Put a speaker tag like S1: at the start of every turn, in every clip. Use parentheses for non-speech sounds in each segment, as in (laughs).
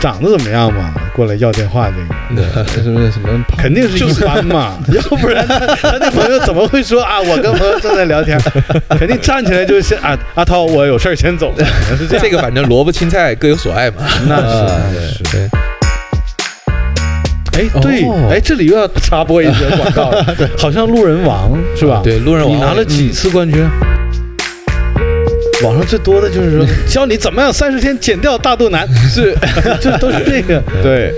S1: 长得怎么样嘛？过来要电话这个，
S2: 什么什么
S1: 肯定是一般嘛， (laughs) 要不然他他那朋友怎么会说啊？我跟朋友正在聊 (laughs) 天，肯定站起来就先啊，阿涛，我有事儿先走了，可能是这样。
S2: 这个反正萝卜青菜各有所爱嘛。
S1: 那是
S2: 啊
S1: 那是
S2: 对，
S1: 哎，对
S2: 哦，
S1: 哎，这里又要插播一则广
S3: (laughs)
S1: 告了，好像路人王是吧？
S2: 对路人王
S1: 你拿了几
S3: 嗯
S1: 次冠军？网上最多的就是说，教你怎么样三十天减掉大肚腩，是， (laughs) 这都是这个。对，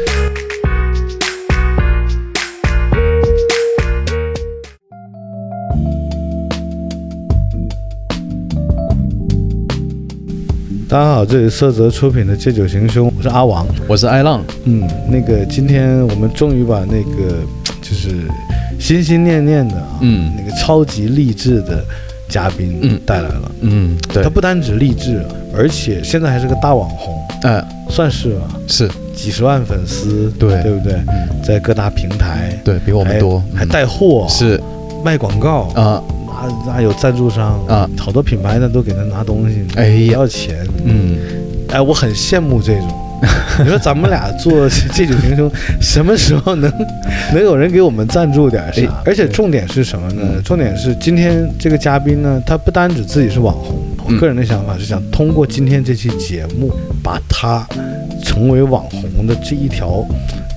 S1: 大家好，这里是色泽出品的《借酒行凶》，我是阿王。
S3: 我是艾浪，
S1: 嗯，那个今天我们终于把那个就是心心念念的啊，
S3: 嗯
S1: 那个超级励志的嘉宾
S3: 嗯
S1: 带来了。
S3: 嗯，对
S1: 他，不单只励志，而且现在还是个大网红，
S3: 哎，
S1: 算是吧，
S3: 是
S1: 几十万粉丝，
S3: 对嗯
S1: 对不对？在各大平台，
S3: 对比我们
S1: 还
S3: 多，
S1: 哎还
S3: 嗯
S1: 带货，
S3: 是
S1: 卖广告，
S3: 啊，
S1: 那那有赞助商
S3: 啊，
S1: 好多品牌呢都给他拿东西，
S3: 哎呀
S1: 不要钱，
S3: 嗯，
S1: 哎，我很羡慕这种。你说咱们俩做借酒行凶，什么时候能能有人给我们赞助点啥
S3: 哎？
S1: 而且重点是什么
S3: 嗯
S1: 呢？重点是今天这个嘉宾呢，他不单指自己是网红，我
S3: 嗯
S1: 个人的想法是想通过今天这期节目，把他成为网红的这一条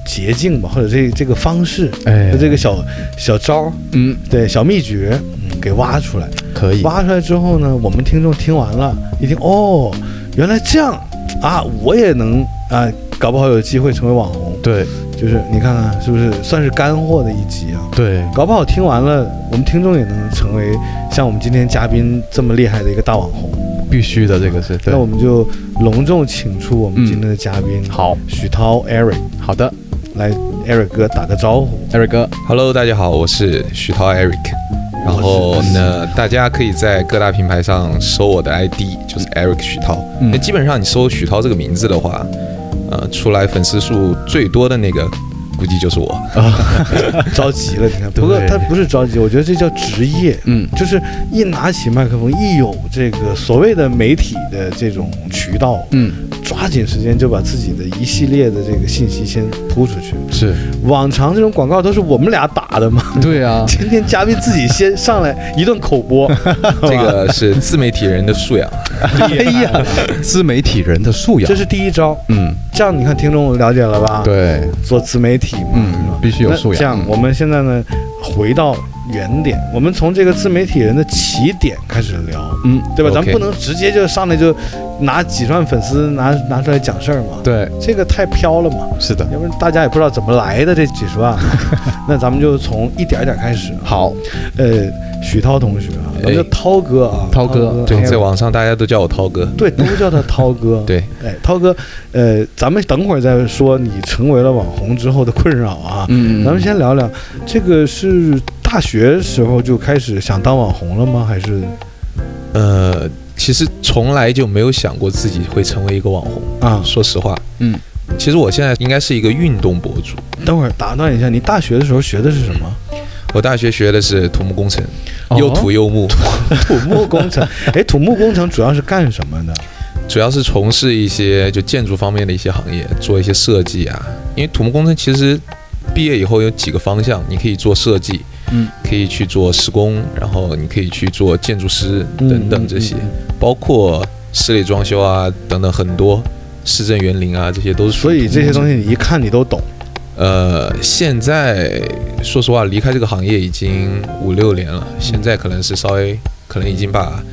S1: 捷径吧，或者这这个方式，
S3: 哎
S1: 就，这个小小招儿，
S3: 嗯，
S1: 对小秘诀，嗯给挖出来。
S3: 可以，
S1: 挖出来之后呢，我们听众听完了，一听哦，原来这样啊，我也能啊，搞不好有机会成为网红。
S3: 对
S1: 就是你看看是不是算是干货的一集啊？
S3: 对，
S1: 搞不好听完了，我们听众也能成为像我们今天嘉宾这么厉害的一个大网红。
S3: 必须的，这个是对嗯
S1: 那，我们就隆重请出我们今天的嘉宾，
S3: 好
S1: 许涛 Eric
S3: 好的
S1: 来，Eric 哥打个招
S3: (laughs)
S1: 呼。
S3: ，Eric 哥，
S2: Hello，大家好，我是许涛 Eric。然后呢，大家可以在各大平台上搜我的 ID，就是 Eric 许涛。
S3: 嗯
S2: 那、基本上你搜许涛这个名字的话，呃，出来粉丝数最多的那个，估计
S3: (laughs)
S2: 就是我。
S3: 啊
S1: 着急了，你看，不过
S3: 对
S1: 他不是着急，我觉得这叫职业，
S3: 嗯
S1: 就是一拿起麦克风，一有这个所谓的媒体的这种渠道，
S3: 嗯，
S1: 抓紧时间就把自己的一系列的这个信息先铺出去。
S3: 是
S1: 往常这种广告都是我们俩打的
S3: (laughs)
S1: 嘛，(laughs)
S3: 对啊，
S1: 今天嘉宾自己先上来一顿口
S3: (laughs)
S1: 播，
S2: 这个是自媒体人的素养。
S3: 哎呀，自媒体人的素养
S1: 这，是第一招。
S3: 嗯，
S1: 这样你看，听众了解了吧？，
S3: 对，
S1: 做自媒体嘛，
S3: 嗯
S1: 是吧
S3: 必须有
S1: 那
S3: 素养
S1: 这样
S3: 嗯，
S1: 我们现在呢，回到原点，我们从这个自媒体人的起点开始聊。
S3: 嗯，
S1: 对吧？咱
S2: OK
S1: 不能直接就上来就拿几十万粉丝拿拿出来讲事儿嘛，
S3: 对，
S1: 这个太飘了嘛，
S3: 是的，
S1: 要不然大家也不知道怎么来的这几十万。那咱们就从一点儿一点儿开始。啊
S3: 好，
S1: 呃，许涛同学啊，咱们叫
S2: 哎
S1: 涛哥啊，
S3: 涛哥
S2: 对，
S1: 哎
S2: 在网上大家都叫我涛哥。。，
S1: 对都叫他涛哥
S2: 对，
S1: 哎，涛哥，呃，咱们等会儿再说你成为了网红之后的困扰啊。
S3: 嗯
S1: 咱们先聊聊，这个是大学时候就开始想当网红了吗？还是
S2: 呃，其实从来就没有想过自己会成为一个网红。
S1: 啊？
S2: 说实话，
S3: 嗯，
S2: 其实我现在应该是一个运动博主。
S1: 等会儿打断一下，你大学的时候学的是什么？
S2: 我大学学的是土木工程，
S3: 哦
S2: 又土又木，
S1: 土木工程， (laughs) 哎，土木工程主要是干什么的？
S2: 主要是从事一些就建筑方面的一些行业，做一些设计啊。因为土木工程其实毕业以后有几个方向，你可以做设计，
S3: 嗯，
S2: 可以去做施工，然后你可以去做建筑师等等这些，
S1: 嗯嗯
S2: 包括室内装修啊等等很多。市政园林啊，这些都是属
S1: 所
S2: 于
S1: 以这些
S2: 土木工程
S1: 东西你一看你都懂。
S2: 呃，现在说实话，离开这个行业已经五六年了，现在可能是稍微，可能已经把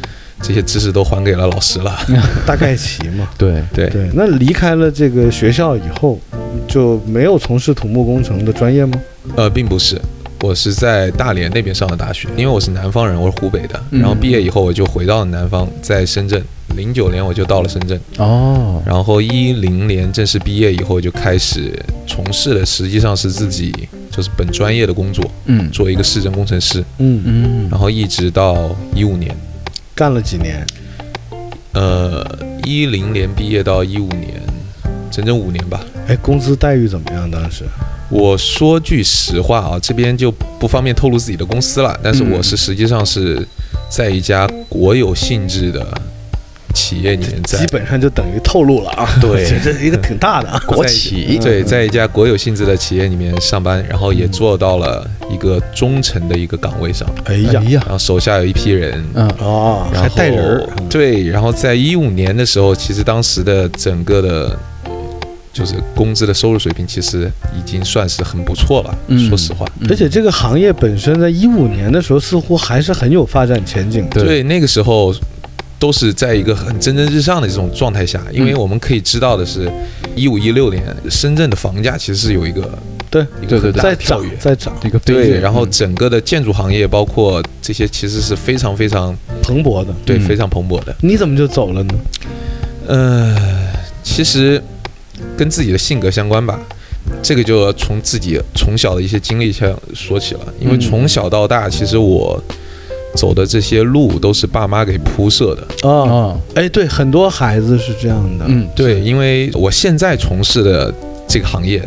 S2: 这些知识都还给了老师了。
S1: (laughs) 大概齐嘛。
S3: 对，
S2: 对，
S1: 对，那离开了这个学校以后，就没有从事土木工程的专业吗？
S2: 呃，并不是，我是在大连那边上的大学，因为我是南方人，我是湖北的，然后
S3: 嗯
S2: 毕业以后我就回到了南方，在深圳。零九年我就到了深圳，
S3: 哦，
S2: 然后一零年正式毕业以后就开始从事的，实际上是自己就是本专业的工作，
S3: 嗯
S2: 做一个市政工程师，
S1: 嗯，
S3: 嗯，
S2: 然后一直到一五年。
S1: 干了几年？
S2: 呃，一零年毕业到一五年，整整五年吧。
S1: 哎，工资待遇怎么样？当时
S2: 我说句实话啊，这边就不方便透露自己的公司了，但是
S3: 嗯
S2: 我是实际上是在一家国有性质的企业里面在
S1: 基本上就等于透露了啊。
S2: 对
S1: (laughs) 这这是一个挺大的啊。
S3: 国企嗯
S2: 对，
S1: 嗯
S2: 在一家国有性质的企业里面上班，然后也做到了一个中层的一个岗位上，
S1: 哎
S3: 哎呀
S2: 然，后手下有一批人，
S3: 嗯，
S1: 哦，
S2: 然
S3: 还
S2: 后
S3: 带人儿
S2: 对，然后在一五年的时候，其实当时的整个的，就是工资的收入水平，其实已经算是很不错了。
S3: 嗯
S2: 说实话，
S3: 嗯
S1: 而且这个行业本身在一五年的时候似乎还是很有发展前景的。
S3: 对
S2: 对，那个时候都是在一个很蒸蒸日上的这种状态下，因为
S3: 嗯
S2: 我们可以知道的是，一五一六年深圳的房价其实是有一个
S1: 对
S2: 一个
S3: 对
S2: 很大
S1: 在
S2: 的跳
S1: 涨
S2: 跃，，
S1: 在涨，
S3: 这个飞
S2: 对，
S3: 跃
S2: 然后
S3: 嗯
S2: 整个的建筑行业，包括这些，其实是非常非常
S1: 蓬勃的。
S2: 对、
S3: 嗯
S2: 非常蓬勃的。
S1: 你怎么就走了呢？
S2: 呃，其实跟自己的性格相关吧，这个就要从自己从小的一些经历上说起了。因为
S1: 嗯
S2: 从小到大，其实我走的这些路都是爸妈给铺设的。
S1: 啊，
S3: 啊，
S1: 哎，对，很多孩子是这样的。
S3: 嗯，
S2: 对，因为我现在从事的这个行业，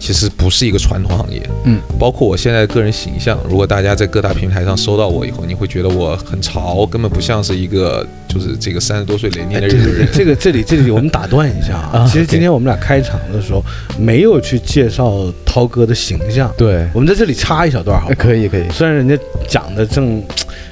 S2: 其实不是一个传统行业。
S3: 嗯，
S2: 包括我现在的个人形象，如果大家在各大平台上搜到我以后，你会觉得我很潮，根本不像是一个就是这个三十多岁雷
S1: 哎，
S2: 年的
S1: 对
S2: 日
S1: 对
S2: 本
S1: 对
S2: 人，。
S1: 这个这里这里我们打断一下啊
S3: 啊。
S1: 其实
S2: OK
S1: 今天我们俩开场的时候没有去介绍涛哥的形象，
S3: 对，
S1: 我们在这里插一小段好
S3: 哎
S1: 吗？
S3: 可以可以，
S1: 虽然人家讲的正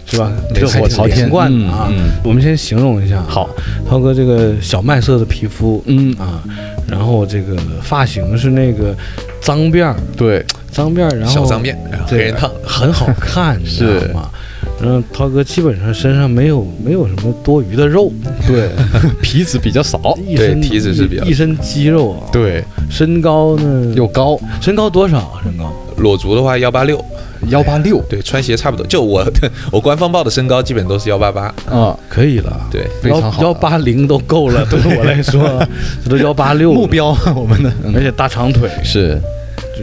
S1: 是吧，
S2: 没
S1: 热
S2: 错
S1: 火朝天惯的啊。
S3: 嗯
S1: 我们先形容一下，
S3: 好，
S1: 涛哥这个小麦色的皮肤
S3: 嗯，
S1: 啊，然后这个发型是那个脏辫儿，
S3: 对， (laughs)
S1: 脏辫儿，然后
S2: 小脏面，然后黑
S1: 对
S2: 人烫，
S1: 很好
S3: (laughs)
S1: 看，你知
S3: 是
S1: 道吗？然后涛哥基本上身上没有没有什么多余的肉，
S3: 对，皮子比较少，
S1: (laughs) 一身
S2: 体脂是比较
S1: 一身肌肉啊，
S3: 对，
S1: 身高呢
S3: 又高，
S1: 身高多少啊？身高
S2: 裸足的话幺八六，
S3: 幺八六
S2: 对，穿鞋差不多。就我我官方报的身高基本都是幺八八，
S3: 啊，
S1: 可以了，
S2: 对，
S3: 非常好
S1: 幺八零都够
S3: (laughs)
S1: 了，对我来说，这都幺八六
S3: 目，标嗯我们的
S1: 而且大长腿，
S3: 是，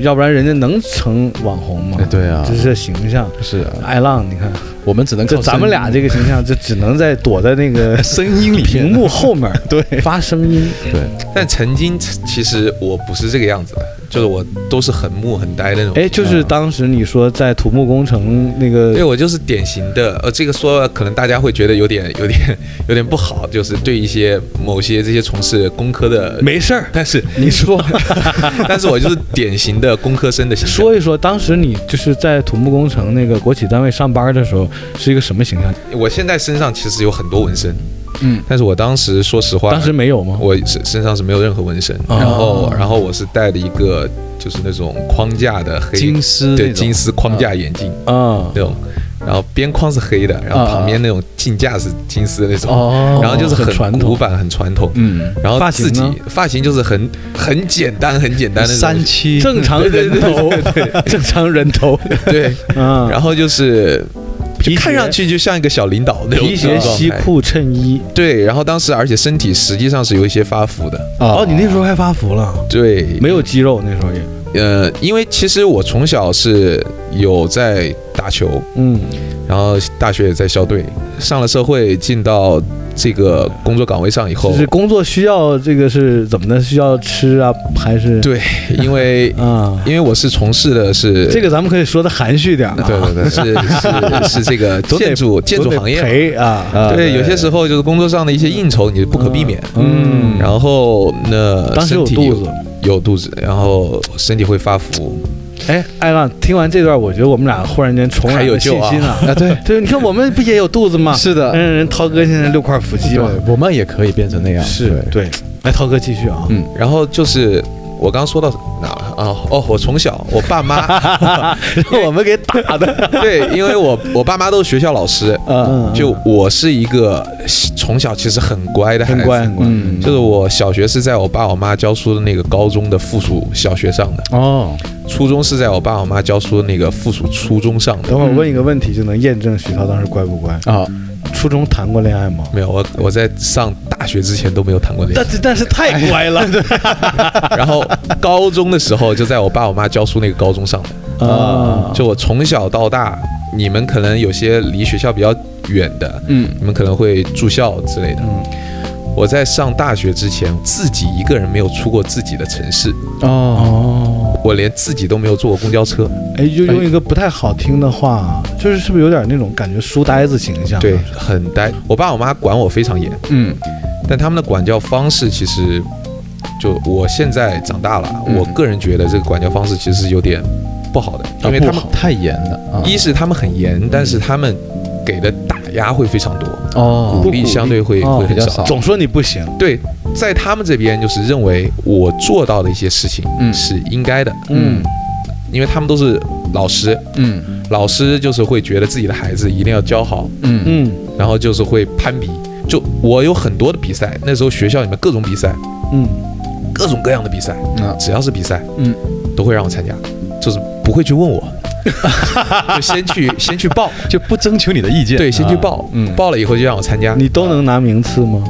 S1: 要不然人家能成网红吗
S3: 哎？对啊
S1: 这，是形象。
S3: 是啊，
S1: 艾浪，你看，
S3: 我们只能
S1: 这
S3: 靠
S1: 咱们俩这个形象，就只能在躲在那个
S3: 声音声音里面
S1: 屏幕后 (laughs) 面
S3: 对
S1: 发声音。
S3: 对，
S2: 但曾经其实我不是这个样子的，就是我都是很木很呆的那种。
S1: 哎，就是当时你说在土木工程那
S2: 对
S1: 个，
S2: 我就是典型的，呃，这个说可能大家会觉得有点、 (laughs) 有点、有点不好，就是对一些某些这些从事工科的，
S1: 没事儿，
S2: 但是，
S1: 你说
S2: (laughs) 但是我就是典型的工科生的形象。
S1: 说一说，当时你就是在土木工程那个国企单位上班的时候，是一个什么形象？
S2: 我现在身上其实有很多纹身，
S3: 嗯，
S2: 但是我当时说实话，
S1: 当时没有吗？
S2: 我身身上是没有任何纹身，
S1: 哦
S2: 然后然后我是戴的一个就是那种框架的黑
S3: 金丝
S2: 对
S3: 那种
S2: 金丝框架眼镜
S1: 啊
S2: 那种，然后边框是黑的，然后
S3: 啊啊
S2: 旁边那种镜架是金丝的那种，
S3: 哦
S2: 然后就是
S1: 很传统
S2: 古板很传统，
S3: 嗯，
S2: 然后
S1: 发
S2: 自
S1: 型
S2: 己
S1: 呢
S2: 发型就是很很简单很简单的那
S3: 三
S2: 种，
S1: (laughs)
S3: 七
S1: 正常人头，正常人 (laughs) 头，
S2: 对，
S1: 嗯，
S2: 然后就是
S1: 皮
S2: 就
S1: 鞋
S2: 看上去就像一个小领导那种
S1: 皮鞋、
S2: 状态
S1: 西，裤、衬衣。
S2: 对，然后当时而且身体实际上是有一些发福的，
S1: 哦，你那时候还发福了，
S2: 对，
S1: 没有肌肉那时候也，
S2: 呃，因为其实我从小是有在打球，
S1: 嗯，
S2: 然后大学也在校队，上了社会进到这个工作岗位上以后
S1: 就，是工作需要这个是怎么的？需要吃啊，还是
S2: 对，因为
S1: 啊？
S2: 因为我是从事的是
S1: 这个咱们可以说的含蓄点儿啊，
S2: 对对对，是是是
S1: (laughs)
S2: 这个
S1: 总得
S2: 建筑建筑行
S1: 都得
S2: 业，
S1: 赔啊，
S3: 啊
S2: 对，有些时候就是工作上的一些应酬你不可避免。
S1: 嗯，
S2: 然后那
S1: 当时有
S2: 身体
S1: 肚子，
S2: 有肚子，然后身体会发福，
S1: 哎，艾浪，听完这段，我觉得我们俩忽然间重燃
S2: 还有
S1: 了信
S2: 救啊
S1: 心啊！
S3: 啊，对，
S1: (laughs) 对，你看我们不也有肚子吗？
S3: 是的
S1: 嗯，人涛哥现在六块腹肌
S3: 对
S1: 嘛，，
S3: 我们也可以变成那样，
S1: 是
S3: 对
S1: 对。来，涛哥继续啊，
S3: 嗯
S2: 然后就是我刚刚说到哪了啊？哦，我从小我爸妈
S1: (laughs) 让我们给打的，
S2: (laughs) 对，因为我我爸妈都是学校老师，
S1: 啊
S3: 嗯
S2: 就我是一个从小其实很乖的孩子，
S1: 很乖很乖，
S3: 嗯，
S2: 就是我小学是在我爸我妈教书的那个高中的附属小学上的，
S3: 哦，
S2: 初中是在我爸我妈教书的那个附属初中上的。
S1: 等会儿我问一个问题，就能验证徐涛当时乖不乖。
S3: 啊，
S1: 初中谈过恋爱吗？
S2: 没有，我我在上大学之前都没有谈过恋
S1: (laughs) 但是但是太乖了
S2: 爱，然后高中的时候就在我爸我妈教书那个高中上的。
S1: 啊！
S2: 就我从小到大，你们可能有些离学校比较远的，
S3: 嗯，
S2: 你们可能会住校之类的。我在上大学之前，自己一个人没有出过自己的城市，
S3: 哦，
S1: 哦，
S2: 我连自己都没有坐过公交车。
S1: 哎，就用一个不太好听的话，就是是不是有点那种感觉书呆子形
S3: 啊
S1: 象？啊
S2: 对，，很呆。我爸我妈管我非常严，
S3: 嗯
S2: 但他们的管教方式其实，就我现在长大了，
S3: 嗯
S2: 我个人觉得这个管教方式其实是有点不好的，因为他
S3: 啊不
S2: 们
S3: 好太严了啊，
S2: 一是他们很严，但是他们给的打压会非常多，
S3: 哦
S2: 鼓励相对会
S1: 哦
S2: 会
S3: 比
S2: 很
S3: 较
S2: 少。
S3: 少，
S1: 总说你不行，
S2: 对，在他们这边就是认为我做到的一些事情
S3: 嗯
S2: 是应该的，
S3: 嗯
S2: 因为他们都是老师，
S3: 嗯
S2: 老师就是会觉得自己的孩子一定要教好，
S3: 嗯嗯
S1: 嗯
S2: 然后就是会攀比。就我有很多的比赛，那时候学校里面各种比赛，
S1: 嗯，
S2: 各种各样的比赛，
S3: 啊
S2: 只要是比赛，
S3: 嗯，
S2: 都会让我参加，就是不会去
S3: (laughs)
S2: 问我，就先去先去报，
S3: 就不征求你的意见，
S2: 对，先去报，
S3: 嗯
S2: 报了以后就让我参加。
S1: 你都能拿名次吗？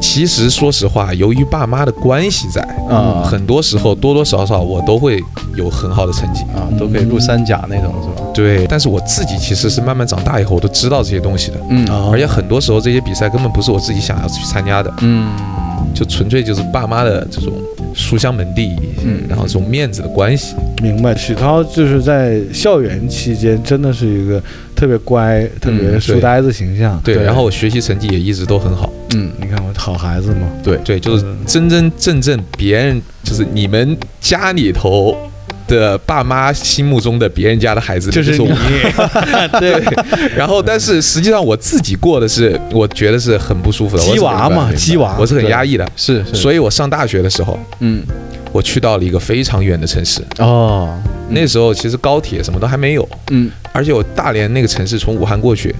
S2: 其实说实话，由于爸妈的关系在，
S3: 啊
S2: 很多时候多多少少我都会有很好的成绩。
S3: 啊都可以入三甲那种是吧？
S2: 对，但是我自己其实是慢慢长大以后，我都知道这些东西的。
S3: 嗯
S2: 而且很多时候这些比赛根本不是我自己想要去参加的，
S3: 嗯
S2: 就纯粹就是爸妈的这种书香门第，
S3: 嗯
S2: 然后这种面子的关系。
S1: 明白，许涛就是在校园期间真的是一个特别乖、特别书呆子形象。
S2: 嗯对，
S3: 对
S2: 然后我学习成绩也一直都很好。
S3: 嗯
S1: 你看我好孩子嘛，
S2: 对，就是
S1: 嗯
S2: 真真正正别人，就是你们家里头的爸妈心目中的别人家的孩子，
S1: 就是
S2: 我
S1: 你。 (laughs)
S2: 对。然后，但是实际上我自己过的是，我觉得是很不舒服的。我
S1: 鸡
S2: 是
S1: 娃
S2: 很
S1: 嘛，
S2: 对
S1: 鸡娃，
S2: 我是很压抑的。
S3: 是是，
S2: 所以我上大学的时候，
S3: 嗯
S2: 我去到了一个非常远的城市。
S3: 哦
S2: 那时候其实高铁什么都还没有，
S3: 嗯
S2: 而且我大连那个城市从武汉过去，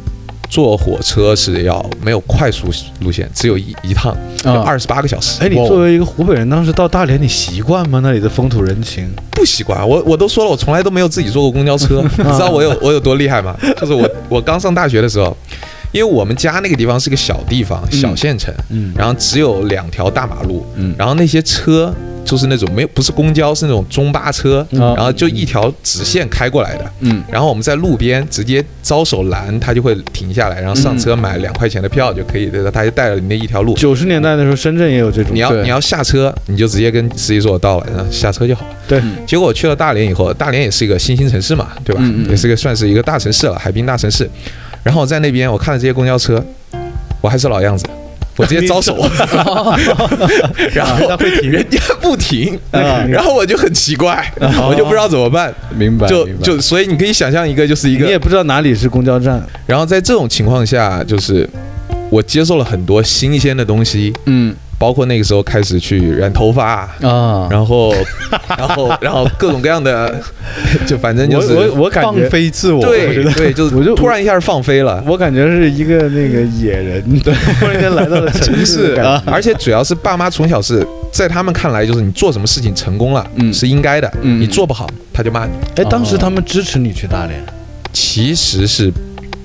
S2: 坐火车是要没有快速路线，只有一一趟，就
S3: 啊
S2: 二十八个小时。
S1: 哎，你
S3: 哇
S1: 作为一个湖北人，当时到大连，你习惯吗？那里的风土人情？
S2: 不习惯，我我都说了，我从来都没有自己坐过公
S3: (laughs)
S2: 交车，你知道我有我有多厉害吗？就是我我刚上大学的时候，因为我们家那个地方是个小地方，小县城，
S1: 嗯
S2: 然后只有两条大马路，
S3: 嗯
S2: 然后那些车就是那种没有不是公交，是那种中巴车，
S3: 嗯
S2: 然后就一条直线开过来的。
S3: 嗯
S2: 然后我们在路边直接招手拦，他就会停下来，然后
S3: 嗯
S2: 上车买两块钱的票就可以，他就带了你那一条路。
S1: 九十年代的时候，深圳也有这种。
S2: 你要
S3: 对
S2: 你要下车，你就直接跟司机说我到了，然后下车就好了。
S1: 对，
S2: 结果我去了大连以后，大连也是一个新兴城市嘛，对吧？
S3: 嗯嗯嗯
S2: 也是个算是一个大城市了，海滨大城市。然后我在那边，我看了这些公交车，我还是老样子，我直接招手， (laughs) 然后
S3: 啊那会停
S2: 人家不停，
S1: 啊
S2: 然后我就很奇怪， (laughs) 我就不知道怎么办，
S3: 啊明白
S2: 就
S3: 明白
S2: 就所以你可以想象一个就是一
S1: 你
S2: 个
S1: 也不知道哪里是公交站。
S2: 然后在这种情况下，就是我接受了很多新鲜的东西，
S3: 嗯
S2: 包括那个时候开始去染头发，
S3: 啊
S2: 然后， (laughs) 然后，然后各种各样的，就反正就
S1: 我
S2: 是
S1: 我我感
S3: 放
S1: 觉，
S3: 飞自我，我觉
S2: 对
S3: 得
S2: 对，就
S1: 我
S2: 是
S1: 就
S2: 突然一下放飞了。
S1: 我感觉是一个那个野
S2: (laughs)
S1: 人，对，突然间来到了城市的感觉
S3: 啊，
S2: 而且主要是爸妈从小是在他们看来，就是你做什么事情成功了，
S3: 嗯
S2: 是应该的，
S3: 嗯
S2: 你做不好他就骂你，
S1: 哎，当时他们支持你去大连，
S2: 其实是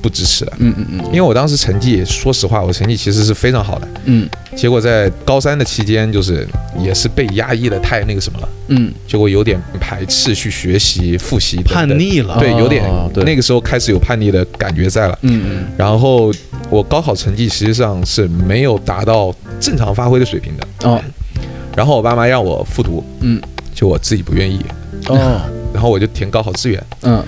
S2: 不支持的。
S3: 嗯嗯
S2: 因为我当时成绩，说实话，我成绩其实是非常好的，
S3: 嗯
S2: 结果在高三的期间，就是也是被压抑的太那个什么了，
S3: 嗯
S2: 结果有点排斥去学习、复习等等
S1: 叛，逆了。
S2: 对，
S3: 哦
S2: 有点、
S3: 对
S2: 那个时候开始有叛逆的感觉在了。
S3: 嗯
S2: 然后我高考成绩实际上是没有达到正常发挥的水平的，
S3: 嗯哦
S2: 然后我爸妈让我复读，
S3: 嗯
S2: 就我自己不愿意，
S3: 哦
S2: 然后我就填高考志愿，
S3: 嗯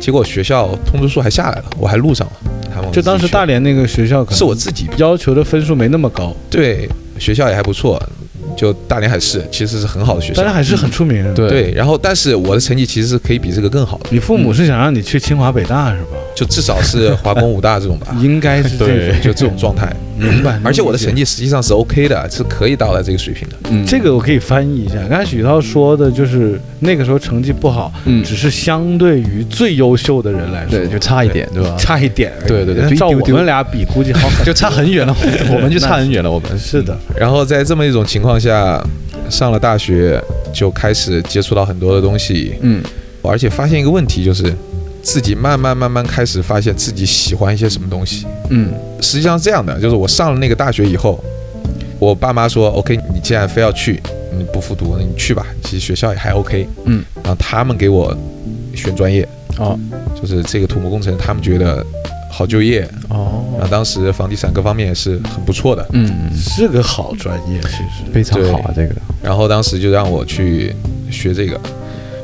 S2: 结果学校通知书还下来了，我还录上了。他们
S1: 就当时大连那个学校，可能
S2: 是我自己
S1: 要求的分数没那么高，
S2: 对学校也还不错，就大连海事其实是很好的学校
S1: 但是，还是很出名。，
S3: 嗯对
S2: 对，然后但是我的成绩其实是可以比这个更好的，
S1: 你父
S3: 嗯
S1: 母是想让你去清华北大是吧？，
S2: 就至少是华工武大这种吧
S1: 应该是这
S3: 啊对
S1: 种，
S2: 就这种状态。嗯
S1: 明白。
S2: 而且我的成
S1: 绩，
S2: 绩实际上是 OK 的，是可以到达这个水平的。
S3: 嗯
S1: 这个我可以翻译一下。刚才许涛说的就是那个时候成绩不好，
S3: 嗯
S1: 只是相对于最优秀的人来说，
S3: 对就差一点对吧？
S1: 差一点而已。
S3: 对对对就一
S1: 照
S3: 丢
S1: 我
S3: 丢
S1: 们俩比，估计好很
S3: 就差很 (laughs) 远了，我们就差很远了，我们 (laughs)
S1: 多。是的，
S2: 然后在这么一种情况下，上了大学就开始接触到很多的东西，
S3: 嗯
S2: 而且发现一个问题就是，自己慢慢慢慢开始发现自己喜欢一些什么东西。
S3: 嗯
S2: 实际上是这样的，就是我上了那个大学以后，我爸妈说 OK，你既然非要去，你不复读，那你去吧。其实学校也还 OK，
S3: 嗯
S2: 然后他们给我选专业，
S3: 哦
S2: 就是这个土木工程，他们觉得好就业，然后
S3: 哦
S2: 啊当时房地产各方面也是很不错的，
S3: 嗯
S1: 是个好专业，其实。
S3: 非常好啊这个
S2: 然后当时就让我去学这个，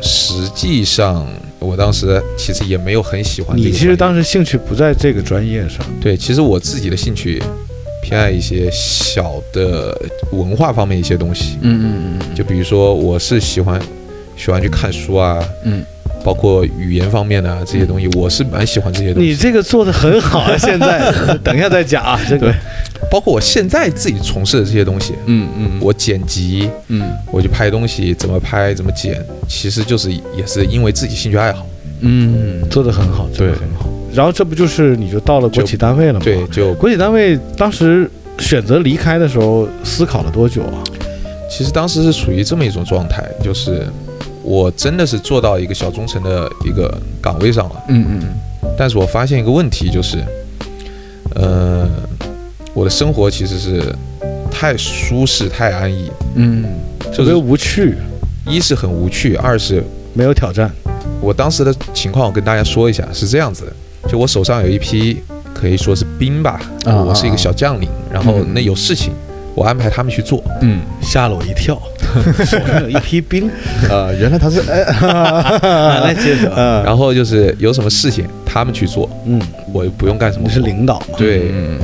S2: 实际上我当时其实也没有很喜欢这
S1: 你
S2: 个专业。
S1: 其实当时兴趣不在这个专业上，
S2: 对，其实我自己的兴趣偏爱一些小的文化方面一些东西，
S3: 嗯嗯嗯
S2: 就比如说我是喜欢喜欢去看书啊，
S3: 嗯，
S2: 包括语言方面的、啊、这些东西，我是蛮喜欢这些东西。
S1: 你这个做的很好啊！现在
S3: (laughs)
S1: 等一下再讲啊，这个
S2: 包括我现在自己从事的这些东西，
S3: 嗯嗯
S2: 我剪辑，
S3: 嗯
S2: 我去拍东西，怎么拍怎么剪，其实就是也是因为自己兴趣爱好。
S3: 嗯嗯，
S1: 做的很好，做得
S3: 对
S1: 很好。然后这不就是你就到了国企单位了吗？
S2: 对，，就
S1: 国企单位当时选择离开的时候思考了多久啊？
S2: 其实当时是处于这么一种状态，就是我真的是做到一个小中层的一个岗位上了。
S3: 嗯嗯
S2: 但是我发现一个问题，就是，呃，我的生活其实是太舒适、太安逸，
S3: 嗯
S2: 就
S1: 特别
S2: 是
S1: 无趣，
S2: 一是很无趣，二是
S1: 没有挑战。
S2: 我当时的情况，我跟大家说一下是这样子的，就我手上有一批可以说是兵吧，
S3: 啊啊
S2: 我是一个小将领，然后
S3: 嗯
S2: 那有事情。我安排他们去做，
S3: 嗯
S1: 吓了我一跳，手上有一批兵。
S3: 啊，原来他是哎，
S1: 啊来接着，
S2: 然后就是有什么事情他们去做，
S1: 嗯，
S2: 我又不用干什么
S1: 你
S2: 活。
S1: 是领导嘛？
S2: 对，
S3: 嗯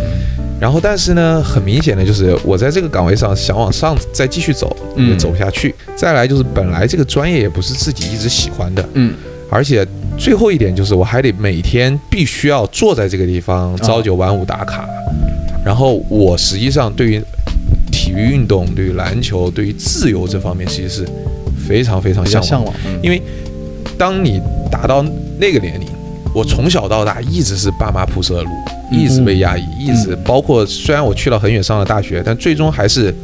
S2: 然后但是呢，很明显的就是我在这个岗位上想往上再继续走，
S3: 嗯
S2: 也走不下去。再来就是本来这个专业也不是自己一直喜欢的，
S3: 嗯
S2: 而且最后一点就是我还得每天必须要坐在这个地
S3: 啊
S2: 方朝九晚五打卡。然后我实际上对于体育运动、对于篮球、对于自由这方面，其实是非常非常
S3: 比较
S2: 向往的。
S3: 向往，
S2: 因为当你达到那个年龄，我从小到大一直是爸妈铺设的路，一直被压抑，一直包括虽然我去了很远上了大学，但最终还是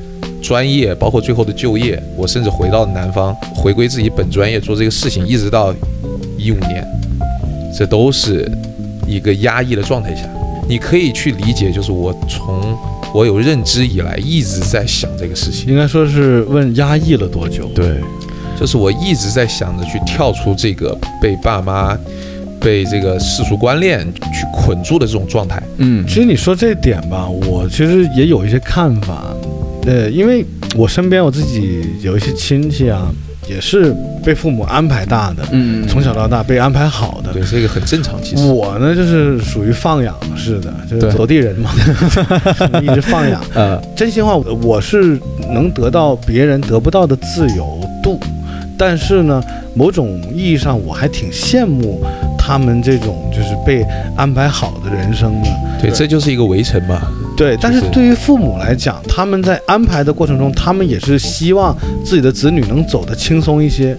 S2: 专业，包括最后的就业，我甚至回到南方，回归自己本专业做这个事情，一直到一五年，这都是一个压抑的状态下。你可以去理解，就是我从我有认知以来一直在想这个事情。
S1: 应该说是问压抑了多久？
S3: 对，
S2: 就是我一直在想着去跳出这个被爸妈、被这个世俗观念去捆住的这种状态。
S3: 嗯
S1: 其实你说这点吧，我其实也有一些看法，呃，因为我身边我自己有一些亲戚啊，也是被父母安排大的，
S3: 嗯
S1: 从小到大被安排好的。
S2: 对，这个很正常，其实。
S1: 我呢，就是属于放养式的，就
S3: 对
S1: 是走地人嘛，一直放
S2: (laughs)
S1: 养。
S3: 呃
S1: 真心话，我是能得到别人得不到的自由度，但是呢，某种意义上我还挺羡慕他们这种就是被安排好的人生的。
S2: 对，这就是一个围城嘛。
S1: 对，但是
S2: 是
S1: 对于父母来讲，他们在安排的过程中，他们也是希望自己的子女能走得轻松一些。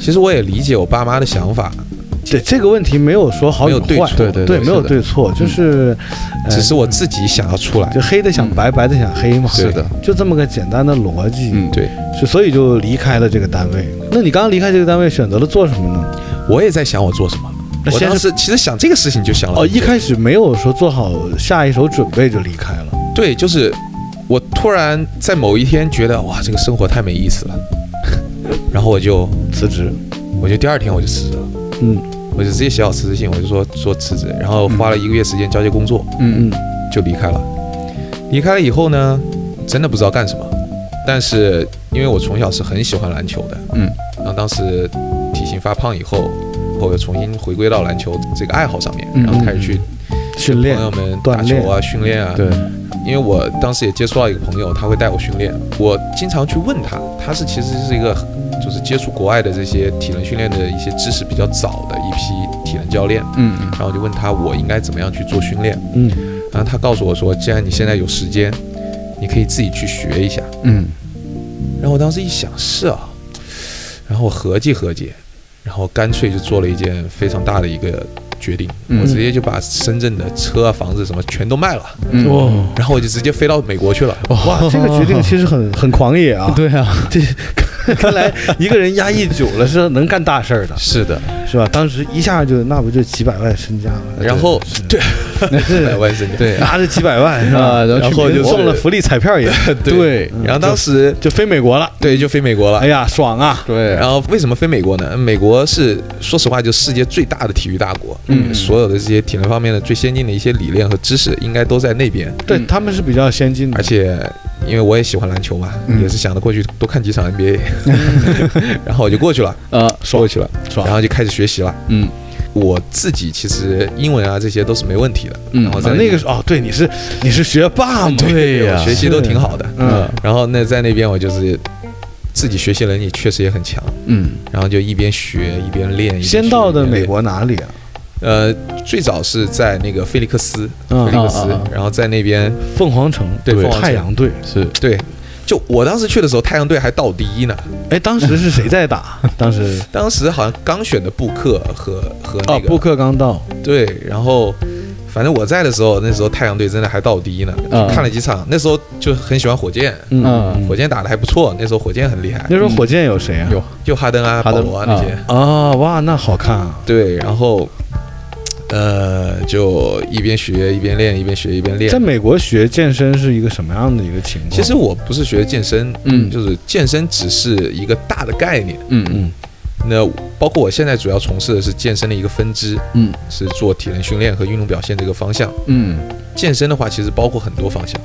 S2: 其实我也理解我爸妈的想法，
S1: 对这个问题没有说好
S2: 没
S1: 与
S2: 有
S1: 坏，
S2: 对错嗯
S3: 对对
S1: 对，没有
S2: 是的
S1: 对错，就是，呃
S2: 只是我自己想要出来。
S1: 就黑的想白，白的想黑嘛，
S3: 是的，
S1: 就这么个简单的逻辑。
S3: 嗯
S2: 对，
S1: 是，所以就离开了这个单位。那你刚刚离开这个单位，选择了做什么呢？
S2: 我也在想我做什么。
S1: 那
S2: 我
S1: 先
S2: 当时其实想这个事情就想了
S1: 哦，
S2: 很久
S1: 一开始没有说做好下一手准备就离开了。
S2: 对，就是我突然在某一天觉得哇，这个生活太没意思了， (laughs) 然后我就
S1: 辞职，
S2: 我就第二天我就辞职了，
S1: 嗯
S2: 我就直接写好辞职信，我就说说辞职，然后花了一个月时间交接工作，
S3: 嗯
S1: 嗯，
S2: 就离开了。离开了以后呢，真的不知道干什么。但是因为我从小是很喜欢篮球的，
S3: 嗯，
S2: 然后当时体型发胖以后，我又重新回归到篮球这个爱好上面，
S3: 嗯
S2: 然后开始去
S1: 训
S2: 朋
S1: 练，
S2: 友们打球啊、训练啊。
S3: 对，
S2: 因为我当时也接触到一个朋友，他会带我训练，啊我经常去问他，他是其实是一个就是接触国外的这些体能训练的一些知识比较早的一批体能教练，
S3: 嗯嗯
S2: 然后我就问他我应该怎么样去做训练，
S1: 嗯，
S2: 然后他告诉我说，既然你现在有时间，你可以自己去学一下。
S3: 嗯
S2: 然后我当时一想是啊，然后我合计合计，然后干脆就做了一件非常大的一个决定，
S3: 嗯
S2: 我直接就把深圳的车啊、房子什么全都卖了，
S3: 嗯，
S1: 哦，
S2: 然后我就直接飞到美国去了。
S1: 哇，这个决定其实
S3: (laughs)
S1: 很很狂野啊。
S3: 对啊，
S1: (laughs) 这看来一个人压抑久了是能干大事儿的，
S2: 是的，
S1: 是吧？当时一下就那不就几百万身家了，
S2: 然后 (laughs) 对，
S3: (laughs)
S2: 百万身家。
S3: 对
S1: 拿着几百万是吧？
S3: 啊然后
S1: 然
S3: 去
S1: 后
S3: 美
S1: 就
S3: 国
S1: 中了福利彩票也
S3: 对
S2: 然后当时
S1: 就飞美国了。
S2: 对就飞美国了
S1: 哎。呀，爽啊！
S3: 对，
S2: 然后为什么飞美国呢？美国是说实话，就世界最大的体育大国，
S3: 嗯
S2: 所有的这些体能方面的最先进的一些理念和知识，应该都在那边。
S1: 对
S3: 嗯
S1: 他们是比较先进的
S2: 而，且因为我也喜欢篮球嘛，
S3: 嗯
S2: 也是想着过去多看几场
S1: (laughs)
S2: NBA，然后我就过去了，
S3: 呃，
S2: 过去了，
S3: 爽
S2: 然后就开始学习了。
S3: 嗯
S2: 我自己其实英文啊这些都是没问题的，
S3: 嗯
S2: 然后
S1: 啊
S2: 在嗯
S1: 那个时候哦，对，你是你是学霸嘛？
S3: 对呀
S2: 我学习都挺好的，
S1: 嗯
S2: 然后那在那边我就是自己学习能力确实也很强，
S3: 嗯
S2: 然后就一边学一边练。一边
S1: 先
S2: 学
S1: 到的
S2: 一边
S1: 美
S2: 练，
S1: 国哪里啊？
S2: 呃，最早是在那个菲利克斯，菲利
S1: 嗯，
S2: 克斯
S3: 啊啊啊，
S2: 然后在那边
S1: 凤凰城
S2: 对凤凰城
S1: 太阳队。
S3: 是
S2: 对，就我当时去的时候，太阳队还倒第一呢，
S1: 哎，当时是谁在打？当时
S2: 当时好像刚选的布克和和
S1: 啊，
S2: 那个、
S1: 布克刚到，
S2: 对，然后反正我在的时候，那时候太阳队真的还倒第一呢，
S3: 嗯
S2: 看了几场，那时候就很喜欢火箭。
S1: 嗯，
S3: 嗯
S2: 火箭打的还不错，那时候火箭很厉害
S1: 那，时候火箭有谁啊？
S3: 有
S2: 就哈登啊、
S3: 哈
S2: 保
S3: 登
S2: 罗啊那些。
S1: 啊，哇，那好看啊！
S2: 对，然后，呃，就一边学一边练，一边学一边练
S1: 在。美国学健身是一个什么样的一个情况？
S2: 其实我不是学健身，
S3: 嗯
S2: 就是健身只是一个大的概念。
S3: 嗯嗯
S2: 那包括我现在主要从事的是健身的一个分支，
S3: 嗯
S2: 是做体能训练和运动表现这个方向。
S3: 嗯
S2: 健身的话，其实包括很多方向，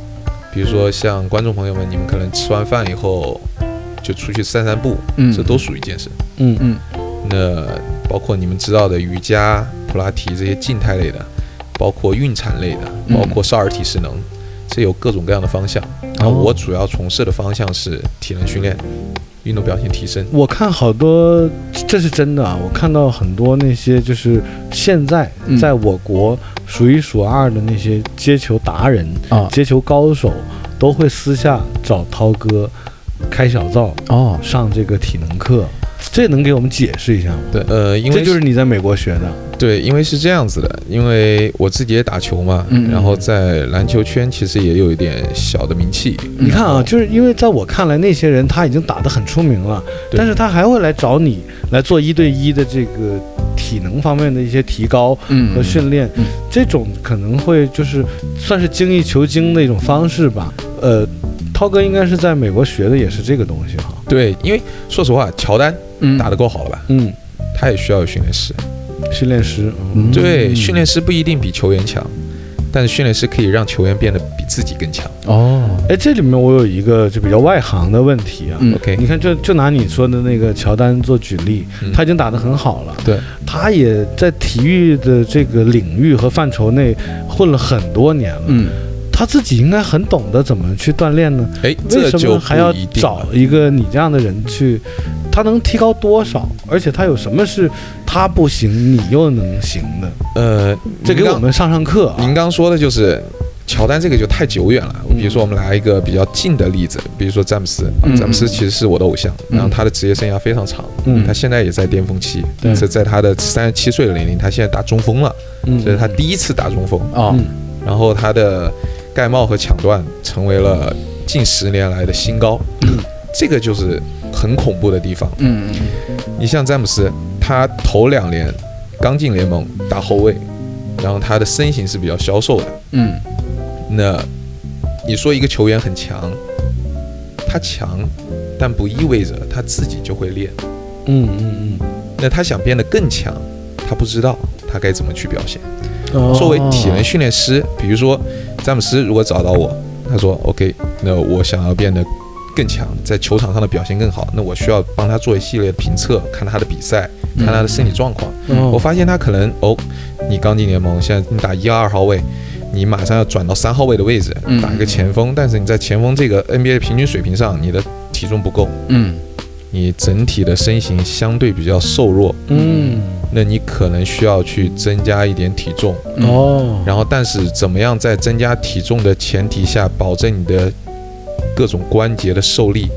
S2: 比如说像观众朋友们，你们可能吃完饭以后就出去散散步，
S3: 嗯
S2: 这都属于健身。
S1: 嗯
S3: 嗯
S2: 那包括你们知道的瑜伽、普拉提这些静态类的，包括孕产类的，
S3: 嗯哦
S2: 包括少儿体适能，这有各种各样的方向。然后我主要从事的方向是体能训练、运动表现提升。
S1: 我看好多，这是真的啊！我看到很多那些就是现在
S3: 嗯
S1: 在我国数一数二的那些接球达人、
S3: 啊
S1: 接球高手，都会私下找涛哥开小灶
S3: 哦
S1: 上这个体能课，这能给我们解释一下吗？
S2: 呃，因为
S1: 这就是你在美国学的，
S2: 对，因为是这样子的，因为我自己也打球嘛，
S3: 嗯
S2: 然后在篮球圈其实也有一点小的名气。
S1: 你看啊，就是因为在我看来，那些人他已经打得很出名了，
S2: 对
S1: 但是他还会来找你来做一对一的这个体能方面的一些提高，
S3: 嗯
S1: 和训练
S3: 嗯，
S1: 这种可能会就是算是精益求精的一种方式吧。呃，涛哥应该是在美国学的也是这个东西哈。
S2: 对，因为说实话，乔丹
S3: 嗯
S2: 打得够好了吧？
S1: 嗯，
S2: 他也需要有训练师。
S1: 训练师，
S3: 嗯
S2: 对，训练师不一定比球员强，但是训练师可以让球员变得比自己更强。
S3: 哦
S1: 哎，这里面我有一个就比较外行的问题啊。
S3: 嗯
S2: OK，
S1: 你看就，就拿你说的那个乔丹做举例，
S2: 嗯
S1: 他已经打得很好了，
S3: 对，
S1: 他也在体育的这个领域和范畴内混了很多年了，
S3: 嗯
S1: 他自己应该很懂得怎么去锻炼呢。
S2: 哎，
S1: 为
S2: 这
S1: 什
S2: 就
S1: 么
S2: 不
S1: 还要
S2: 一定
S1: 找
S2: 了。
S1: 一个你这样的人去？他能提高多少？而且他有什么是他不行，你又能行的？
S2: 呃，
S1: 这给
S2: 您
S1: 我
S2: 刚
S1: 们上上课啊！
S2: 您刚说的就是乔丹这个就太久远了。比如说，我们拿一个比较近的例子，比如说詹姆斯，啊
S3: 嗯
S2: 詹姆斯其实是我的偶像，
S3: 嗯
S2: 然后他的职业生涯非常长，
S1: 嗯
S2: 他现在也在巅峰期，
S1: 对
S2: 这在他的三十七岁的年龄，他现在打中锋了，
S1: 嗯
S2: 这是他第一次打中锋。
S3: 哦
S2: 然后他的盖帽和抢断成为了近十年来的新高，这个就是很恐怖的地方。
S3: 嗯
S2: 你像詹姆斯，他头两年刚进联盟打后卫，然后他的身形是比较消瘦的。
S3: 嗯
S2: 那你说一个球员很强，他强，但不意味着他自己就会练。
S1: 嗯嗯
S2: 那他想变得更强，他不知道他该怎么去表现。
S1: 嗯，
S2: 作为体能训练师，比如说詹姆斯如果找到我，他说 OK，那我想要变得更强，在球场上的表现更好，那我需要帮他做一系列的评测，看他的比赛，看他的身体状况。
S1: 哦
S2: 我发现他可能哦，你刚进联盟，现在你打一二号位，你马上要转到三号位的位置
S3: 嗯，
S2: 打一个前锋，但是你在前锋这个 NBA 平均水平上，你的体重不够，
S3: 嗯
S2: 你整体的身形相对比较瘦弱，
S1: 嗯
S2: 那你可能需要去增加一点体重。
S3: 嗯
S1: 哦，
S2: 然后，但是怎么样在增加体重的前提下，保证你的各种关节的受力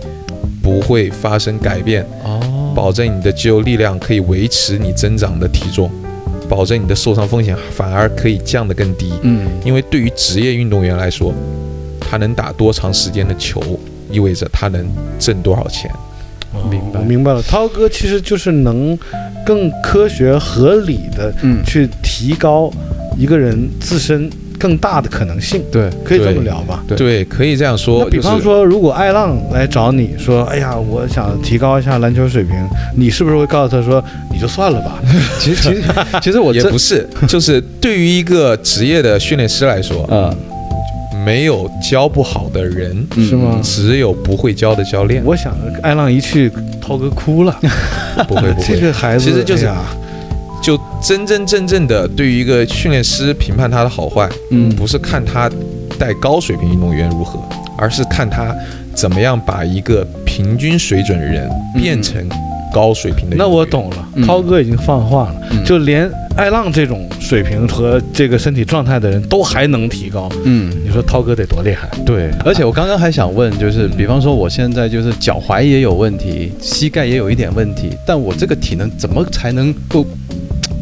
S2: 不会发生改变，
S3: 哦
S2: 保证你的肌肉力量可以维持你增长的体重，保证你的受伤风险反而可以降得更低。
S3: 嗯
S2: 因为对于职业运动员来说，他能打多长时间的球，意味着他能挣多少钱。
S3: 哦明白
S1: 我明白了。涛哥其实就是能更科学合理的
S3: 嗯
S1: 去提高一个人自身更大的可能性，
S3: 对
S1: 可以这么
S2: 对
S1: 聊吧？
S3: 对
S2: 对，可以这样说。
S1: 那比方
S2: 就是
S1: 说，如果艾浪来找你说：“哎呀，我想提高一下篮球水平。”你是不是会告诉他说：“你就算了 (laughs) 吧
S3: 其实其实其实我
S2: 也
S3: 真
S2: 不是，就是对于一个职业的训练师来说，
S3: 啊
S2: 没有教不好的人，
S3: 嗯
S1: 是吗
S2: 只有不会教的教练。
S1: 我想艾浪一去，涛哥哭了。
S2: 不会不
S1: (laughs) 这
S2: 会，
S1: 个孩子
S2: 其实就是
S1: 哎呀
S2: 就真真正正的对于一个训练师评判他的好坏，
S3: 嗯
S2: 不是看他带高水平运动员如何，而是看他怎么样把一个平均水准的人变成高水平的。
S1: 嗯那我，懂了，
S3: 嗯
S1: 涛哥已经放话了，
S3: 嗯
S1: 就连艾浪这种水平和这个身体状态的人都还能提高，
S3: 嗯，
S1: 你说涛哥得多厉害？
S3: 对。而且我刚刚还想问，就是比方说我现在就是脚踝也有问题，膝盖也有一点问题，但我这个体能怎么才能够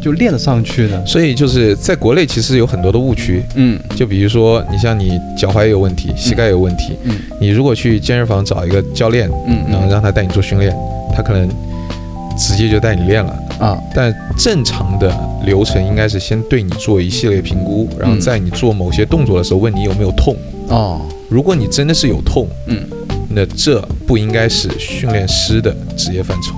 S3: 就练得上去呢？
S2: 所以就是在国内其实有很多的误区，
S3: 嗯
S2: 就比如说你像你脚踝有问题，膝盖有问题，
S3: 嗯
S2: 你如果去健身房找一个教练，
S3: 嗯
S2: 然后让他带你做训练，他可能直接就带你练了。
S3: 啊
S2: 但正常的流程应该是先对你做一系列评估，然后
S3: 嗯
S2: 在你做某些动作的时候问你有没有痛。
S3: 哦
S2: 如果你真的是有痛，
S3: 嗯，
S2: 那这不应该是训练师的职业范畴。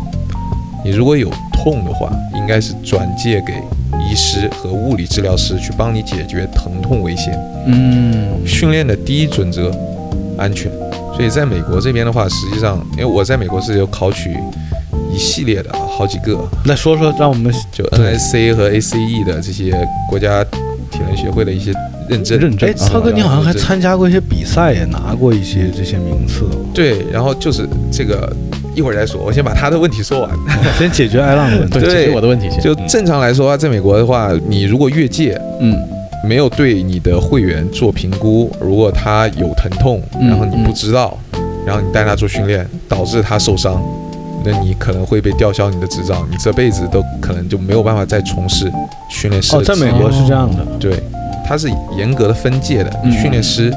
S2: 你如果有痛的话，应该是转介给医师和物理治疗师去帮你解决疼痛危险。
S3: 嗯
S2: 训练的第一准则，安全。所以在美国这边的话，实际上，因为我在美国是有考取一系列的好几个
S1: 来说说，让我们
S2: 就
S1: 对
S2: NSC 和 ACE 的这些国家体能学会的一些认证。
S3: 认
S1: 哎，
S3: 真
S1: 涛哥，
S2: 啊
S1: 你好像还
S2: 对
S1: 参加过一些比赛，也拿过一些这些名 (laughs) 次哦。
S2: 对，然后就是这个，一会儿再说，我先把他的问题说完。
S1: 先解决艾浪的问题
S3: 对，，这是我的问题先。
S2: 就正常来说啊，在美国的话，你如果越界，
S3: 嗯
S2: 没有对你的会员做评估，如果他有疼痛，
S3: 嗯
S2: 然后你不知道，然后你带他做训练，导致他受伤，那你可能会被吊销你的执照，你这辈子都可能就没有办法再从事训练师的
S1: 哦，在
S2: 职业
S1: 美国是这样的，
S2: 对，它是严格的分界的。
S3: 嗯
S2: 训练师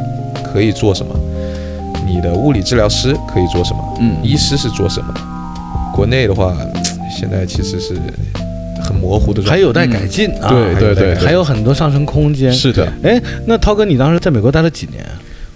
S2: 可以做什么，你的物理治疗师可以做什么，
S3: 嗯
S2: 医师是做什么。国内的话，现在其实是很模糊的状态。
S1: 还有待改进啊，
S3: 对
S1: 还有待
S3: 对对
S1: 改进还有很多上升空间。
S3: 是的，
S1: 哎，那涛哥，你当时在美国待了几年？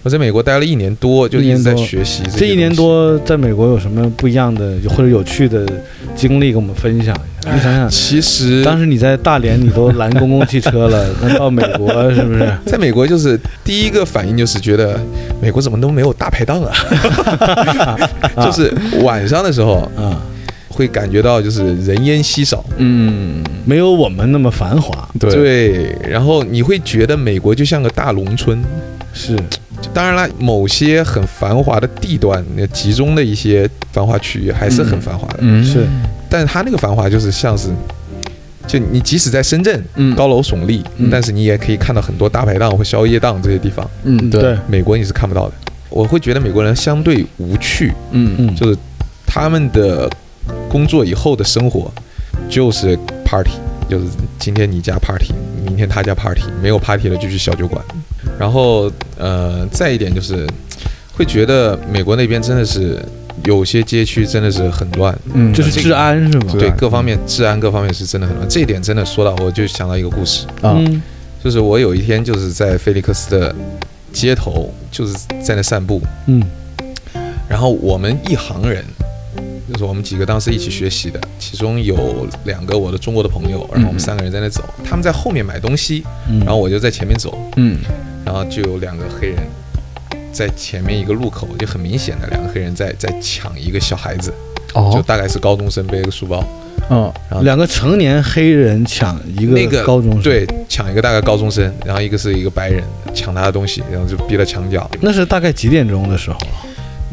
S2: 我在美国待了一年多，就
S1: 一
S2: 一
S1: 年
S2: 直在
S1: 多
S2: 学习
S1: 这
S2: 些
S1: 一年
S2: 东西。
S1: 多在美国有什么不一样的或者有趣的经历跟我们分享一下？你想想，
S2: 其实
S1: 当时你在大连你都拦公共汽车了，那到美国是不是？
S2: 在美国，就是第一个反应就是觉得美国怎么都没有大排档啊，
S1: (laughs)
S2: 啊就是晚上的时候
S1: 啊，
S2: 会感觉到就是人烟稀少，
S3: 嗯，
S1: 没有我们那么繁华，
S3: 对，
S2: 对，然后你会觉得美国就像个大农村，
S1: 是
S2: 当然了，某些很繁华的地段，那集中的一些繁华区域还是很繁华的，
S3: 嗯
S1: 是，
S2: 但是它那个繁华就是像是，就你即使在深圳
S3: 嗯
S2: 高楼耸立，
S3: 嗯
S2: 但是你也可以看到很多大排档或宵夜档这些地方，
S3: 嗯
S1: 对，，
S2: 美国你是看不到的。我会觉得美国人相对无趣，
S3: 嗯
S1: 嗯，
S2: 就是他们的工作以后的生活就是 party，就是今天你家 party，明天他家 party，没有 party 了就去小酒馆。然后呃，再一点就是会觉得美国那边真的是有些街区真的是很乱，
S3: 嗯
S1: 就是治安是吗？啊
S2: 对各方面治安各方面是真的很乱。这一点真的说到我就想到一个故事，
S3: 啊
S1: 嗯
S2: 就是我有一天就是在菲利克斯的街头就是在那散步，
S1: 嗯
S2: 然后我们一行人，就是我们几个当时一起学习的，其中有两个我的中国的朋友，然后我们三个人在那走，他们在后面买东西，
S1: 嗯，
S2: 然后我就在前面走，
S3: 嗯
S2: 然后就有两个黑人在前面一个路口，就很明显的两个黑人在在抢一个小孩子，就
S3: 哦
S2: 大概是高中生背了个书包，
S3: 嗯
S2: 然后
S1: 两个成年黑人抢一
S2: 那个
S1: 高中生，，
S2: 对，抢一个大概高中生，然后一个是一个白人抢他的东西，然后就逼了墙角，
S1: 那是大概几点钟的时候？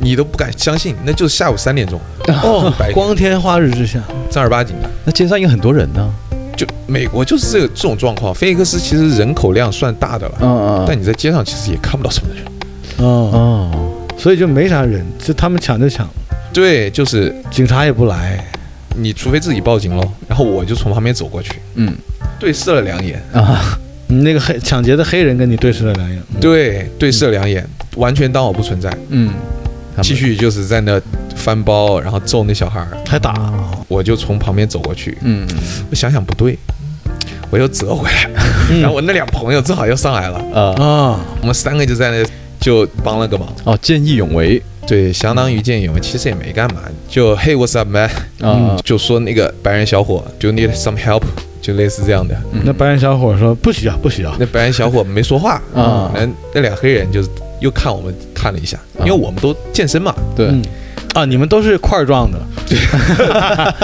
S2: 你都不敢相信，那就是下午三点钟，
S1: 哦
S2: (laughs) 白天
S1: 光天化日之下，
S2: 正儿八经的。
S3: 那街上应该很多人呢，
S2: 就美国就是这个这种状况。菲尼克斯其实人口量算大的了，
S3: 嗯
S2: 但你在街上其实也看不到什么人。
S1: 嗯，
S3: 哦，
S1: 所以就没啥人，就他们抢就抢，
S2: 对，就是
S1: 警察也不来，
S2: 你除非自己报警喽。然后我就从旁边走过去，
S3: 嗯
S2: 对视了两眼，
S3: 啊，
S1: 你那个黑抢劫的黑人跟你对视了两眼，嗯
S2: 对，对视了两眼，完全当我不存在，
S3: 嗯，
S2: 继续就是在那翻包，然后揍那小孩儿。
S1: 还打，
S2: 我就从旁边走过去，
S3: 嗯，
S2: 我想想不对，我又折回来，
S1: 嗯
S2: 然后我那俩朋友正好又上来了，
S3: 啊
S1: 啊，
S2: 我们三个就在那就帮了个忙，
S3: 哦，见义勇为
S2: 对，相当于见义勇为，其实也没干嘛，就 Hey what's up man，
S3: 啊
S2: 就说那个白人小伙，Do you need some help？就类似这样的。
S1: 那白人小伙说不需要，不需要。
S2: 那白人小伙没说话
S3: 啊
S2: 那那俩黑人就是又看我们看了一下，因为我们都健身嘛，
S3: 对，
S1: 嗯啊，你们都是块儿状的，
S2: (laughs)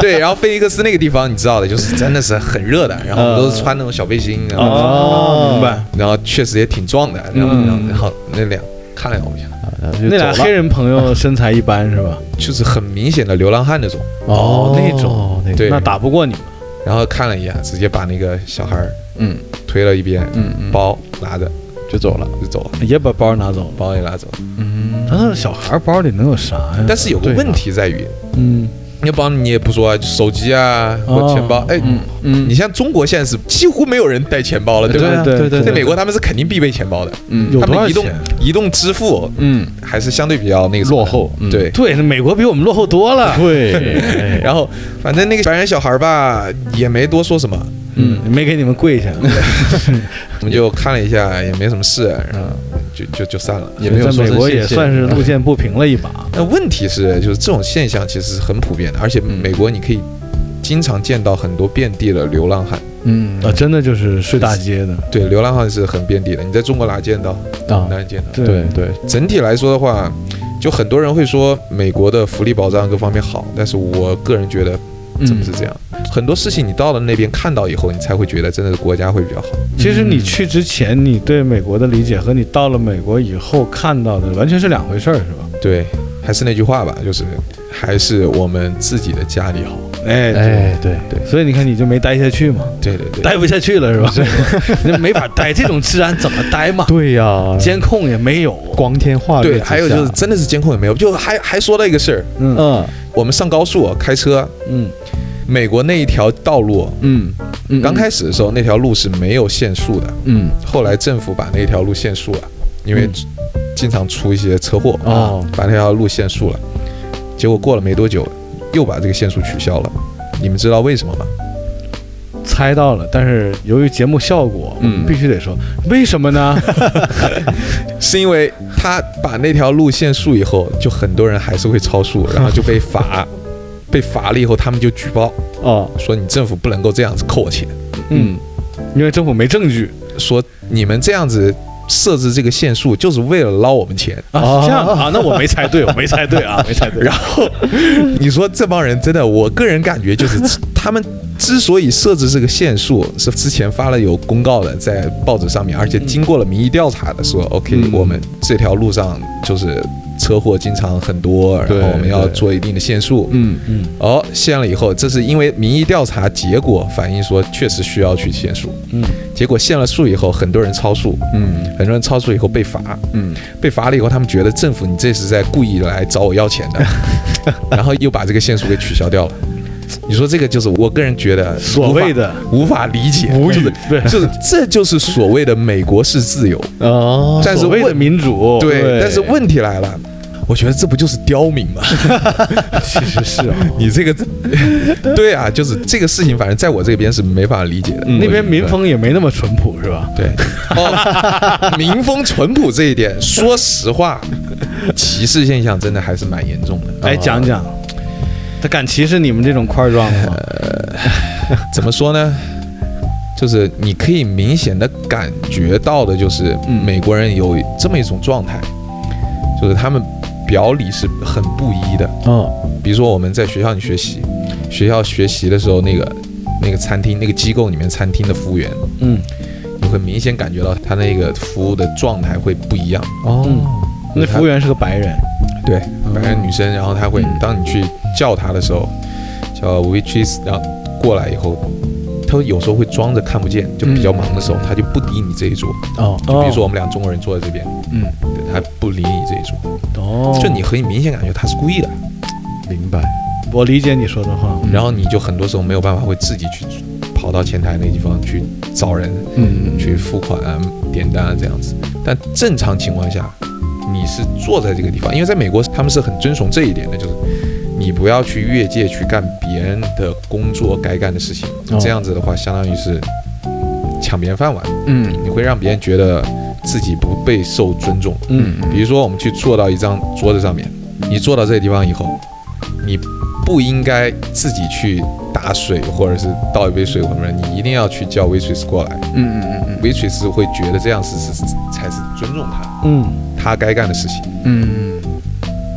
S2: 对。然后菲尼克斯那个地方你知道的，就是真的是很热
S3: 啊
S2: 的，然后我们都是穿那种小背心，然后
S1: 哦明白。
S2: 然后确实也挺壮的，然后
S1: 嗯
S2: 然后然后那俩看了我一下，
S3: 啊然后就
S1: 那俩
S3: 走了
S1: 黑人朋友身材一般是吧？
S2: 就是很明显的流浪汉那种，
S3: 哦
S1: 那种
S3: 那
S2: 对
S1: 那打不过你们。
S2: 然后看了一下，直接把那个小孩儿
S3: 嗯
S2: 推了一边，
S3: 嗯嗯，
S2: 包拿着
S3: 就走了，
S2: 就走了，
S1: 也把包拿走了。
S2: 包也拿走了。
S3: 嗯
S1: 他那小孩包里能有啥呀？
S2: 但是有个
S3: 对啊
S2: 问题在于，
S1: 嗯，
S2: 那帮你也不说、啊、手机啊或
S1: 哦
S2: 钱包，哎，
S3: 嗯嗯，
S2: 你像中国现在是几乎没有人带钱包了，对吧？
S1: 啊
S3: 对对
S1: 对
S2: 在美国他们是肯定必备钱包的，
S3: 嗯
S1: 有
S2: 他
S1: 多少
S2: 们移动
S1: 钱
S2: 移动支付
S3: 嗯
S2: 还是相对比较那个什么
S3: 落
S2: 的
S3: 后，嗯
S2: 对。
S1: 对，那美国比我们落后多了。
S3: 对，
S1: (laughs)
S3: 哎
S2: 然后，反正那个白人小孩吧，也没多说什么，
S1: 嗯，没给你们跪下，
S2: 我们就看了一下，也没什么事，然后就就就散了。
S3: (laughs) 也没有
S1: 在
S3: 说
S1: 美
S3: 声
S1: 国
S3: 谢
S1: 也
S3: 谢
S1: 算是路见不平了一把。
S2: 那问题是，就是这种现象其实是很普遍的，而且
S3: 嗯
S2: 美国你可以经常见到很多遍地的流浪汉。
S3: 嗯
S1: 啊，真的就是睡大街的。
S2: 对，流浪汉是很遍地的，你在中国哪见到？
S3: 啊
S2: 哪里见到？
S3: 对对，
S2: 整体来说的话，就很多人会说美国的福利保障各方面好，但是我个人觉得真
S3: 嗯
S2: 不是这样。很多事情你到了那边看到以后，你才会觉得真的是国家会比较好。
S3: 嗯
S1: 其实你去之前，你对美国的理解和你到了美国以后看到的完全是两回事儿，是吧？
S2: 对，还是那句话吧，就是还是我们自己的家里好。
S1: 哎，
S3: 哎对
S1: 对，所以你看你就没待下去嘛，
S2: 对对对，
S1: 待不下去了是吧？ (laughs) 那没法待，这种治安怎么待嘛？
S3: 对呀，
S1: 监控也没有。
S3: 光天化日
S2: 对，
S3: 之
S2: 还有
S3: 下
S2: 就是，真的是监控也没有，就还还说到一个事儿，
S1: 嗯
S3: 嗯
S2: 我们上高速啊开车，
S1: 嗯
S2: 美国那一条道路，
S3: 嗯嗯，
S2: 刚开始的时候那条路是没有限速的，
S3: 嗯
S2: 后来政府把那条路限速了，因为
S3: 嗯
S2: 经常出一些车祸，
S3: 哦
S2: 把那条路限速了。结果过了没多久，又把这个限速取消了。你们知道为什么吗？
S1: 猜到了，但是由于节目效果，
S3: 嗯
S1: 必须得说，为什么呢？
S2: 是因为他把那条路限速以后，就很多人还是会超速，然后就被
S3: (laughs)
S2: 罚，被罚了以后他们就举报，
S3: (laughs) 哦
S2: 说你政府不能够这样子扣我钱，
S1: 嗯，因为政府没证据
S2: 说你们这样子设置这个限速就是为了捞我们钱。
S1: 啊，
S3: 哦
S1: 是这样的啊，那我没猜对，我没猜对啊， (laughs) 没猜对。
S2: 然后
S3: 嗯
S2: 你说这帮人真的，我个人感觉就是他们之所以设置这个限速，是之前发了有公告的，在报纸上面，而且经过了民意调查的说，OK，、
S3: 嗯
S2: 我们这条路上就是车祸经常很多，然
S3: 对
S2: 后我们要
S3: 对
S2: 做一定的限速。
S3: 嗯
S1: 嗯，
S2: 哦，限了以后，这是因为民意调查结果反映说确实需要去限速，
S1: 嗯，
S2: 结果限了速以后，很多人超速，
S3: 嗯
S2: 很多人超速以后被罚，
S3: 嗯
S2: 被罚了以后，他们觉得政府你这是在故意来找我要钱
S1: (laughs)
S2: 的，然后又把这个限速给取消掉了。你说这个就是我个人觉得
S1: 所谓的
S2: 无法无法理解，
S1: 无语
S2: 就是
S1: 对
S2: 就是这就是所谓的美国式自由。
S3: 哦
S2: 但是
S1: 所谓的
S2: 问
S1: 民主，
S2: 对，
S3: 对
S2: 但是问题来了，我觉得这不就是刁民
S1: (laughs)
S2: 吗？
S1: 其实是啊，
S2: 你这个， (laughs) 对啊，就是这个事情，反正在我这边是没法理解的。
S3: 嗯
S1: 那边民风也没那么淳朴，是吧？
S3: (laughs)
S2: 对，哦，民风淳朴这一点，说实话，歧视现象真的还是蛮严重的。
S3: 哎
S2: 啊
S1: 来哎讲讲，他敢歧视你们这种块状的吗？ (laughs)
S2: 怎么说呢？就是你可以明显的感觉到的，就是
S3: 嗯
S2: 美国人有这么一种状态，就是他们表里是很不一的。
S1: 嗯
S3: 哦
S2: 比如说我们在学校里学习，学校学习的时候，那个那个餐厅那个机构里面餐厅的服务员，
S1: 嗯，
S2: 你会明显感觉到他那个服务的状态会不一样。
S3: 哦
S1: 那服务员是个白人，
S2: 对，白人女生，然后她会
S3: 嗯，
S2: 当你去叫她的时候，叫 witches，然后过来以后，她有时候会装着看不见，就比较忙的时候，她就不理你这一桌。
S3: 嗯哦
S2: 就比如说我们俩中国人坐在这边，
S3: 嗯
S2: 对她不理你这一桌，
S1: 哦，
S2: 就你可以明显感觉她是故意的，
S3: 明白
S1: 我理解你说的话，
S3: 嗯
S2: 然后你就很多时候没有办法会自己去跑到前台那地方去找人
S3: 嗯
S2: 去付款啊、点单啊这样子。但正常情况下，你是坐在这个地方，因为在美国他们是很遵从这一点的，就是你不要去越界去干别人的工作该干的事情，
S3: 哦
S2: 这样子的话，相当于是抢别人饭碗，
S3: 嗯
S2: 你会让别人觉得自己不备受尊重。
S1: 嗯
S2: 比如说，我们去坐到一张桌子上面，你坐到这个地方以后，你。不应该自己去打水或者是倒一杯水或者什么，你一定要去叫 waitress 过来
S3: 嗯嗯嗯
S2: ，waitress 会觉得这样是是是才是尊重他
S1: 嗯
S2: 他该干的事情。
S3: 嗯嗯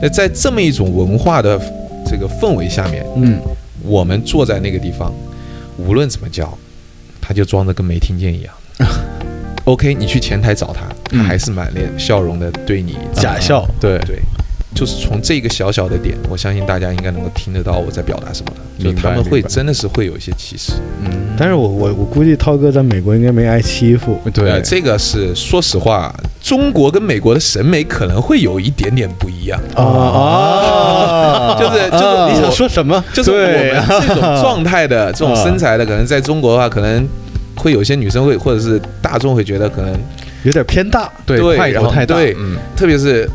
S2: 那在这么一种文化的这个氛围下面，
S1: 嗯
S3: 嗯，
S2: 我们坐在那个地方，无论怎么叫，他就装的跟没听见
S3: (laughs)
S2: 一样。OK，你去前台找他，
S3: 嗯
S2: 他还是满脸笑容的对你
S1: 假笑，
S3: 对，
S2: 对，就是从这个小小的点，我相信大家应该能够听得到我在表达什么了。就
S3: 明白
S2: 他们会
S3: 明白
S2: 真的是会有一些歧视，
S3: 嗯，
S1: 但是我我我估计涛哥在美国应该没挨欺负，
S2: 呃
S3: 对
S2: 这个是说实话，中国跟美国的审美可能会有一点点不一样，
S1: 啊
S2: (laughs) 就是就是
S1: 你
S2: 你
S1: 想
S2: 想
S1: 说什么？
S2: 就是我
S3: 对
S2: 们这种状态的这种身材的，可能在中国的话，可能会有些女生会或者是大众会觉得可能
S1: 有点偏大，
S2: 对
S3: 派
S2: 然
S3: 头
S2: 后
S3: 太大，
S2: 对
S3: 嗯
S2: 特别是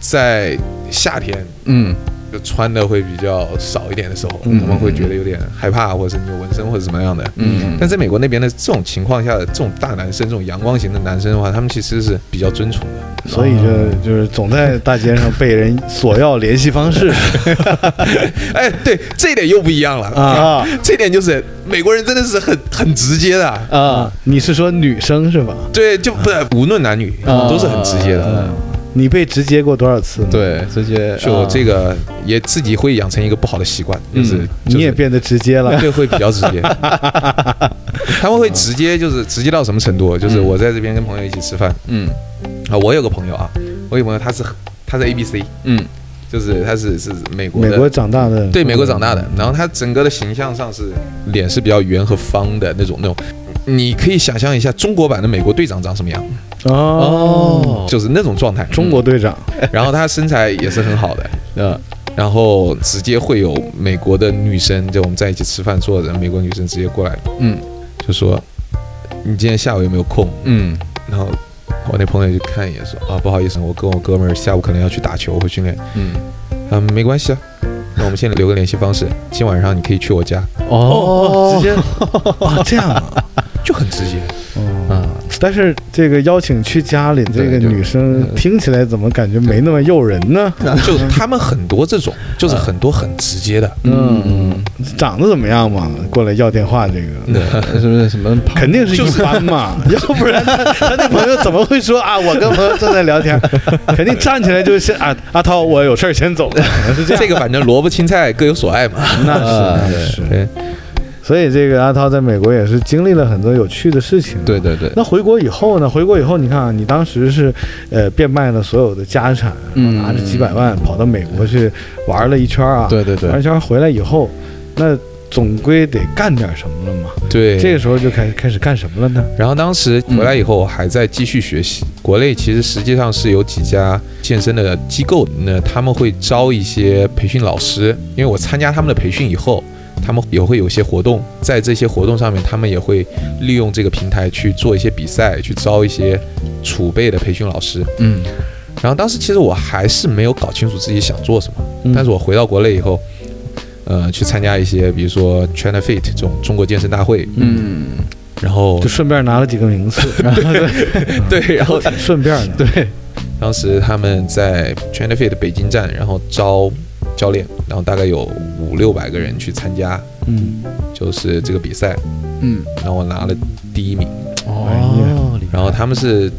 S2: 在夏天
S3: 嗯
S2: 就穿的会比较少一点的时候，
S1: 嗯
S2: 我们会觉得有点害怕，或者是你有纹身或者什么样的。
S3: 嗯，
S2: 但在美国那边的这种情况下的这种大男生、这种阳光型的男生的话，他们其实是比较尊崇的。
S1: 所以就
S2: 啊
S1: 就是总在大街上被人索要联系方式
S2: (laughs) 哎，对，这一点又不一样了啊！
S1: 啊
S2: 这一点就是美国人真的是很很直接的 (laughs) 啊，
S1: 啊！你是说女生是吧？
S2: 对，就不无论男女
S3: 啊
S2: 都是很直接的。
S1: 啊你被直接过多少次呢？，
S3: 对，直接
S2: 就这个也自己会养成一个不好的习惯，就是
S3: 嗯
S2: 就是
S1: 你也变得直接了。
S2: 对，会比较直接。他们会直接就是直接到什么程度？啊就是我在这边跟朋友一起吃饭
S3: 嗯
S2: 啊，我有个朋友啊，我有个朋友他是他是 A B C，
S3: 嗯
S2: 就是他是是美国
S1: 美
S2: 的，
S1: 国长大的，
S2: 对美国长大的，然后他整个的形象上是脸是比较圆和方的那种那种。你可以想象一下中国版的美国队长长什么样，嗯
S1: 哦，
S2: 就是那种状态。
S1: 中国队长，
S2: 然后他身材也是很好的，
S3: 呃
S2: 然后直接会有美国的女生，就我们在一起吃饭坐着，美国女生直接过来
S3: 嗯
S2: 就说：“你今天下午有没有空
S3: 嗯，？”
S2: 然后我那朋友就看一眼说：“啊，不好意思，我跟我哥们儿下午可能要去打球，会训练。”
S3: 嗯
S2: 啊，没关系啊，那我们现在留个联系方式，今晚上你可以去我家，
S1: 哦
S3: 哦，
S2: (laughs)
S3: 直接
S1: 啊，这样啊，
S2: 就很直接。
S1: 哦
S3: 啊，
S1: 但是这个邀请去家里，这个
S2: 对就
S1: 女生
S2: 嗯
S1: 听起来怎么感觉没那么诱人呢？
S2: 就他们很多这种，就是很多很直接的，
S1: 嗯，长得怎么样嘛？过来要电话这个。
S3: 嗯，是不是什么胖？
S1: 肯定是一般嘛， (laughs) 要不然他他那朋友怎么会说啊？我跟朋友正在聊天，肯定站起来就先啊，阿涛，我有事儿先走了，可能是这样。
S2: 这个反正萝卜青菜各有所爱嘛。
S1: 那是
S3: 啊
S1: 那是，
S2: 对，
S1: 所以这个阿涛在美国也是经历了很多有趣的事情。
S3: 对对对，
S1: 那回国以后呢？回国以后，你看啊，你当时是，呃，变卖了所有的家产，啊
S3: 嗯
S1: 拿着几百万跑到美国去玩了一圈啊，
S3: 对对对
S1: 玩一圈回来以后，那总归得干点什么了嘛。
S2: 对，
S1: 这个时候就开开始干什么了呢？
S2: 然后当时回来以后，我还在继续学习。国内其实实际上是有几家健身的机构，那他们会招一些培训老师，因为我参加他们的培训以后。他们也会有一些活动，在这些活动上面，他们也会利用这个平台去做一些比赛，去招一些储备的培训老师。
S3: 嗯
S2: 然后当时其实我还是没有搞清楚自己想做什么，
S1: 嗯
S2: 但是我回到国内以后，呃，去参加一些比如说 China Fit 这种中国健身大会，
S3: 嗯，
S2: 然后
S1: 就顺便拿了几个名次，
S2: 嗯对，然后
S1: 顺便呢，
S3: 对，
S2: 当时他们在 China Fit 北京站，然后招教练，然后大概有五六百个人去参加，
S1: 嗯，
S2: 就是这个比赛，
S3: 嗯，
S2: 然后我拿了第一名。
S1: 哦，
S2: 然后他们是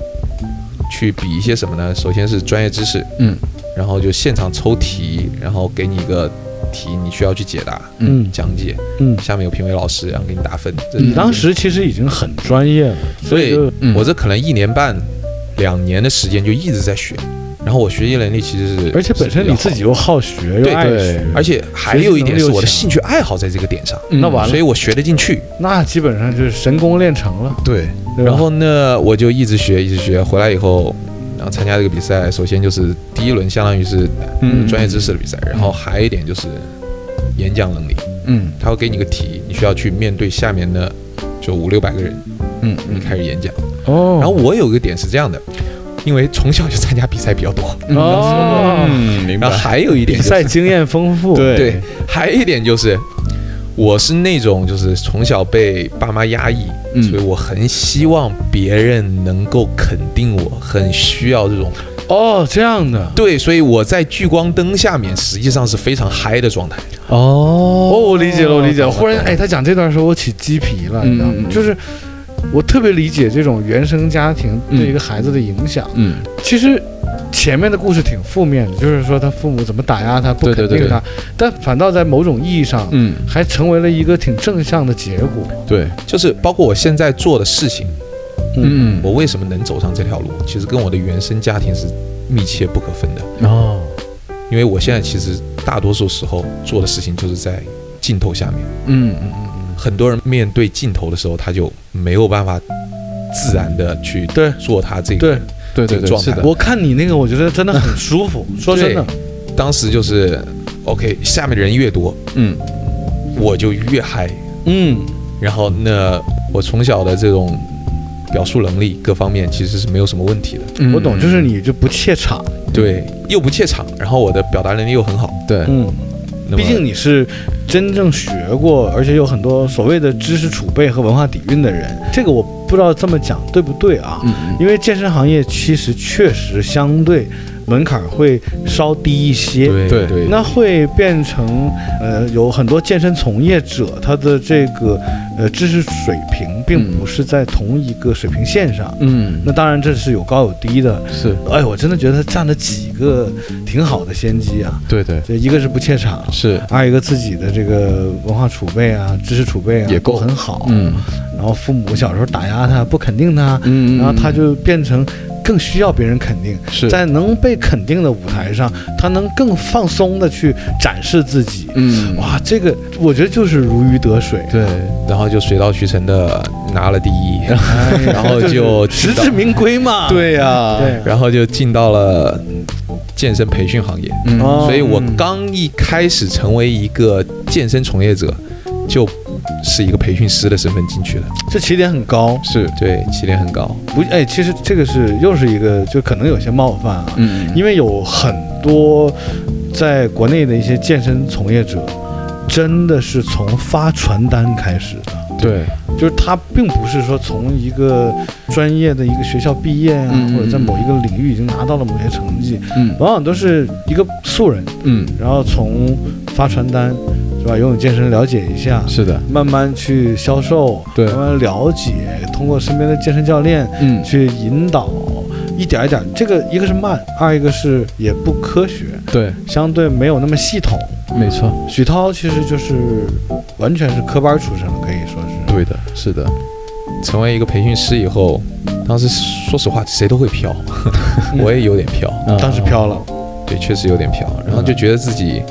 S2: 去比一些什么呢？首先是专业知识，
S3: 嗯，
S2: 然后就现场抽题，然后给你一个题，你需要去解答、
S1: 嗯
S2: 讲解，
S1: 嗯，
S2: 下面有评委老师，然后给你打分。这
S1: 你当时其实已经很专业了，
S2: 所以
S1: 就
S3: 嗯
S2: 我这可能一年半、两年的时间就一直在学，然后我学习能力其实是，
S1: 而且本身你自己又好学又
S2: 对
S1: 爱
S3: 对
S1: 学，
S2: 而且还有一点是我的
S1: 学习
S2: 兴趣爱好在这个点上，
S1: 那嗯完
S2: 所
S1: 了
S2: 以，我学得进去。
S1: 那基本上就是神功练成了，
S3: 对，
S1: 对吧
S2: 然后呢，我就一直学，一直学。回来以后，然后参加这个比赛，首先就是第一轮相当于是呃
S3: 嗯
S2: 专业知识的比赛，然后还有一点就是演讲能力，
S3: 嗯
S2: 他会给你个题，你需要去面对下面的就五六百个人，
S3: 嗯
S2: 你开始演讲。
S1: 哦，
S2: 然后我有一个点是这样的，因为从小就参加比赛比较多，
S1: 哦
S3: 嗯，明白
S2: 然后，还有一
S1: 比
S2: 点就
S1: (laughs)
S2: 是
S1: 赛经验丰富，
S3: 对
S2: 对，还有一点就是，我是那种就是从小被爸妈压抑，
S3: 嗯
S2: 所以我很希望别人能够肯定我，很需要这种
S1: 哦，这样的，
S2: 对，所以我在聚光灯下面实际上是非常嗨的状态。
S3: 哦，
S1: 哦，
S3: 哦
S1: 我理解了，我理解了。
S3: 懂
S1: 忽然，
S3: 懂
S1: 哎，他讲这段时候，我起鸡皮了，你知道吗
S3: 嗯嗯？嗯
S1: 就是我特别理解这种原生家庭对
S3: 嗯
S1: 一个孩子的影响。
S3: 嗯，
S1: 其实前面的故事挺负面的，就是说他父母怎么打压他，不
S3: 对
S1: 肯
S3: 对
S1: 定
S3: 对
S1: 他，但反倒在某种意义上，
S3: 嗯，
S1: 还成为了一个挺正向的结果。
S3: 对，
S2: 就是包括我现在做的事情，
S3: 嗯，
S2: 我为什么能走上这条路，其实跟我的原生家庭是密切不可分的。
S3: 哦，
S2: 因为我现在其实大多数时候做的事情就是在镜头下面。
S3: 嗯嗯嗯
S2: 很多人面对镜头的时候，他就没有办法自然的去
S1: 对
S2: 做他这个。
S1: 对，
S3: 对对
S2: 这个
S3: 对，嗯
S2: 状态
S3: 是的，
S1: 我看你那个，我觉得真的很舒服。说真的，
S2: 当时就是 OK，下面的人越多，
S3: 嗯
S2: 我就越嗨。
S1: 嗯，
S2: 然后那我从小的这种表述能力各方面其实是没有什么问题的，
S3: 嗯
S1: 我懂，就是你就不怯场。
S2: 对，又不怯场，然后我的表达能力又很好。
S3: 对，
S1: 嗯，
S2: 那么
S1: 毕竟你是真正学过，而且有很多所谓的知识储备和文化底蕴的人，这个我不知道这么讲对不对啊？
S3: 嗯嗯
S1: 因为健身行业其实确实相对门槛会稍低一些，
S2: 对
S3: 对
S2: 对，
S1: 那会变成呃有很多健身从业者他的这个呃知识水平并
S3: 嗯
S1: 不是在同一个水平线上。
S3: 嗯，
S1: 那当然这是有高有低的，
S3: 是
S1: 哎，我真的觉得他占了几个挺好的先机啊！
S3: 对对
S1: 这一个是不怯场，
S3: 是，
S1: 二一个自己的这个文化储备啊、知识储备啊
S3: 也够
S1: 都很好，
S3: 嗯
S1: 然后父母小时候打压他、不肯定他，
S3: 嗯，
S1: 然后他就变成更需要别人肯定，
S3: 是
S1: 在能被肯定的舞台上，他能更放松的去展示自己。
S3: 嗯哇，
S1: 哇，这个我觉得就是如鱼得水， (laughs)
S3: 对，
S2: 然后就水到渠成的拿了第一，
S1: 哎
S2: 然后就
S1: 实至名归嘛。
S3: 对呀，
S1: 对，
S2: 然后就进到了健身培训行业。
S3: 嗯
S1: 哦
S2: 所以我刚一开始成为一个健身从业者，就是一个培训师的身份进去的，
S1: 这起点很高，
S3: 是，
S2: 对，起点很高。
S1: 不，哎，其实这个是又是一个，就可能有些冒犯啊，
S3: 嗯嗯
S1: 因为有很多在国内的一些健身从业者，真的是从发传单开始的，
S3: 对，
S1: 就是他并不是说从一个专业的一个学校毕业啊，
S3: 嗯嗯嗯
S1: 或者在某一个领域已经拿到了某些成绩，
S3: 嗯
S1: 往往都是一个素人，
S3: 嗯，
S1: 然后从发传单，是吧？游泳健身了解一下。
S3: 是的，
S1: 慢慢去销售，
S3: 对
S1: 慢慢了解，通过身边的健身教练，
S3: 嗯
S1: 去引导，一点儿一点儿，这个一个是慢，二一个是也不科学，
S3: 对，
S1: 相对没有那么系统。
S3: 没错，
S1: 许涛其实就是完全是科班出身了，可以说是。
S3: 对的，是的，
S2: 成为一个培训师以后，当时说实话，谁都
S3: (laughs)
S2: 会飘，我也有点飘，
S3: 嗯
S1: 当时飘了，
S2: 对，确实有点飘。然后就觉得自己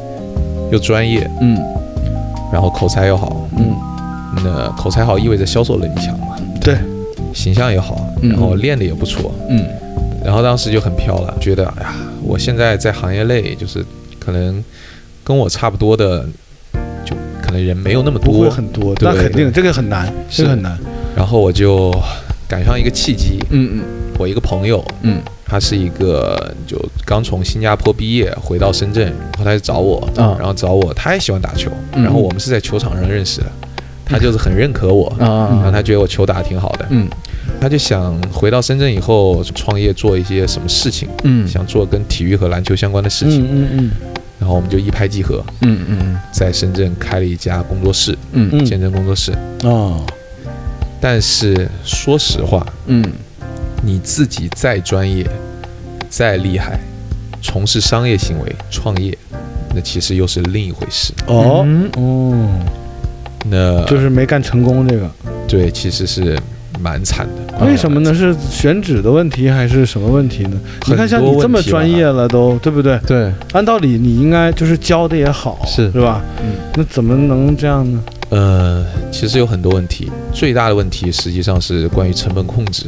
S2: 又专业，
S3: 嗯
S2: 然后口才又好，
S3: 嗯
S2: 那口才好意味着销售能力强嘛，
S1: 对，
S2: 形象也好，
S3: 嗯
S2: 然后练的也不错，
S3: 嗯
S2: 然后当时就很飘了，觉得哎呀，我现在在行业内就是可能跟我差不多的，就可能人没有那么
S1: 不会
S2: 多。
S1: 很多，
S2: 对
S1: 那肯定
S2: 对
S1: 这个很难，
S2: 是
S1: 这个很难。
S2: 然后我就赶上一个契机，
S3: 嗯
S2: 我一个朋友，
S3: 嗯
S2: 他是一个就刚从新加坡毕业回到深圳，然后他就找我，
S3: 啊
S2: 然后找我，他也喜欢打球，
S3: 嗯
S2: 然后我们是在球场上认识的，他就是很认可我，
S3: 嗯
S2: 然后
S3: (laughs) 啊，
S2: 他觉得我球打得挺好的，
S3: 嗯
S2: 他就想回到深圳以后创业做一些什么事情，
S3: 嗯
S2: 想做跟体育和篮球相关的事情。
S1: 嗯嗯
S2: 然后我们就一拍即合，
S3: 嗯嗯
S2: 在深圳开了一家工作室，
S3: 嗯
S1: 嗯
S2: 健身工作室。
S1: 嗯哦，
S2: 但是说实话，
S3: 嗯
S2: 你自己再专业、再厉害，从事商业行为创业，那其实又是另一回事。
S1: 哦
S3: 嗯
S1: 哦，啊
S2: 那
S1: 就是没干成功这个，
S2: 对，其实是蛮惨的。
S1: 为什么呢？是选址的问题还是什么问题呢？你看，像
S2: 很多
S1: 你这么
S2: 问题吧
S1: 专业了都，对不对？
S3: 对，
S1: 按道理你应该就是教的也好，
S3: 是
S1: 是吧？
S3: 嗯
S1: 那怎么能这样呢？
S2: 呃，其实有很多问题，最大的问题实际上是关于成本控制，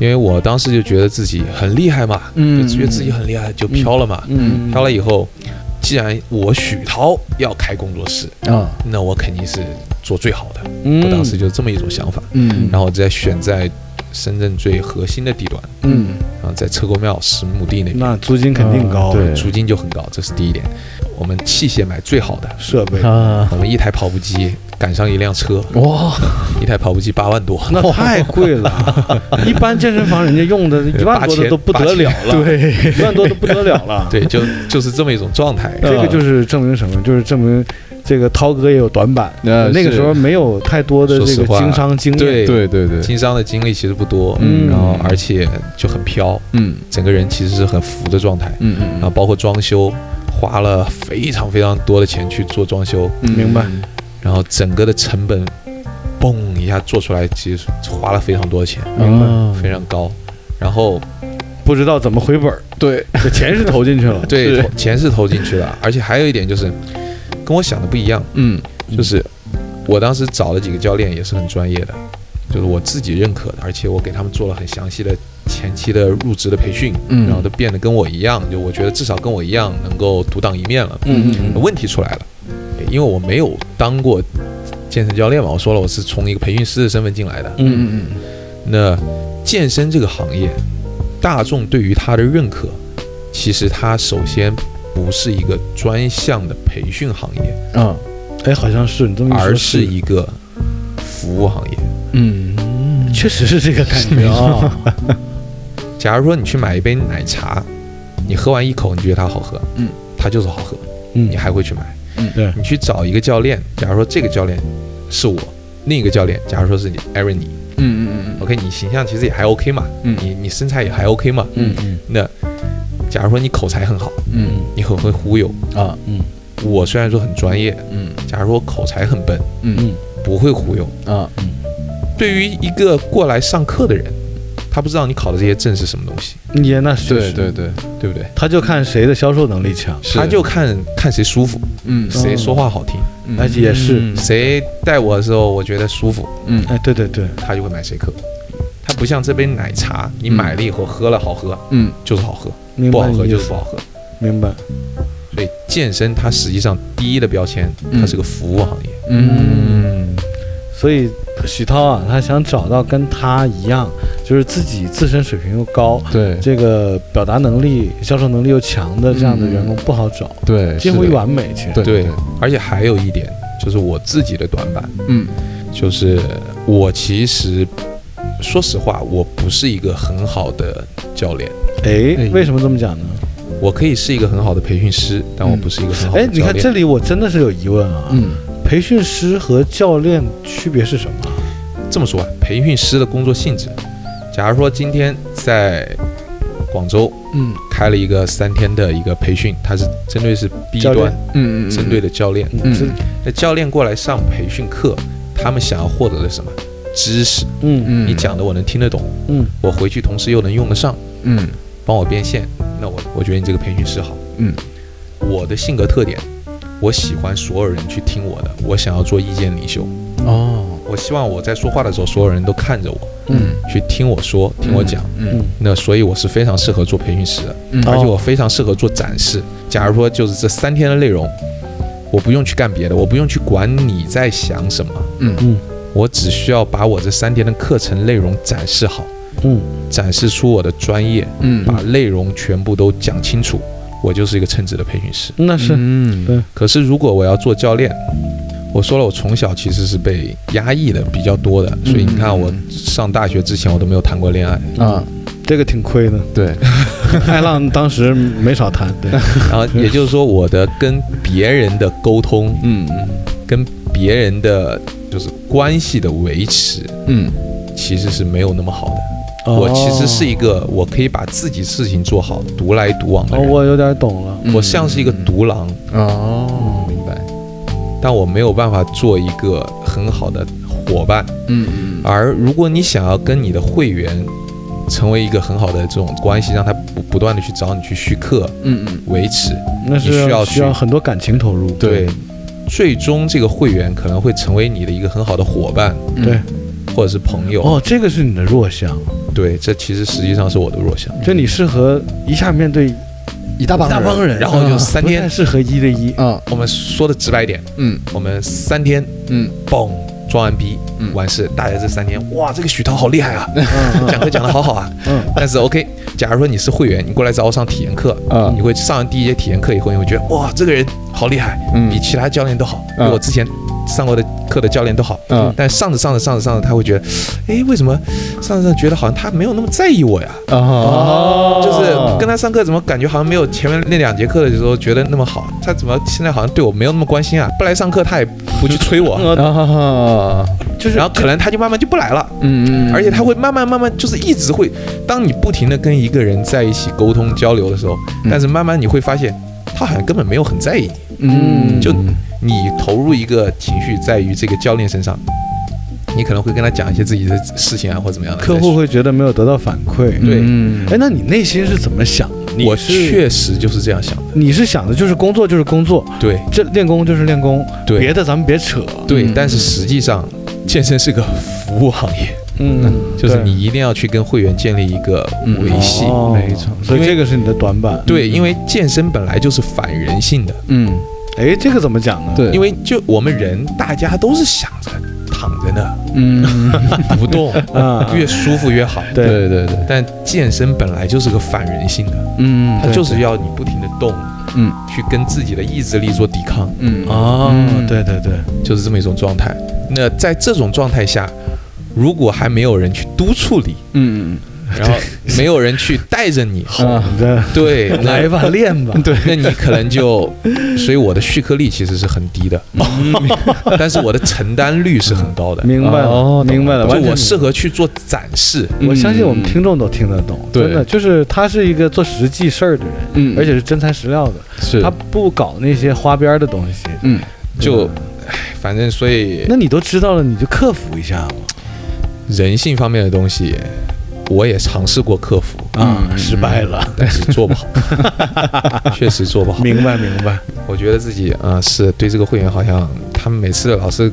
S2: 因为我当时就觉得自己很厉害嘛，
S3: 嗯
S2: 就觉得自己很厉害就飘了嘛，
S1: 嗯，
S2: 飘了以后，既然我许涛要开工作室，
S3: 啊
S2: 那我肯定是做最好的，
S1: 嗯，
S2: 我当时就这么一种想法，
S3: 嗯
S2: 然后我再选在深圳最核心的地段，
S3: 嗯
S2: 然后在车公庙十亩地那边，
S1: 那租金肯定高，
S3: 啊对
S2: 租金就很高，这是第一点。我们器械买最好的，
S1: 设
S3: (laughs)
S1: 备，
S3: 啊，
S2: 我们一台跑步机赶上一辆车，
S3: 哇，
S2: 一台跑步机八万多，
S1: 那太贵了。一般健身房人家用的一万多的都不得了了，
S3: 对，
S1: 一万多都不得了了。
S2: (laughs) 对，就就是这么一种状态。
S1: (laughs) 这个就是证明什么？就是证明这个涛哥也有短板。
S3: 呃
S1: 那个
S3: 是
S1: 时候没有太多的这
S2: 说实
S1: 个
S2: 话
S1: 经商经验，
S2: 对
S3: 对对对，
S2: 经商的经历其实不多，
S1: 嗯
S2: 然后而且就很飘，
S3: 嗯
S2: 整个人其实是很浮的状态。
S3: 嗯嗯
S2: 然后啊包括装修，花了非常非常多的钱去做装修，
S3: 嗯
S1: 明白
S2: 然后整个的成本，嘣一下做出来，其实花了非常多的钱，
S1: 明白
S3: 啊
S2: 非常高。然后，
S1: 不知道怎么回本儿，
S3: 对，
S1: 这钱是投进去了
S2: (laughs) 对
S3: 是
S2: 投钱是投进去了，而且还有一点就是，跟我想的不一样，
S3: 嗯
S2: 就是我当时找了几个教练也是很专业的，就是我自己认可的，而且我给他们做了很详细的前期的入职的培训，
S3: 嗯
S2: 然后都变得跟我一样，就我觉得至少跟我一样能够独当一面了。
S1: 嗯嗯嗯，
S2: 问题出来了，因为我没有当过健身教练嘛，我说了我是从一个培训师的身份进来的。
S1: 嗯
S3: 嗯嗯
S2: 那健身这个行业，大众对于它的认可，其实它首先不是一个专项的培训行业，
S3: 嗯
S1: 哎，好像是你这么一说，
S2: 而是一个服务行业。
S3: 嗯，
S1: 确实是这个感 (laughs) 觉啊，
S2: 假如说你去买一杯奶茶，你喝完一口，你觉得它好喝，
S3: 嗯，
S2: 它就是好喝，
S1: 嗯
S2: 你还会去买。
S3: 嗯
S1: 对
S2: 你去找一个教练，假如说这个教练是我，另一个教练假如说是你，Aaron 你
S3: 嗯嗯嗯
S2: ，OK，你形象其实也还 OK 嘛，
S3: 嗯
S2: 你你身材也还 OK 嘛，
S1: 嗯嗯
S2: 那假如说你口才很好，
S3: 嗯
S2: 你很会忽悠，
S3: 嗯啊
S1: 嗯
S2: 我虽然说很专业，
S3: 嗯
S2: 假如说我口才很笨，
S3: 嗯
S2: 不会忽悠，
S3: 嗯啊
S2: 对于一个过来上课的人，他不知道你考的这些证是什么东西，
S1: 嗯，也那确
S3: 对
S1: 实
S3: 对，对
S2: 对不对？
S1: 他就看谁的销售能力强，
S3: 是
S2: 他就看看谁舒服，
S3: 嗯
S2: 谁说话好听，
S3: 嗯
S1: 而且也是
S3: 嗯
S2: 谁带我的时候我觉得舒服，
S3: 嗯
S1: 哎，对对对，
S2: 他就会买谁课。他不像这杯奶茶，你买了以后喝了好喝
S3: 嗯
S2: 就是好喝，
S1: 明
S2: 不
S1: 白
S2: 好喝
S1: 你
S2: 就
S1: 意
S2: 是
S1: 思
S2: 不，好喝。
S1: 明白，
S2: 所以健身它实际上第一的标签，它是个服务行业。
S3: 嗯
S1: 所以许涛啊，他想找到跟他一样，就是自己自身水平又高。
S3: 对
S1: 这个表达能力、销售能力又强的这样的员工不好找，
S3: 对
S1: 近乎于完美。其实，
S3: 对
S2: 对，而且还有一点就是我自己的短板，
S3: 嗯
S2: 就是我其实说实话，我不是一个很好的教练，
S1: 哎
S3: 哎，
S1: 为什么这么讲呢？
S2: 我可以是一个很好的培训师，但我不是一个很好
S1: 哎
S2: 的，
S1: 你
S2: 教
S1: 看
S2: 练。
S1: 这里我真的是有疑问啊，
S3: 嗯
S1: 培训师和教练区别是什么？啊
S2: 这么说吧，培训师的工作性质，假如说今天在广州
S3: 嗯
S2: 开了一个三天的一个培训，它是针对是 B
S1: 教练
S2: 端，
S3: 嗯
S2: 针对的教练。
S1: 嗯
S3: 嗯
S1: 这
S2: 那教练过来上培训课，他们想要获得的是什么知识？
S1: 嗯
S3: 嗯
S2: 你讲的我能听得懂，
S1: 嗯
S2: 我回去同时又能用得上，
S3: 嗯
S2: 帮我变现。那我我觉得你这个培训师好。
S3: 嗯，
S2: 我的性格特点，我喜欢所有人去听我的，我想要做意见领袖。
S3: 哦
S2: 我希望我在说话的时候，所有人都看着我，
S1: 嗯
S2: 去听我说，听我讲。
S3: 嗯
S1: 嗯，
S2: 那所以我是非常适合做培训师的，
S3: 嗯
S2: 而且我非常适合做展示。假如说就是这三天的内容，我不用去干别的，我不用去管你在想什么，
S3: 嗯
S1: 嗯
S2: 我只需要把我这三天的课程内容展示好，
S1: 嗯，
S2: 展示出我的专业，
S3: 嗯
S2: 把内容全部都讲清楚，我就是一个称职的培训师。
S1: 那是
S3: 嗯
S1: 对
S2: 可是如果我要做教练，我说了，我从小其实是被压抑的比较多的，所以你看我上大学之前我都没有谈过恋爱，
S3: 啊
S1: 这个挺亏的。
S3: 对
S1: (laughs) 艾浪当时没少谈，
S2: (laughs)
S1: 对，哦
S2: 然后也就是说我的跟别人的沟通，
S3: 嗯
S2: 跟别人的就是关系的维持，
S3: 嗯
S2: 其实是没有那么好的。我其实是一个我可以把自己事情做好，独来独往的
S1: 哦，
S2: 人，
S1: 我有点懂了。
S2: 我像是一个独狼，
S3: 哦
S2: 明白？但我没有办法做一个很好的伙伴。
S3: 嗯
S2: 而如果你想要跟你的会员成为一个很好的这种关系，让他不不断的去找你去续课
S3: 嗯嗯
S2: 维持，
S1: 那是
S2: 你需要去
S1: 需要很多感情投入，
S3: 对
S2: 最终这个会员可能会成为你的一个很好的伙伴
S1: 对。
S2: 或者是朋友。
S1: 哦，这个是你的弱项，
S2: 对，这其实实际上是我的弱项。
S1: 就你适合一下面对
S3: 一大
S1: 一大帮人，啊
S2: 然后就三
S1: 不太
S2: 天，
S1: 适合一对一。
S3: 啊
S2: 我们说的直白一点，
S3: 嗯
S2: 我们三天，
S3: 嗯
S2: 嘣，装完逼
S3: 嗯，
S2: 完事，大家这三年，哇，这个许涛好厉害啊，
S1: 嗯
S2: 讲课讲得好好啊。
S1: 嗯
S2: 但是 OK，假如说你是会员，你过来找我上体验课，
S3: 啊
S2: 你会上完第一节体验课以后，你会觉得哇，这个人好厉害，
S3: 嗯
S2: 比其他教练都好，比
S3: 嗯
S2: 我之前上过的课的教练都好。
S3: 嗯
S2: 但上着上着上着上着，他会觉得，哎，为什么上着上着觉得好像他没有那么在意我呀？
S3: 啊
S1: 哦
S2: 就是跟他上课怎么感觉好像没有前面那两节课的时候觉得那么好？他怎么现在好像对我没有那么关心啊？不来上课他也不去催我，
S1: 呃
S3: 啊，
S1: 就是
S2: 嗯然后可能他就慢慢就不来了。
S3: 嗯嗯，
S2: 而且他会慢慢慢慢，就是一直会，当你不停的跟一个人在一起沟通交流的时候，
S3: 嗯
S2: 但是慢慢你会发现，他好像根本没有很在意
S3: 嗯
S2: 就你。你投入一个情绪在于这个教练身上，你可能会跟他讲一些自己的事情啊，或者怎么样的。
S1: 客户会觉得没有得到反馈。
S2: 对
S3: 嗯
S1: 哎，那你内心是怎么想的？
S2: 我
S1: 你是
S2: 确实就是这样想的，
S1: 你是想的就是工作就是工作，
S2: 对
S1: 这练功就是练功，别
S2: 对
S1: 的咱们别扯。
S2: 对
S3: 嗯，
S2: 但是实际上，健身是个服务行业，
S1: 嗯，
S2: 就是
S1: 对
S2: 你一定要去跟会员建立一个
S3: 嗯
S2: 维系。
S1: 哦
S3: 没错
S1: 所以这个是你的短板。嗯
S2: 对，因为健身本来就是反人性的。
S3: 嗯，
S1: 哎，这个怎么讲呢？
S3: 对，
S2: 因为就我们人，大家都是想着躺
S3: (laughs)
S2: 着呢，
S3: 嗯，
S2: 不动，
S1: 啊，
S2: 越舒服越好。
S1: 对
S3: 对对对，
S2: 但健身本来就是个反人性的，
S3: 嗯，
S2: 它就是要你不停的动，
S3: 嗯，
S2: 去跟自己的意志力做抵抗，
S3: 嗯
S1: 哦
S3: 嗯，
S1: 对对对，
S2: 就是这么一种状态。那在这种状态下，如果还没有人去督促你，
S3: 嗯
S2: (laughs) 然后没有人去带着你，
S1: 好的， (laughs)
S2: 对，
S1: 来
S2: 那
S1: 吧，练
S3: (laughs)
S1: 吧。对，
S2: 那你可
S1: (laughs)
S2: 能就，所以我的续颗粒其实是很低的， (laughs) 但是我的承担率是很高的。
S1: 嗯明白了，
S3: 哦懂了
S1: 明白了。
S2: 就
S1: 完全
S2: 我
S1: 明白
S2: 适合去做展示，
S1: 我相信我们听众都听得懂，
S3: 对
S1: 真的就是他是一个做实际事儿的人，
S3: 嗯，
S1: 而且是真材实料的，
S3: 是
S1: 他不搞那些花边儿的东西。
S3: 嗯，
S2: 就，唉反正所以
S1: 那你都知道了，你就克服一下嘛。
S2: 人性方面的东西，我也尝试过克服，
S1: 啊，
S3: 嗯
S1: 失败了，
S2: 但是做
S1: (laughs)
S2: 不好，确实做
S3: 嗯
S2: 不好。
S1: 明白明白。
S2: 我觉得自己啊、呃是对这个会员好像他们每次老是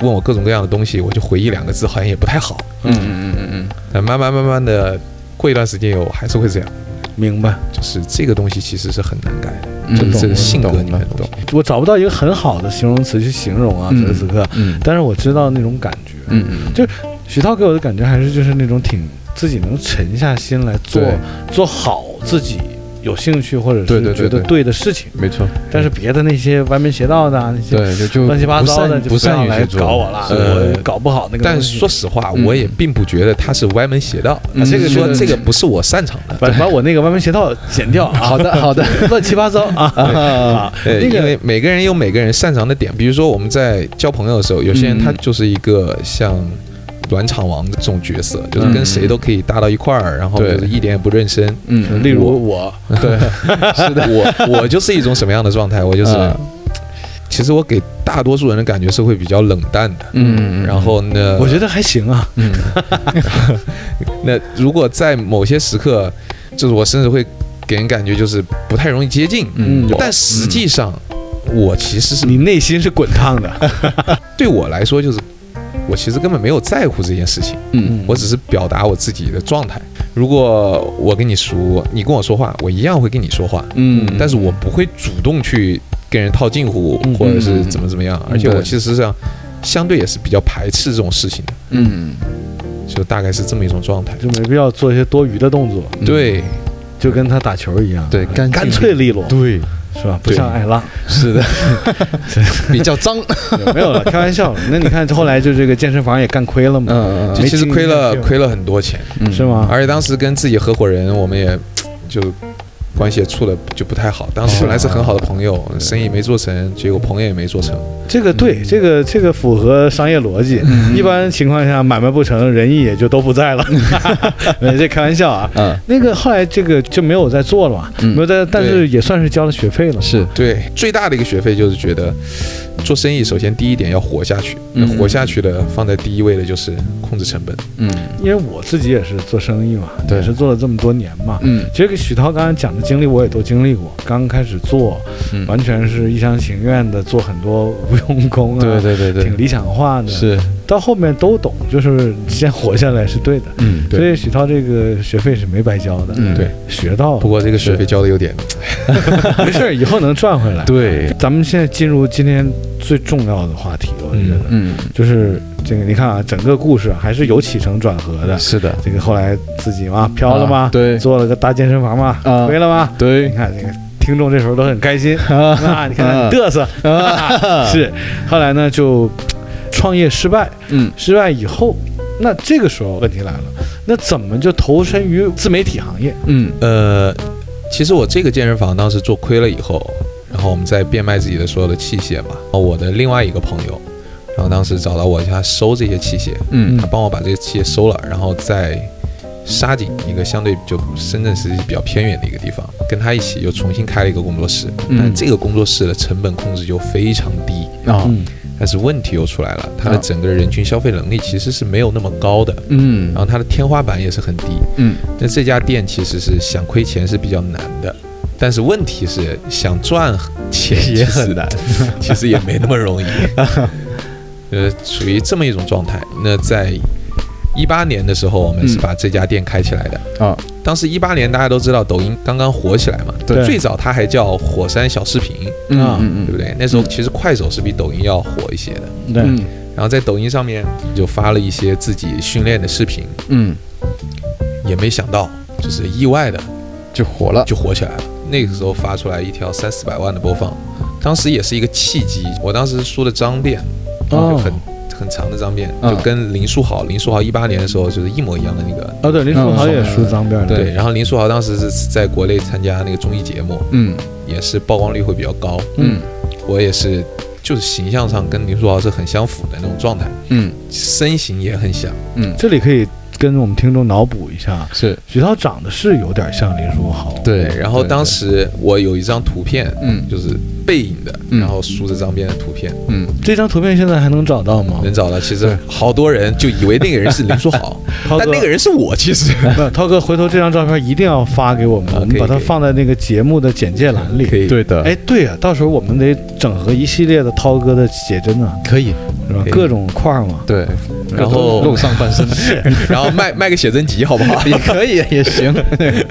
S2: 问我各种各样的东西，我就回忆两个字，好像也不太好。
S3: 嗯嗯嗯嗯
S2: 但慢慢慢慢的，过一段时间以后，我还是会这样。
S1: 明白，
S2: 就是这个东西其实是很难改的，
S3: 嗯，
S2: 就是这个性格
S3: 懂
S2: 里面
S3: 了
S2: 的东西。
S1: 我找不到一个很好的形容词去形容啊，此时此刻，
S3: 嗯
S1: 但是我知道那种感觉。
S3: 嗯嗯，
S1: 徐涛给我的感觉还是就是那种挺自己能沉下心来做
S3: 对
S1: 做好自己有兴趣或者
S3: 对
S1: 是
S3: 对对
S1: 觉得
S3: 对
S1: 对的事情，
S3: 没错，
S1: 但是别的那些歪门邪道的啊那些
S3: 对，就就
S1: 乱七八糟的就
S3: 不
S1: 要
S3: 善于
S1: 来
S3: 去做，
S1: 搞我了，
S2: 呃
S1: 我搞不好那个东西。
S2: 但说实话，
S3: 嗯
S2: 我也并不觉得他是歪门邪道，
S3: 嗯
S2: 这个
S3: 是
S2: 说
S3: 的
S2: 这个不是我擅长的。
S1: 把把我那个歪门邪道剪掉啊，
S3: (laughs) 好的好的
S1: 乱七八糟
S3: (laughs)
S1: 啊
S3: 啊，
S1: 啊，
S2: 对，
S1: 那
S2: 因
S1: 个
S2: 为每个人有每个人擅长的点，比如说我们在交朋友的时候，有些人
S3: 嗯
S2: 他就是一个像暖场王这种角色，就是跟谁都可以搭到一块儿，然后
S3: 嗯对
S2: 就是一点也不认真。
S3: 嗯，
S1: 例如我，
S2: (laughs)
S3: 对，是的，嗯
S2: 我我就是一种什么样的状态？我就是，其实我给大多数人的感觉是会比较冷淡的。
S3: 嗯，
S2: 然后呢，
S1: 我觉得还行啊，
S3: 嗯
S2: 那如果在某些时刻，就是我甚至会给人感觉就是不太容易接近，
S3: 嗯
S2: 但实际上我其实是
S1: 你内心是滚烫
S3: 嗯
S1: 的，
S2: 对我来说就是。我其实根本没有在乎这件事情，
S3: 嗯
S2: 我只是表达我自己的状态。如果我跟你熟，你跟我说话，我一样会跟你说话，
S3: 嗯，
S2: 但是我不会主动去跟人套近乎
S1: 嗯，
S2: 或者是怎么怎么样。而且
S3: 嗯对
S2: 我其实上相对也是比较排斥这种事情的，
S3: 嗯
S2: 就大概是这么一种状态。
S1: 就没必要做一些多余的动作，
S2: 对，
S1: 就跟他打球一样，
S3: 嗯对干
S1: 干脆利落，
S3: 对，
S1: 是吧？不像艾拉。
S3: 是的， (laughs) 比较脏，
S1: (laughs) 没有了，开玩笑。那你看后来就这个健身房也干亏了嘛，
S3: 嗯
S2: (laughs) 就其实
S1: 没
S2: 亏
S1: 经
S2: 了
S1: 验啊
S2: 亏了很多钱，
S3: 嗯
S1: 是？吗？
S2: 而且当时跟自己合伙人，我们也就关系也处的就不太好。当时本来是很好的朋友，
S1: 哦
S2: 生意没做成，结果朋友也没做成。
S1: 这个对，这个这个符合商业逻辑。一般情况下买卖不成，仁义也就都不在了。没这开玩笑啊。
S3: 嗯，
S1: 那个后来这个就没有再做了嘛，
S3: 嗯
S1: 没有再，但是
S2: 对
S1: 也算是交了学费了。
S3: 是，
S2: 对，最大的一个学费就是觉得做生意，首先第一点要活下去，那
S3: 嗯
S2: 活下去的放在第一位的就是控制成本。
S3: 嗯
S1: 因为我自己也是做生意嘛，
S3: 对
S1: 也是做了这么多年嘛。
S3: 嗯
S1: 其实跟许涛刚才讲的经历，我也都经历过。刚开始做，
S3: 嗯
S1: 完全是一厢情愿的做很多无用功啊，
S3: 对对对对，
S1: 挺理想化的。
S3: 是，
S1: 到后面都懂，就是先活下来是对的。
S3: 嗯，
S1: 所，以许涛这个学费是没白交的，
S3: 嗯
S2: 对，
S1: 学到
S2: 不
S1: 了，
S2: 过这个学费交的有点，
S1: (laughs) 没事儿，以后能赚回来。
S3: 对，
S1: 咱们现在进入今天最重要的话题，我觉得、
S3: 嗯，
S1: 就是这个，你看啊，整个故事还是有起承转合的。
S3: 是的，
S1: 这个后来自己嘛飘了嘛，
S3: 啊对
S1: 做了个大健身房嘛，
S3: 啊
S1: 回了嘛。
S3: 对
S1: 你，看这个听众这时候都很开心啊，你看他很嘚瑟，
S3: 啊，
S1: (laughs) 是。后来呢就创业失败，
S3: 嗯，
S1: 失败以后，那这个时候问题来了，那怎么就投身于自媒体行业？
S3: 嗯
S2: 呃，其实我这个健身房当时做亏了以后，然后我们再变卖自己的所有的器械嘛。我的另外一个朋友，然后当时找到我，他收这些器械，
S3: 嗯
S2: 他帮我把这些器械收了，然后在沙井一个相对就深圳实际比较偏远的一个地方，跟他一起又重新开了一个工作室。
S3: 嗯
S2: 但这个工作室的成本控制就非常低，
S3: 啊，
S1: 嗯
S2: 但是问题又出来了，它的
S3: 啊
S2: 整个人群消费能力其实是没有那么高的，
S3: 嗯
S2: 然后它的天花板也是很低。
S3: 嗯
S2: 那这家店其实是想亏钱是比较难的，但是问题是想赚钱
S3: 也 (laughs) 很难，
S2: 其实也没那么
S3: (laughs)
S2: 容易。呃，属于这么一种状态。那在一八年的时候，我们是把这家店开起来的。
S3: 嗯啊，
S2: 当时一八年大家都知道抖音刚刚火起来嘛，
S1: 对
S2: 最早它还叫火山小视频，
S1: 啊
S3: 嗯
S2: 对不对？那时候其实快手是比抖音要火一些的。
S1: 对
S3: 嗯
S2: 然后在抖音上面就发了一些自己训练的视频，
S3: 嗯，
S2: 也没想到就是意外的
S3: 就火了，
S2: 就火起来了。那个时候发出来一条三四百万的播放，当时也是一个契机。我当时梳的脏辫，啊
S1: 哦
S2: 就很很长的脏辫，
S3: 嗯
S2: 就跟林书豪，林书豪一八年的时候就是一模一样的那个。
S1: 哦，对，林书豪也梳脏辫了，
S2: 对，然后林书豪当时是在国内参加那个综艺节目，
S3: 嗯
S2: 也是曝光率会比较高。
S3: 嗯
S2: 我也是，就是形象上跟林书豪是很相符的那种状态，
S3: 嗯
S2: 身形也很像。
S3: 嗯，
S1: 这里可以跟我们听众脑补一下，
S3: 是
S1: 许涛长得是有点像林书豪，
S3: 对
S2: 然后当时我有一张图片，
S3: 嗯
S2: 就是背影的，
S3: 嗯
S2: 然后梳着脏辫的图片，
S3: 嗯
S1: 这张图片现在还能找到吗？
S2: 能找到。其实
S1: 对
S2: 好多人就以为那个人是林书
S1: (laughs)
S2: 豪，
S1: 涛哥
S2: 但那个人是我。其实
S1: 不，涛哥，回头这张照片一定要发给我们，
S2: 啊
S1: 我
S2: 可
S1: 们
S2: 以
S1: 把它
S2: 可以
S1: 放在那个节目的简介栏
S2: 可
S1: 里。
S2: 以，
S3: 对的，
S1: 哎，对呀、到时候我们得整合一系列的涛哥的写真啊，
S3: 可以，
S1: 是吧
S2: 可？以
S1: 各种块儿嘛。
S3: 对，
S2: 然后
S3: 露上半身
S2: (laughs) 然后卖卖个写真集好不好？
S3: 也可以，也行，
S2: (laughs)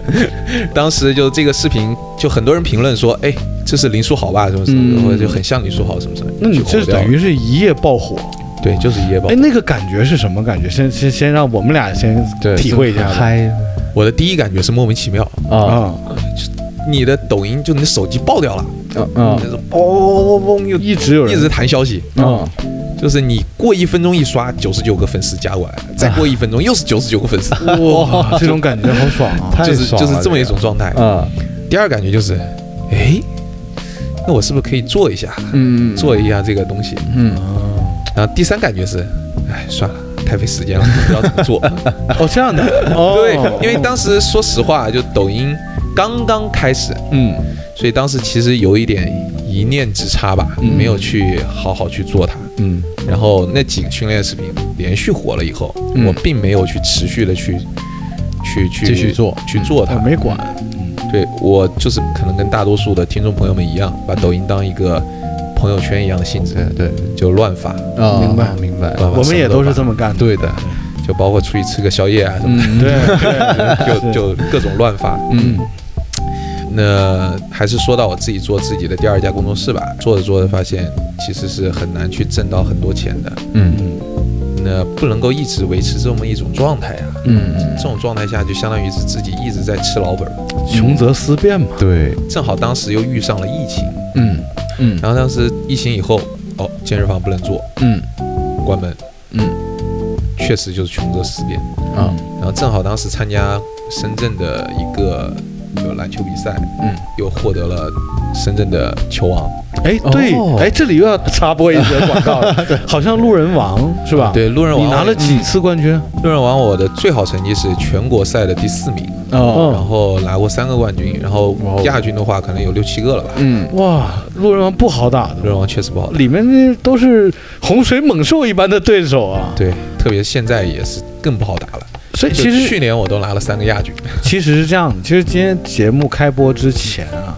S2: 当时就这个视频，就很多人评论说，哎，这是林书豪吧，什么什么的，
S3: 嗯
S2: 或者就很像林书豪什么什么的。
S1: 那你
S2: 就
S1: 这
S2: 火掉了
S1: 等于是一夜爆火。
S2: 对，就是一夜爆
S1: 哎，。那个感觉是什么感觉？先先先让我们俩先
S3: 对，
S1: 体会一下
S3: 很
S1: 吧。
S3: 嗨
S2: 我的第一感觉是莫名其妙，
S3: (laughs) 啊
S1: 啊，
S2: 你的抖音就你的手机爆掉了，
S3: 啊啊
S2: 那种嘣嘣嘣嘣又
S1: 一直有人
S2: 一直弹消息，
S3: 啊！
S2: 就是你过一分钟一刷，九十九个粉丝加过来了，再过一分
S3: (laughs)
S2: 钟又是九十九个粉丝，
S1: 哇，这种感觉好爽啊！
S3: 太
S2: 就是
S3: 爽
S2: 就是
S3: 了
S2: 这么一种状态。
S3: 啊，
S2: 第二感觉就是，哎，那我是不是可以做一下，
S3: 嗯
S2: 做一下这个东西？
S3: 嗯
S2: 然后第三感觉是，哎，算了，太费时间了，不知道
S3: (laughs)
S2: 怎么做。
S1: 哦，这样的，哦，
S2: 对，因为当时说实话，就抖音刚刚开始，
S3: 嗯
S2: 所以当时其实有一点一念之差吧，
S3: 嗯
S2: 没有去好好去做它。
S3: 嗯
S2: 然后那几个训练视频连续火了以后，
S3: 嗯
S2: 我并没有去持续的去去去
S3: 继续做嗯
S2: 去做它
S1: 我。没管，
S2: 对我就是可能跟大多数的听众朋友们一样，把抖音当一个朋友圈一样的性质，
S3: 对对
S2: 就乱发，
S3: 啊，
S1: 明白
S3: 明白，
S2: 乱发
S1: 我们也都是这么干的。
S3: 对的，
S2: 就包括出去吃个宵夜啊什么的，
S3: 嗯
S1: 对，对
S2: (laughs) 就就各种乱发。
S3: 嗯
S2: 那还是说到我自己做自己的第二家工作室吧，做着做着发现其实是很难去挣到很多钱的，
S3: 嗯
S2: 那不能够一直维持这么一种状态啊。
S3: 嗯，
S2: 这种状态下，就相当于是自己一直在吃老本儿。
S1: 穷则思变嘛。
S3: 对，
S2: 正好当时又遇上了疫情，
S3: 嗯嗯
S2: 然后当时疫情以后，哦，健身房不能做，
S3: 嗯
S2: 关门，
S3: 嗯
S2: 确实就是穷则思变。
S1: 嗯
S3: 啊
S2: 然后正好当时参加深圳的一个就篮球比赛，
S3: 嗯，
S2: 又获得了深圳的球王，
S1: 哎，对
S3: 哦，
S1: 哎，这里又要插播一则广告
S2: (laughs)
S1: 了，好像路人王是吧？，
S2: 对，路人王
S1: 你拿了几
S2: 嗯
S1: 次冠军？
S2: 路人王，我的最好成绩是全国赛的第四名，
S3: 哦
S1: 哦
S2: 然后拿过三个冠军，然后
S3: 哇哦
S2: 亚军的话可能有六七个了吧。
S3: 嗯
S1: 哇，路人王不好打
S2: 路
S1: 的，
S2: 人王确实不好打，
S1: 里面那都是洪水猛兽一般的对手啊。
S2: 对，特别现在也是更不好打了。
S1: 所以
S2: 就
S1: 其实
S2: 去年我都拿了三个亚军，
S1: 其实是这样的，其实今天节目开播之前啊，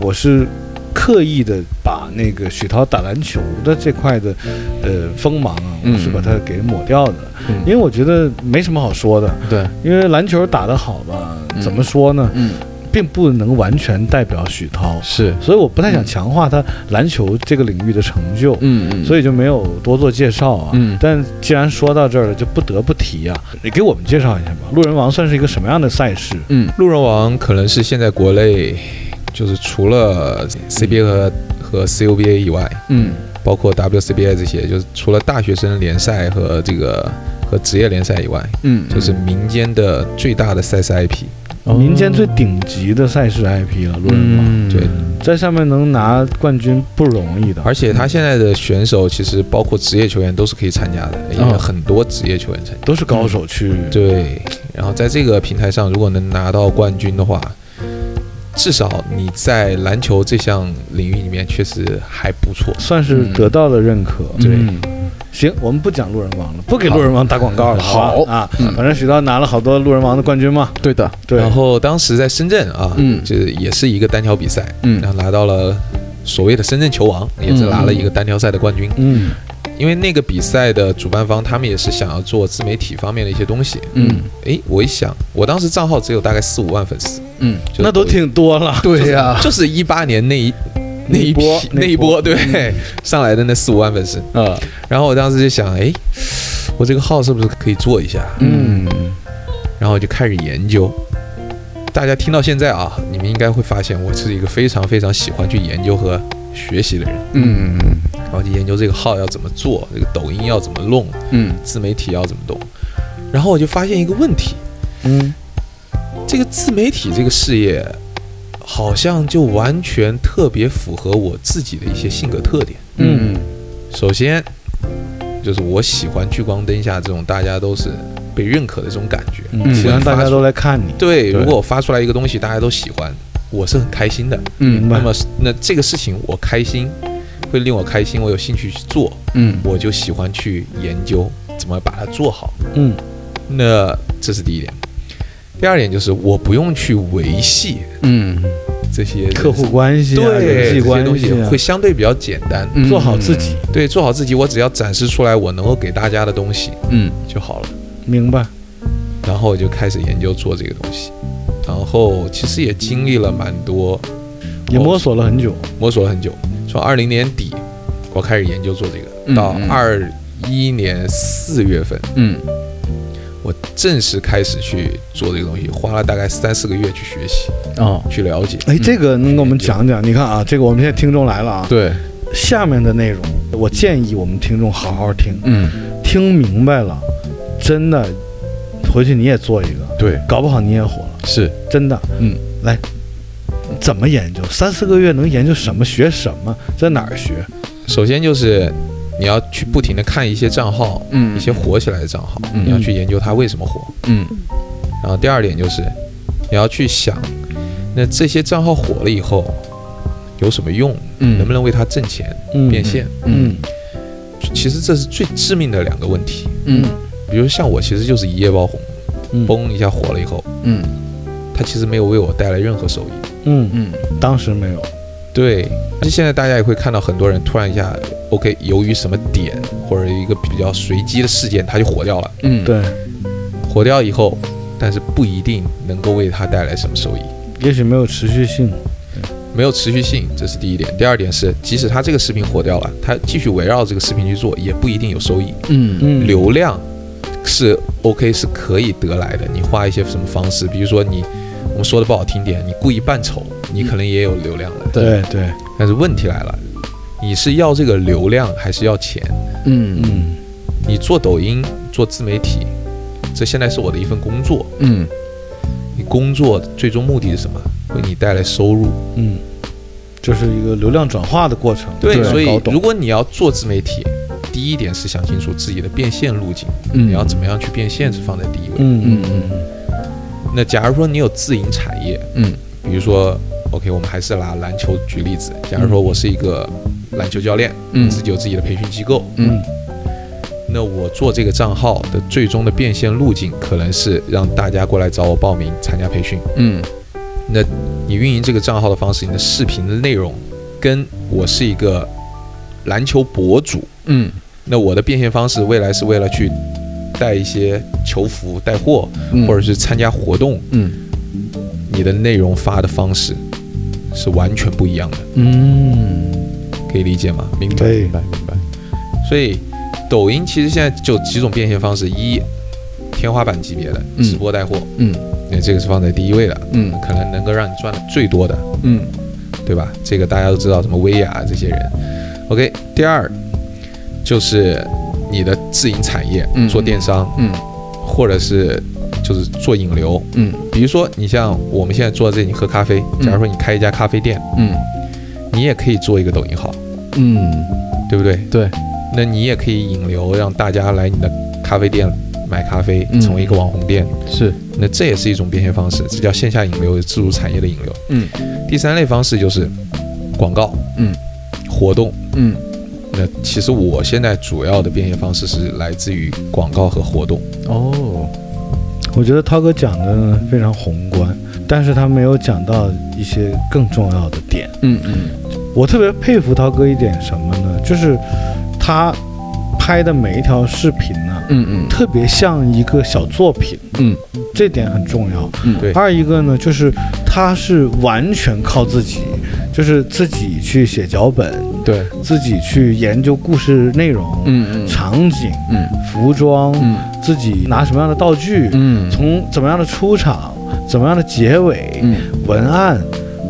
S1: 我是刻意的把那个许涛打篮球的这块的呃锋芒啊，我
S2: 嗯
S1: 是把它给抹掉的，
S3: 嗯
S1: 因为我觉得没什么好说的，
S3: 对，
S1: 因为篮球打得好吧，怎么说呢，
S3: 嗯，
S1: 并不能完全代表许涛，
S3: 是，
S1: 所以我不太想强化他篮球这个领域的成就，
S3: 嗯嗯，
S1: 所以就没有多做介绍啊。
S3: 嗯
S1: 但既然说到这儿了，就不得不提啊，你给我们介绍一下吧。路人王算是一个什么样的赛事？
S3: 嗯
S2: 路人王可能是现在国内就是除了 CBA 和和 CUBA 以外，
S3: 嗯
S2: 包括 WCBA 这些，就是除了大学生联赛和这个和职业联赛以外，
S3: 嗯，
S2: 就是民间的最大的赛事 IP。
S1: 民间最顶级的赛事 IP 了，路人王、
S3: 嗯，
S2: 对
S1: 在上面能拿冠军不容易的。
S2: 而且他现在的选手其实包括职业球员都是可以参加的，也有很多职业球员参加。
S1: 都是高手去，
S3: 嗯
S2: 对，然后在这个平台上，如果能拿到冠军的话，至少你在篮球这项领域里面确实还不错。
S1: 算是得到了认可。
S2: 对
S3: 嗯
S1: 行，我们不讲路人王了，不给路人王打广告了，
S3: 好
S1: 好吧啊
S3: 嗯，
S1: 反正许涛拿了好多路人王的冠军嘛。
S3: 对的，
S1: 对，
S2: 然后当时在深圳啊，
S3: 嗯
S2: 就是也是一个单挑比赛，
S3: 嗯
S2: 然后拿到了所谓的深圳球王，也是拿了一个单挑赛的冠军。
S1: 嗯
S2: 因为那个比赛的主办方他们也是想要做自媒体方面的一些东西。
S3: 嗯
S2: 诶，我一想，我当时账号只有大概四五万粉丝，
S3: 嗯，
S2: 就是
S1: 那都
S2: 抖音
S1: 挺多了。
S3: 对啊呀，
S2: 就是一八年那一
S1: 那
S2: 那
S1: 一
S2: 一
S1: 波
S2: 批
S1: 那
S2: 那
S1: 一
S2: 一
S1: 波
S2: 波对上来的那四五万粉丝，
S1: 嗯
S3: 呃，
S2: 然后我当时就想，哎，我这个号是不是可以做一下？
S3: 嗯
S2: 然后我就开始研究。大家听到现在啊，你们应该会发现我是一个非常非常喜欢去研究和学习的人，
S3: 嗯
S2: 然后去研究这个号要怎么做，这个抖音要怎么弄，
S3: 嗯
S2: 自媒体要怎么弄。然后我就发现一个问题，
S1: 嗯，
S2: 这个自媒体这个事业，好像就完全特别符合我自己的一些性格特点。
S3: 嗯
S2: 首先，就是我喜欢聚光灯下这种大家都是被认可的这种感觉。
S1: 嗯喜欢大家都来看你，
S2: 对，
S1: 对
S2: 如果我发出来一个东西，大家都喜欢，我是很开心的。
S1: 明
S3: 嗯
S1: 白
S2: 那么，那这个事情我开心，会令我开心，我有兴趣去做，
S3: 嗯
S2: 我就喜欢去研究怎么把它做好。
S1: 嗯，
S2: 那这是第一点。第二点就是我不用去维系
S3: 嗯
S2: 这些
S1: 客户关系啊，人
S2: 对
S1: 际
S2: 这些
S1: 关
S2: 东西
S1: 系啊
S2: 会相对比较简单。
S3: 嗯，
S1: 做好自己，
S2: 对，做好自己，我只要展示出来我能够给大家的东西
S3: 嗯，
S2: 就好了。
S1: 明白？
S2: 然后我就开始研究做这个东西，然后其实也经历了蛮多，
S1: 也摸索了很久，
S2: 摸索了很久。从二零年底，我开始研究做这
S3: 嗯
S2: 个，到
S3: 嗯
S2: 二一年四月份，
S3: 嗯
S2: 我正式开始去做这个东西，花了大概三四个月去学习、
S3: 哦，
S2: 去了解。
S1: 哎，这个能给我们讲讲？你看啊，这个我们现在听众来了啊，
S3: 对，
S1: 下面的内容，我建议我们听众好好听，
S3: 嗯
S1: 听明白了，真的，回去你也做一个，
S3: 对，
S1: 搞不好你也火了，
S3: 是，
S1: 真的。
S3: 嗯，
S1: 来，怎么研究？三四个月能研究什么？学什么？在哪儿学？
S2: 首先就是你要去不停的看一些账号，
S3: 嗯
S2: 一些火起来的账号，
S3: 嗯
S2: 你要去研究它为什么火。
S3: 嗯
S2: 然后第二点就是，你要去想，那这些账号火了以后有什么用？
S3: 嗯，
S2: 能不能为它挣钱
S1: 嗯
S2: 变现？
S1: 嗯
S2: 其实这是最致命的两个问题。
S3: 嗯
S2: 比如像我，其实就是一夜爆红，
S1: 嗯
S2: 嘣一下火了以后，
S3: 嗯
S2: 它其实没有为我带来任何收益。
S1: 嗯，
S3: 嗯
S1: 当时没有，
S2: 对，但是现在大家也会看到很多人突然一下，OK，由于什么点或者一个比较随机的事件，它就火掉了。
S3: 嗯，
S1: 对，
S2: 火掉以后，但是不一定能够为它带来什么收益，
S1: 也许没有持续性。
S2: 没有持续性，这是第一点。第二点是，即使它这个视频火掉了，它继续围绕这个视频去做，也不一定有收益。
S3: 嗯
S1: 嗯，
S2: 流量是 OK 是可以得来的，你花一些什么方式，比如说你我们说的不好听点，你故意扮丑，你可能也有流量的。
S1: 对对，
S2: 但是问题来了，你是要这个流量还是要钱？
S3: 嗯
S1: 嗯
S2: 你做抖音、做自媒体，这现在是我的一份工作。
S3: 嗯
S2: 你工作最终目的是什么？为你带来收入。
S1: 嗯，就是一个流量转化的过程。
S2: 对，
S3: 对
S2: 所
S1: 搞
S2: 以
S1: 懂
S2: 如果你要做自媒体，第一点是想清楚自己的变现路径，
S3: 嗯，
S2: 你要怎么样去变现是放在第一位。
S1: 嗯
S3: 嗯嗯
S2: 那假如说你有自营产业，
S3: 嗯
S2: 比如说，OK，我们还是拿篮球举例子。假如说我是一个篮球教练，
S3: 嗯
S2: 自己有自己的培训机构，
S3: 嗯
S2: 那我做这个账号的最终的变现路径可能是让大家过来找我报名参加培训。
S3: 嗯
S2: 你运营这个账号的方式，你的视频的内容跟我是一个篮球博主，
S3: 嗯，
S2: 那我的变现方式未来是为了去带一些球服、带货，
S3: 嗯
S2: 或者是参加活动，
S3: 嗯
S2: 你的内容发的方式是完全不一样的，
S3: 嗯，
S2: 可以理解吗？明白。
S1: 对
S3: 明白明白，
S2: 所以抖音其实现在就几种变现方式：一，天花板级别的
S3: 嗯
S2: 直播带货，
S3: 嗯
S2: 那、这个是放在第一位的，
S3: 嗯
S2: 可能能够让你赚的最多的，
S3: 嗯
S2: 对吧？这个大家都知道，什么薇娅啊这些人。OK，第二就是你的自营产业
S3: 嗯，
S2: 做电商，
S3: 嗯
S2: 或者是就是做引流。
S3: 嗯
S2: 比如说，你像我们现在坐在这里喝咖啡，假如说你开一家咖啡店，
S3: 嗯
S2: 你也可以做一个抖音号，
S3: 嗯，
S2: 对不对？
S3: 对，
S2: 那你也可以引流，让大家来你的咖啡店买咖啡，
S3: 嗯
S2: 成为一个网红店。
S3: 是，
S2: 那这也是一种变现方式，这叫线下引流，自主产业的引流。
S3: 嗯
S2: 第三类方式就是广告，
S3: 嗯，
S2: 活动。
S3: 嗯
S2: 那其实我现在主要的变现方式是来自于广告和活动。
S3: 哦，
S1: 我觉得涛哥讲的非常宏观，但是他没有讲到一些更重要的点。
S3: 嗯嗯
S1: 我特别佩服涛哥一点什么呢？就是他拍的每一条视频呢，
S3: 嗯
S1: 特别像一个小作品，
S3: 嗯
S1: 这点很重要。
S3: 嗯，
S2: 对
S1: 二一个呢，就是他是完全靠自己，就是自己去写脚本，
S2: 对，
S1: 自己去研究故事内容、
S3: 嗯嗯
S1: 场景、
S3: 嗯
S1: 服装，
S3: 嗯
S1: 自己拿什么样的道具，
S3: 嗯
S1: 从怎么样的出场、怎么样的结尾、
S3: 嗯
S1: 文案，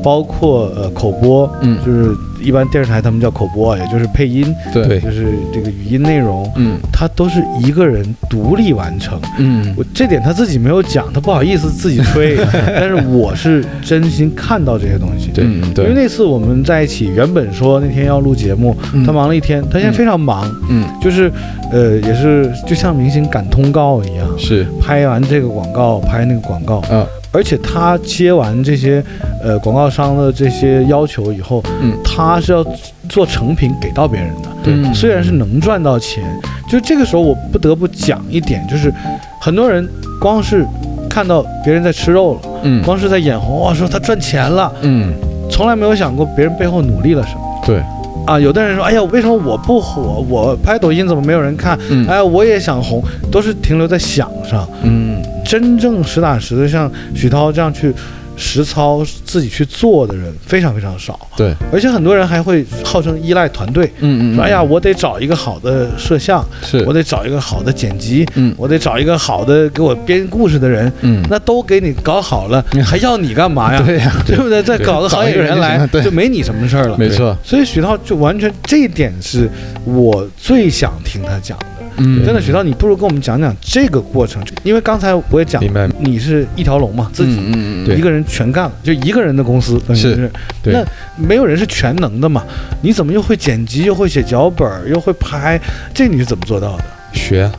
S1: 包括呃口播，
S3: 嗯
S1: 就是一般电视台他们叫口播啊，也就是配音，
S3: 对，
S1: 就是这个语音内容，
S3: 嗯
S1: 他都是一个人独立完成。
S3: 嗯
S1: 我这点他自己没有讲，他不好意思自己
S3: (laughs)
S1: 吹，但是我是真心看到这些东西。
S2: 对
S3: 嗯
S1: 因为
S2: 对，
S1: 那次我们在一起，原本说那天要录节目，
S3: 嗯
S1: 他忙了一天，他现在非常忙，
S3: 嗯
S1: 就是，呃，也是就像明星赶通告一样，
S3: 是，
S1: 拍完这个广告，拍那个广告，
S3: 啊
S1: 而且他接完这些，呃，广告商的这些要求以后，
S3: 嗯
S1: 他是要做成品给到别人的，
S3: 嗯
S1: 虽然是能赚到钱，就这个时候我不得不讲一点，就是很多人光是看到别人在吃肉了，
S3: 嗯
S1: 光是在眼红，哇，说他赚钱了，
S3: 嗯
S1: 从来没有想过别人背后努力了什么。
S3: 对
S1: 啊，有的人说，哎呀，为什么我不火？我拍抖音怎么没有人看？
S3: 嗯
S1: 哎呀，我也想红，都是停留在想上。
S3: 嗯
S1: 真正实打实的像许涛这样去实操自己去做的人非常非常少，
S3: 对，
S1: 而且很多人还会号称依赖团队，
S3: 嗯嗯，
S1: 说哎呀，我得找一个好的摄像，
S3: 是
S1: 我得找一个好的剪辑，
S3: 嗯
S1: 我得找一个好的给我编故事的人，
S3: 嗯
S1: 那都给你搞好
S3: (laughs)
S1: 了，还要你干嘛呀？
S3: 对呀
S1: 对不对？再搞个
S3: 找
S1: 好
S3: 一
S1: 演
S3: 个
S1: 员
S3: 人就行
S1: 来
S3: 了，对
S1: 就没你什么事儿了。
S3: 没错，
S1: 所以许涛就完全这一点是我最想听他讲的。
S3: 嗯
S1: 真的，许涛，你不如跟我们讲讲这个过程，因为刚才我也讲，
S2: 明白。
S1: 你是一条龙嘛，自己
S3: 嗯
S1: 一个人全干了，就一个人的公司，等于
S3: 是
S1: 是。
S3: 对
S1: 那没有人是全能的嘛？你怎么又会剪辑，又会写脚本儿，又会拍？这你是怎么做到的？
S2: 学啊，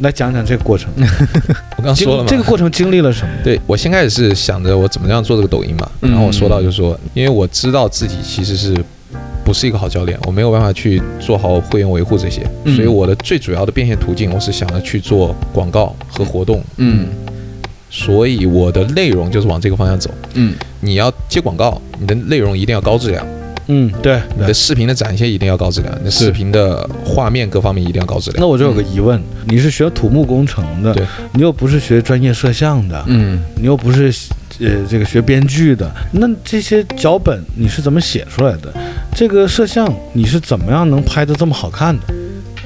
S1: 来讲讲这个过程，
S2: 我刚
S1: 经
S2: 说了嘛，
S1: 这个过程经历了什么？
S2: 对我先开始是想着我怎么样做这个抖音嘛，
S3: 嗯
S2: 然后我说到就是说，因为我知道自己其实是不是一个好教练，我没有办法去做好会员维护这些，
S3: 嗯
S2: 所以我的最主要的变现途径，我是想着去做广告和活动，
S3: 嗯
S2: 所以我的内容就是往这个方向走。
S3: 嗯
S2: 你要接广告，你的内容一定要高质量，
S1: 嗯，对。
S2: 你的视频的展现一定要高质量，你的视频的画面各方面一定要高质量。
S1: 那我就有个疑问，你是学土木工程的
S2: 对，
S1: 你又不是学专业摄像的，
S3: 嗯
S1: 你又不是呃这个学编剧的，那这些脚本你是怎么写出来的？这个摄像你是怎么样能拍得这么好看的？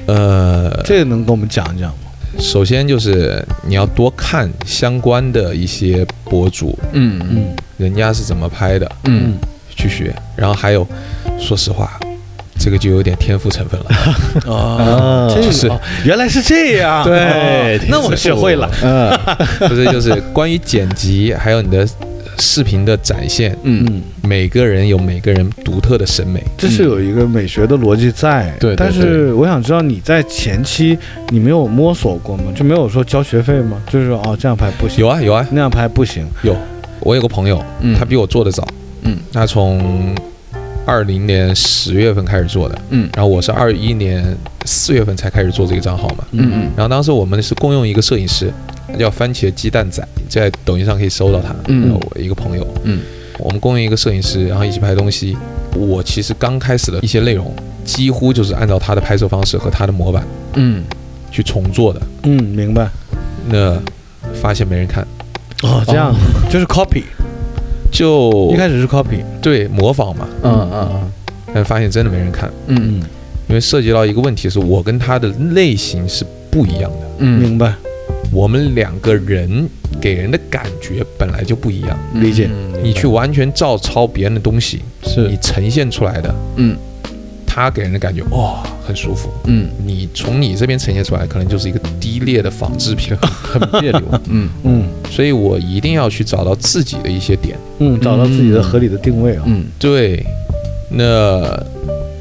S2: 呃，
S1: 这个能跟我们讲一讲吗？
S2: 首先就是你要多看相关的一些博主，
S3: 嗯
S1: 嗯
S2: 人家是怎么拍的，
S3: 嗯
S2: 去学。然后还有，说实话，这个就有点天赋成分了。 (laughs)
S1: 啊这
S2: 就是
S1: 个哦原来是这样，
S3: 对
S1: 哦那我学会了。
S3: 嗯
S2: 不是，就是关于剪辑，还有你的视频的展现，
S3: 嗯
S1: 嗯，
S2: 每个人有每个人独特的审美。
S1: 这是有一个美学的逻辑在，
S3: 对对
S1: 但是我想知道你在前期你没有摸索过吗？就没有说交学费吗？就是说哦这样拍不行，
S2: 有啊有啊
S1: 那样拍不行。
S2: 有，我有个朋友，
S3: 嗯，
S2: 他比我做的早，
S3: 嗯，
S2: 他从二零年十月份开始做的，
S3: 嗯
S2: 然后我是二一年四月份才开始做这个账号嘛。
S3: 嗯
S2: 然后当时我们是共用一个摄影师，他叫番茄鸡蛋仔，在抖音上可以搜到他。
S3: 嗯
S2: 然后我一个朋友，
S3: 嗯
S2: 我们供应一个摄影师，然后一起拍东西。我其实刚开始的一些内容，几乎就是按照他的拍摄方式和他的模板
S3: 嗯，
S2: 去重做的。
S1: 嗯，明白。
S2: 那发现没人看，
S1: 哦，这样、就是 copy，
S3: 哦
S2: 就
S1: 一开始是 copy。
S2: 对模仿嘛，
S3: 嗯嗯
S2: 但发现真的没人看，
S3: 嗯
S2: 因为涉及到一个问题是我跟他的类型是不一样的，
S1: 嗯，
S3: 嗯
S1: 明白。
S2: 我们两个人给人的感觉本来就不一样，
S3: 嗯，
S1: 理解
S2: 你去完全照抄别人的东西，你
S3: 是
S2: 呈现出来的，
S3: 嗯
S2: 他给人的感觉哇、很舒服。
S3: 嗯
S2: 你从你这边呈现出来，可能就是一个低劣的仿制品，
S3: 很别 (laughs) 扭，嗯
S1: 嗯
S2: 所以我一定要去找到自己的一些点。
S1: 嗯，找到自己的合理的定位啊。
S3: 嗯
S2: 对，那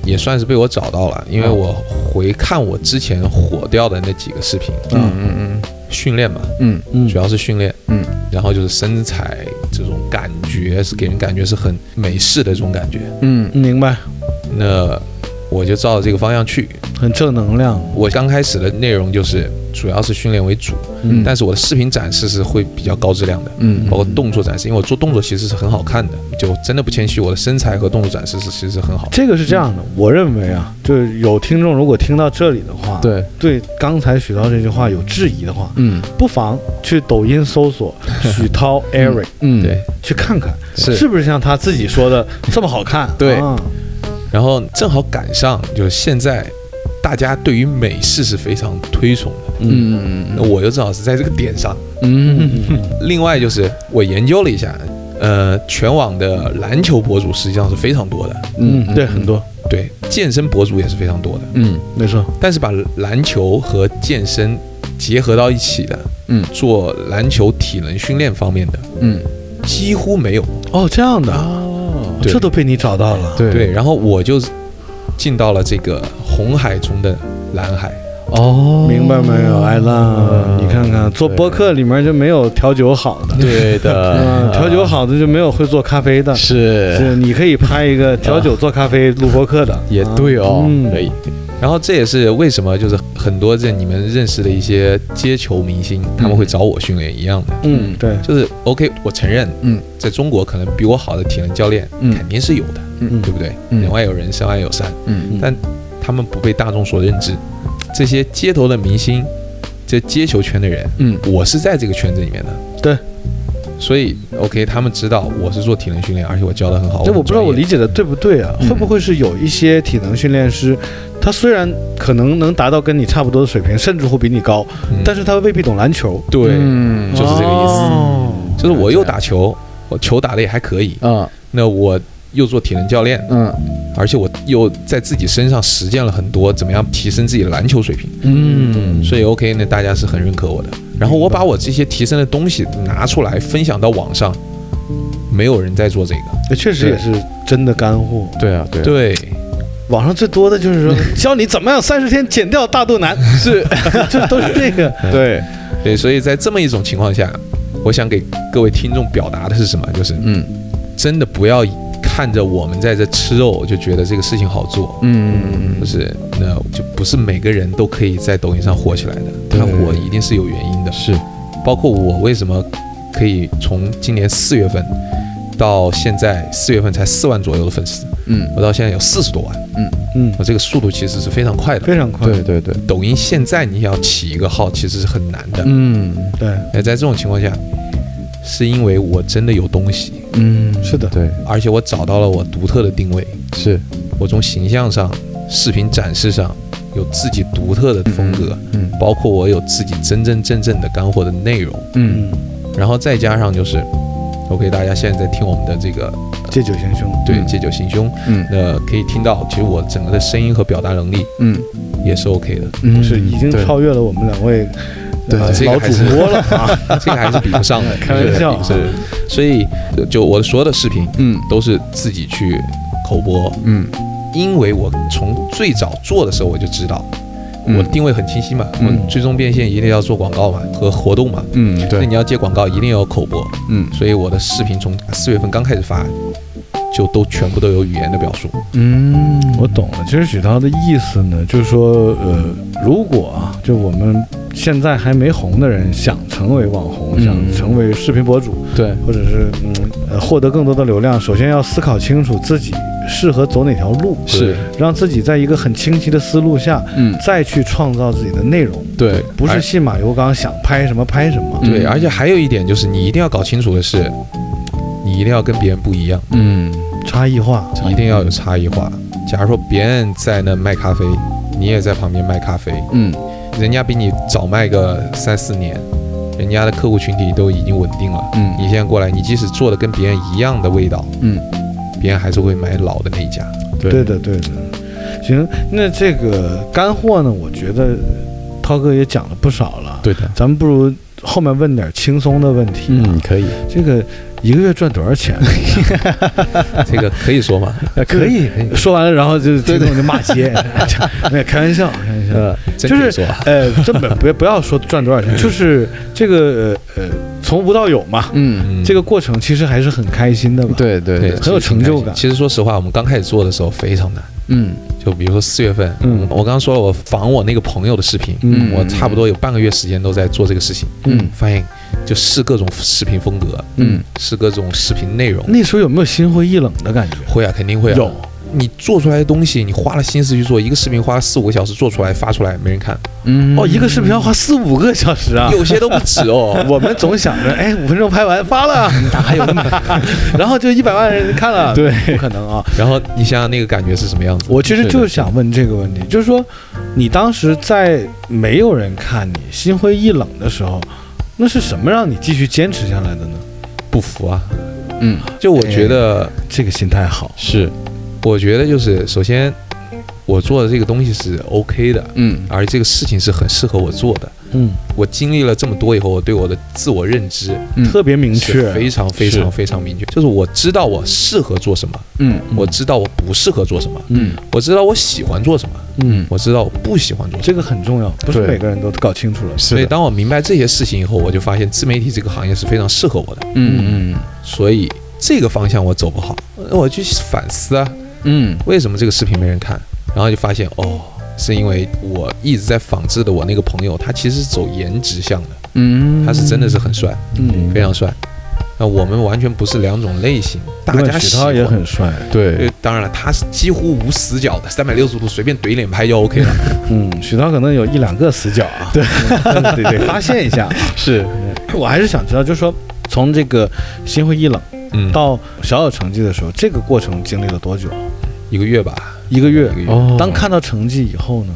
S2: 也算是被我找到了，因为我回看我之前火掉的那几个视频，
S3: 嗯嗯
S2: 训练嘛，
S3: 嗯
S1: 嗯
S2: 主要是训练，
S3: 嗯，
S2: 然后就是身材这种感觉是给人感觉是很美式的这种感觉，
S3: 嗯
S1: 明白，
S2: 那我就照着这个方向去。
S1: 很正能量。
S2: 我刚开始的内容就是主要是训练为主，
S3: 嗯
S2: 但是我的视频展示是会比较高质量的。
S3: 嗯，
S2: 包括动作展示，因为我做动作其实是很好看的，就真的不谦虚，我的身材和动作展示是其实是很好的。
S1: 这个是这样的，
S3: 嗯
S1: 我认为啊，就是有听众如果听到这里的话，
S3: 对，
S1: 对刚才许涛这句话有质疑的话，
S3: 嗯
S1: 不妨去抖音搜索
S3: (laughs)
S1: 许涛 Eric
S3: 嗯
S2: 对，
S1: 去看看，
S2: 是
S1: 是不是像他自己说的这么好看？
S3: 对
S1: 啊
S2: 然后正好赶上，就是现在大家对于美式是非常推崇的，
S1: 嗯
S3: 嗯
S2: 那我又正好是在这个点上。
S3: 嗯
S1: 嗯
S2: 另外就是我研究了一下，呃，全网的篮球博主实际上是非常多的，
S1: 嗯，对，很多，
S2: 对，健身博主也是非常多的，
S3: 嗯
S1: 没错，
S2: 但是把篮球和健身结合到一起的，
S3: 嗯
S2: 做篮球体能训练方面的
S3: 嗯
S2: 几乎没有。
S1: 哦，这样的，
S3: 哦
S2: 对
S1: 这都被你找到了，
S3: 对
S2: 对，然后我就进到了这个红海中的蓝海，
S3: 哦，
S1: 明白没有，艾浪？
S3: 嗯
S1: 你看看，做
S3: 对
S1: 播客里面就没有调酒好的，
S3: 对
S1: 嗯，
S3: 的，
S1: 调酒好的就没有会做咖啡的，
S3: 是
S1: 是，你可以拍一个调酒做咖啡录播客的，
S3: 也对哦，
S1: 嗯
S3: 可以，
S2: 然后这也是为什么就是很多这你们认识的一些街球明星，他们会找我训练一样的，
S1: 嗯，对，
S2: 就是 OK，我承认，
S3: 嗯，
S2: 在中国可能比我好的体能教练
S3: 嗯
S2: 肯定是有的，
S1: 嗯
S2: 对不对？
S3: 嗯
S2: 人外有人，山外有山，
S3: 嗯
S2: 他们不被大众所认知。这些街头的明星，这街球圈的人，
S3: 嗯
S2: 我是在这个圈子里面的，
S1: 对。
S2: 所以，OK，他们知道我是做体能训练，而且我教的很好。
S1: 这
S2: 很
S1: 我不知道
S2: 专业
S1: 我理解的对不对啊？
S3: 嗯
S1: 会不会是有一些体能训练师，他虽然可能能达到跟你差不多的水平，甚至会比你高，
S2: 嗯
S1: 但是他未必懂篮球，
S2: 对，
S3: 嗯
S2: 就是这个意思
S1: 哦
S2: 就是我又打球，我球打的也还可以，
S3: 嗯
S2: 那我又做体能教练，
S3: 嗯
S2: 而且我又在自己身上实践了很多怎么样提升自己的篮球水平，
S3: 嗯
S2: 所以 OK，那大家是很认可我的。然后我把我这些提升的东西拿出来分享到网上，没有人在做这个，
S1: 哎确实也是真的干货。
S3: 对啊对啊
S2: 对，
S1: 网上最多的就是说教你怎么样三十天减掉大肚腩， (laughs) 是，这都是这个。
S3: 对，
S2: 对，所以在这么一种情况下，我想给各位听众表达的是什么？就是
S3: 嗯
S2: 真的不要看着我们在这吃肉就觉得这个事情好做，
S3: 嗯
S2: 就，是那就不是每个人都可以在抖音上火起来的，
S3: 对
S2: 他火一定是有原因的。
S3: 是
S2: 包括我为什么可以从今年四月份到现在四月份才四万左右的粉丝，
S3: 嗯
S2: 我到现在有四十多万，
S1: 嗯，
S2: 我这个速度其实是非常快的。
S1: 非常快。
S3: 对对对，
S2: 抖音现在你想要起一个号其实是很难的，
S3: 嗯
S1: 对，
S2: 那在这种情况下，是因为我真的有东西，
S3: 嗯
S1: 是的
S3: 对
S2: 而且我找到了我独特的定位，
S3: 是
S2: 我从形象上、视频展示上有自己独特的风格，
S3: 嗯
S2: 包括我有自己真真正正的干货的内容，
S3: 嗯
S1: 嗯，
S2: 然后再加上就是，OK，大家现在在听我们的这个
S1: 借酒行凶。
S2: 对
S3: 嗯
S2: 戒酒行凶，
S3: 嗯
S2: 那可以听到，其实我整个的声音和表达能力
S3: 嗯
S2: 也是 OK
S3: (laughs)
S2: 的，
S3: 嗯
S1: 是已经
S3: 对
S1: 超越了我们两位
S3: 对
S1: 呃
S2: 这个
S1: 老
S2: 还
S1: 主
S2: 是
S1: 播 (laughs) 了啊！
S2: 这个还是比不
S3: (laughs)
S2: 上的，
S1: 开玩笑啊
S2: 是，所以呃就我的所有的视频
S3: 嗯
S2: 都是自己去口播，
S3: 嗯
S2: 因为我从最早做的时候我就知道，
S3: 嗯
S2: 我的定位很清晰嘛，
S3: 嗯
S2: 我最终变现一定要做广告嘛和活动嘛，
S3: 嗯
S2: 那
S3: 对
S2: 你要接广告一定要有口播，
S3: 嗯
S2: 所以我的视频从四月份刚开始发，就都全部都有语言的表述，
S3: 嗯
S1: 我懂了，其实许涛的意思呢，就是说，呃，如果啊，就我们现在还没红的人想成为网红，
S3: 嗯
S1: 想成为视频博主，
S3: 对，
S1: 或者是嗯呃获得更多的流量，首先要思考清楚自己适合走哪条路，
S3: 是，
S1: 让自己在一个很清晰的思路下
S3: 嗯，
S1: 再去创造自己的内容，
S3: 对，
S1: 不
S2: 哎
S1: 是信马由缰，想拍什么拍什么。
S2: 对，
S3: 嗯
S2: 而且还有一点就是，你一定要搞清楚的是，你一定要跟别人不一样，
S3: 嗯，
S1: 差异化，
S3: 差异
S2: 一定要有差异化。假如说别人在那卖咖啡，你也在旁边卖咖啡，
S3: 嗯，
S2: 人家比你早卖个三四年，人家的客户群体都已经稳定了。
S3: 嗯，
S2: 你现在过来，你即使做的跟别人一样的味道，
S3: 嗯，
S2: 别人还是会买老的那一家。
S1: (laughs) 对，的，对的。行，那这个干货呢，我觉得涛哥也讲了不少了，
S2: 对的，
S1: 咱们不如后面问点轻松的问题啊。
S3: 嗯，可以，
S1: 这个一个月赚多少钱？
S2: 这个可以
S1: (laughs)
S2: 说吗？
S3: (laughs) 可以，
S1: 说完了，然后就听众就骂街， (laughs) 没有开玩笑，开玩笑。
S3: 呃，
S2: 真
S1: 就
S2: 可
S1: 是
S2: 以说啊。
S1: 呃，这么不不要说赚多少钱，就是这个呃呃，从无到有嘛，
S3: 嗯，
S2: 嗯
S1: 这个过程其实还是很开心的吧？，
S3: 对对
S2: 对
S3: 对，
S1: 很有成就感
S2: 其实说实话，我们刚开始做的时候非常难。
S3: 嗯
S2: 就比如说四月份，
S1: 嗯
S2: 我刚刚说了，我仿我那个朋友的视频，
S1: 嗯
S2: 我差不多有半个月时间都在做这个事情，
S3: 嗯
S2: 发现就试各种视频风格，
S3: 嗯，
S2: 试各种视频内容，
S1: 那时候有没有心灰意冷的感觉？
S2: 会啊，肯定会啊。
S1: 有，
S2: 你做出来的东西，你花了心思去做，一个视频花了四五个小时做出来，发出来没人看，
S3: 嗯，
S1: 哦，一个视频要花四五个小时啊！
S2: 有些都不止哦。
S1: (laughs) 我们总想着，哎，五分钟拍完发了，还有那么， (laughs) 然后就一百万人看了，
S3: 对
S1: 不可能啊！
S2: 然后你想想那个感觉是什么样子？
S1: 我其实就是想问这个问题，就是说，你当时在没有人看你心灰意冷的时候，那是什么让你继续坚持下来的呢？
S2: 不服啊！
S3: 嗯
S2: 就我觉得，
S1: 这个心态好，
S3: 是，
S2: 我觉得就是首先，我做的这个东西是 OK 的，
S3: 嗯
S2: 而这个事情是很适合我做的。
S1: 嗯，
S2: 我经历了这么多以后，我对我的自我认知
S3: 嗯
S1: 特别明
S2: 是
S1: 确，
S2: 非常非常非常明确，就是我知道我适合做什么，
S3: 嗯
S2: 我知道我不适合做什么，
S3: 嗯
S2: 我知道我喜欢做什么，
S3: 嗯，
S2: 我知道我不喜欢做什
S1: 这个
S2: 么。
S1: 很重要，不是
S3: 对
S1: 每个人都搞清楚了。
S3: 是
S2: 所以
S3: 的，
S2: 当我明白这些事情以后，我就发现自媒体这个行业是非常适合我的，
S3: 嗯嗯
S2: 所以这个方向我走不好，那我去反思啊，
S3: 嗯
S2: 为什么这个视频没人看？然后就发现哦，是因为我一直在仿制的我那个朋友，他其实是走颜值向的，
S3: 嗯，
S2: 他是真的是很帅。
S1: 嗯，
S2: 非常帅。那我们完全不是两种类型，大家
S1: 许
S2: 喜
S1: 涛
S2: 欢
S1: 也很帅，
S3: 对
S2: 对，当然了，他是几乎无死角的，三百六十度随便怼脸拍就 OK 了。
S1: 嗯，许涛可能有一两个死角 (laughs) 啊，对，得得发现一下。
S3: 是，
S1: 我还是想知道，就是说，从这个心灰意冷
S2: 嗯，
S1: 到小有成绩的时候，这个过程经历了多久？
S2: 一个月吧，
S1: 一个月
S2: 一。个月。
S3: 哦，
S1: 当看到成绩以后呢？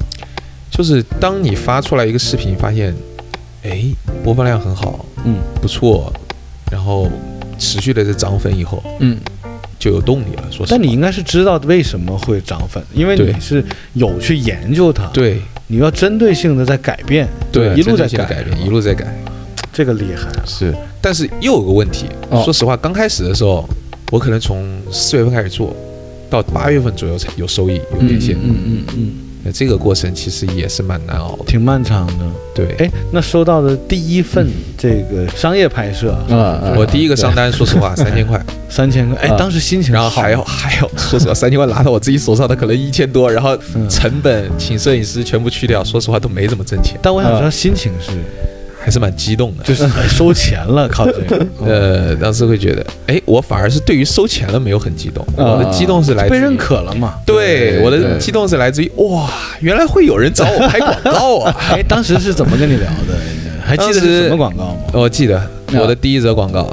S2: 就是当你发出来一个视频，发现，哎，播放量很好，
S1: 嗯，
S2: 不错，然后持续的在涨粉以后，
S3: 嗯
S2: 就有动力了。说实话，
S1: 但你应该是知道为什么会涨粉，因为
S2: 对
S1: 你是有去研究它，
S2: 对
S1: 你要针对性的在改变，
S2: 对，
S1: 一路在
S2: 针对性地改变，一路在改。
S1: 这个厉害啊，
S3: 是
S2: 但是又有个问题，
S3: 哦
S2: 说实话，刚开始的时候，我可能从四月份开始做，到八月份左右才有收益、有变现。
S3: 嗯嗯
S1: 嗯，
S2: 那这个过程其实也是蛮难熬的。
S1: 挺漫长的。
S2: 对，
S1: 哎，那收到的第一份
S2: 嗯
S1: 这个商业拍摄啊
S3: 嗯啊，
S2: 我第一个商单，说实话，三千块，
S1: 三千块，哎，
S3: 啊
S1: 当时心情
S2: 嗯然后
S1: 好
S2: 还有还有，说实话，三千块拿到我自己手上的可能一千多，然后
S1: 嗯
S2: 成本请摄影师全部去掉，说实话都没怎么挣钱，
S1: 但我想知道心情是，
S2: 还是蛮激动的。
S1: 就是哎收钱了，靠这
S2: (laughs)
S1: 个，
S2: 呃，当时会觉得，哎，我反而是对于收钱了没有很激动，
S3: 啊
S2: 我的激动是来自
S1: 被
S2: 于
S1: 认可了嘛？
S2: 对，
S3: 对
S2: 我的
S3: 对
S2: 激动是来自于哇，原来会有人找我拍广告啊！
S3: (laughs)
S1: 哎， (laughs) 当时是怎么跟你聊的？还记得是什么广告吗？
S2: 哦我记得我的第一则广告，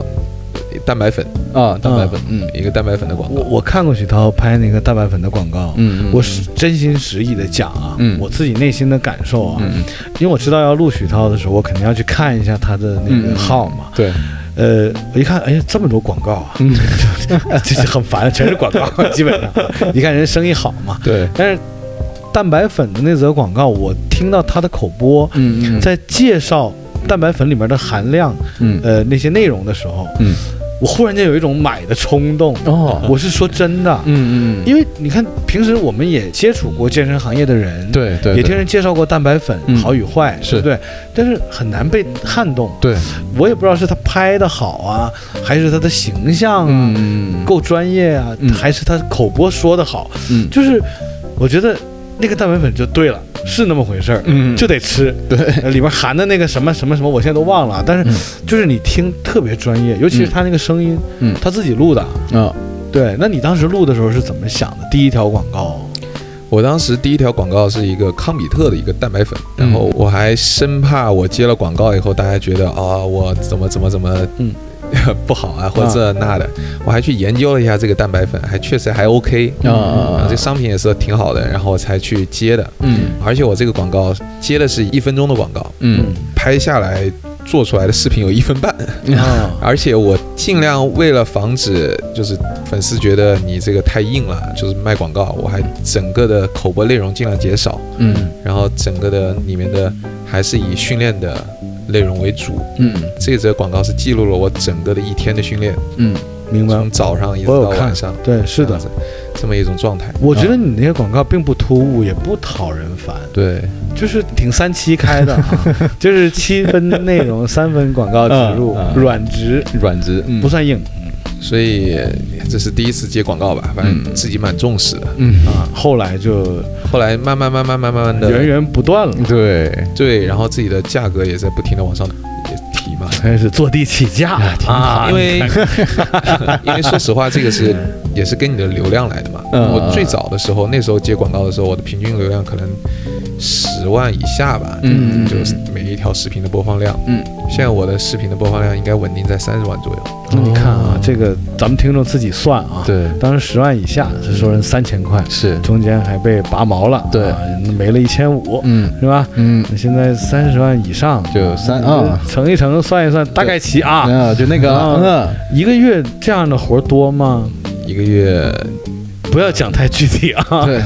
S2: 蛋白粉，
S3: 啊，蛋白粉，嗯
S2: 一个蛋白粉的广
S1: 我
S2: 告。
S1: 我看过许涛拍那个蛋白粉的广告，
S3: 嗯，
S1: 我是真心实意的讲啊，
S3: 嗯
S1: 我自己内心的感受啊，
S3: 嗯
S1: 因为我知道要录许涛的时候，我肯定要去看一下他的那个号嘛。
S3: 对，
S1: 呃，我一看，哎呀，这么多广告啊， (laughs)
S3: 嗯
S1: 就是很烦，全是广 (laughs) 告，基本上。一看人生意好嘛，
S3: 对，
S1: 但是蛋白粉的那则广告，我听到他的口播
S3: 嗯嗯
S1: 在介绍蛋白粉里面的含量，
S3: 嗯
S1: 呃，那些内容的时候，
S3: 嗯
S1: 我忽然间有一种买的冲动。
S3: 哦，
S1: 我是说真的，
S3: 嗯嗯，
S1: 因为你看，平时我们也接触过健身行业的人，，
S3: 对对，
S1: 也听人介绍过蛋白粉
S3: 嗯
S1: 好与坏，对
S3: 是
S1: 不对？但是很难被撼动。
S3: 对，
S1: 我也不知道是他拍的好啊，还是他的形象啊、
S3: 嗯
S1: 够专业啊，
S3: 嗯
S1: 还是他口播说的好，
S3: 嗯
S1: 就是我觉得那个蛋白粉就对了，是那么回事儿，
S3: 嗯
S1: 就得吃。
S3: 对
S1: 呃，里边含的那个什么什么什么，我现在都忘了，啊但是
S3: 嗯
S1: 就是你听特别专业，尤其是
S3: 嗯
S1: 他那个声音，
S3: 嗯
S1: 他自己录的。
S3: 啊，
S1: 对，那你当时录的时候是怎么想的？第一条广告，
S2: 我当时第一条广告是一个康比特的一个蛋白粉，
S3: 嗯
S2: 然后我还生怕我接了广告以后，大家觉得啊、我怎么怎么怎么，
S1: 嗯
S2: (laughs) 不好啊，或者这那的，我还去研究了一下这个蛋白粉，还确实还 OK
S3: 啊啊啊
S2: 这商品也是挺好的，然后我才去接的。
S3: 嗯
S2: 而且我这个广告接的是一分钟的广告，
S3: 嗯
S2: 拍下来做出来的视频有一分 (laughs) 半，
S3: 嗯 (laughs)
S1: 啊，
S2: 而且我尽量为了防止就是粉丝觉得你这个太硬了，就是卖广告，我还整个的口播内容尽量减少，
S3: 嗯
S2: 然后整个的里面的还是以训练的内容为主。
S3: 嗯
S2: 这则广告是记录了我整个的一天的训练，
S3: 嗯
S1: 明白
S2: 从。早上一直
S1: 我有
S2: 到
S1: 看
S2: 晚上，，
S1: 对，是
S2: 这
S1: 的
S2: 样，子，这么一种状态。
S1: 我觉
S3: 嗯
S1: 得你那些广告并不突兀，也不讨人烦，
S2: 对，
S1: 就是挺三七开的啊，
S3: (laughs)
S1: 就是七分内容，三分广告植入
S3: 嗯，嗯嗯
S1: 软植
S3: 软质
S1: 不算硬
S2: 所以哎这是第一次接广告吧，反正
S3: 嗯
S2: 自己蛮重视的。
S3: 嗯
S1: 啊。后来就
S2: 后来慢慢慢慢慢慢慢的，
S1: 源源不断了，
S3: 对
S2: 对，然后自己的价格也在不停的往上也提嘛，
S1: 开始坐地起价
S3: 哎
S1: 了啊
S2: 因为 (laughs) 因为说实话，这个是
S3: (laughs)
S2: 也是跟你的流量来的嘛。
S3: 嗯
S2: 我最早的时候，那时候接广告的时候，我的平均流量可能十万以下吧，
S3: 嗯嗯
S2: 就是每一条视频的播放量。
S3: 嗯，
S2: 现在我的视频的播放量应该稳定在三十万左右。
S1: 那你看啊
S3: 哦，
S1: 这个咱们听众自己算啊，，
S3: 对
S1: 当时十万以下是收人三千块，
S3: 是
S1: 中间还被拔毛了，
S3: 对
S1: 啊，没了一千五，
S3: 嗯
S1: 是吧？
S3: 嗯
S1: 那现在三十万以上，
S3: 就三啊
S1: 乘一乘算一算，大概齐啊，
S3: 啊就那个啊
S1: 一个月这样的活儿多吗？
S2: 一个月，
S1: 不要讲太具体啊，
S3: 对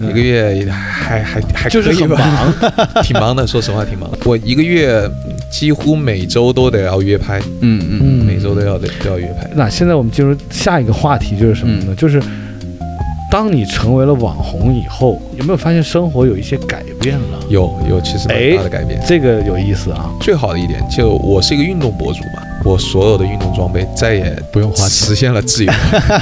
S3: 嗯
S2: 一个月也还还还
S1: 就是
S2: 可以
S1: 很
S2: 吧，
S1: 忙，
S2: (laughs) 挺忙的。说实话，挺忙的。我一个月几乎每周都得要约拍，
S3: 嗯嗯
S1: 嗯
S2: 每周都要得都要约拍。
S1: 那现在我们进入下一个话题就是什么呢？就是当你成为了网红以后，有没有发现生活有一些改变了？
S2: 有有，其实
S3: 哎
S2: 蛮大的改变。
S1: 这个有意思啊，
S2: 最好的一点，就我是一个运动博主嘛，我所有的运动装备再也
S3: 不用花钱
S2: 实现了
S3: (laughs)
S2: 自由，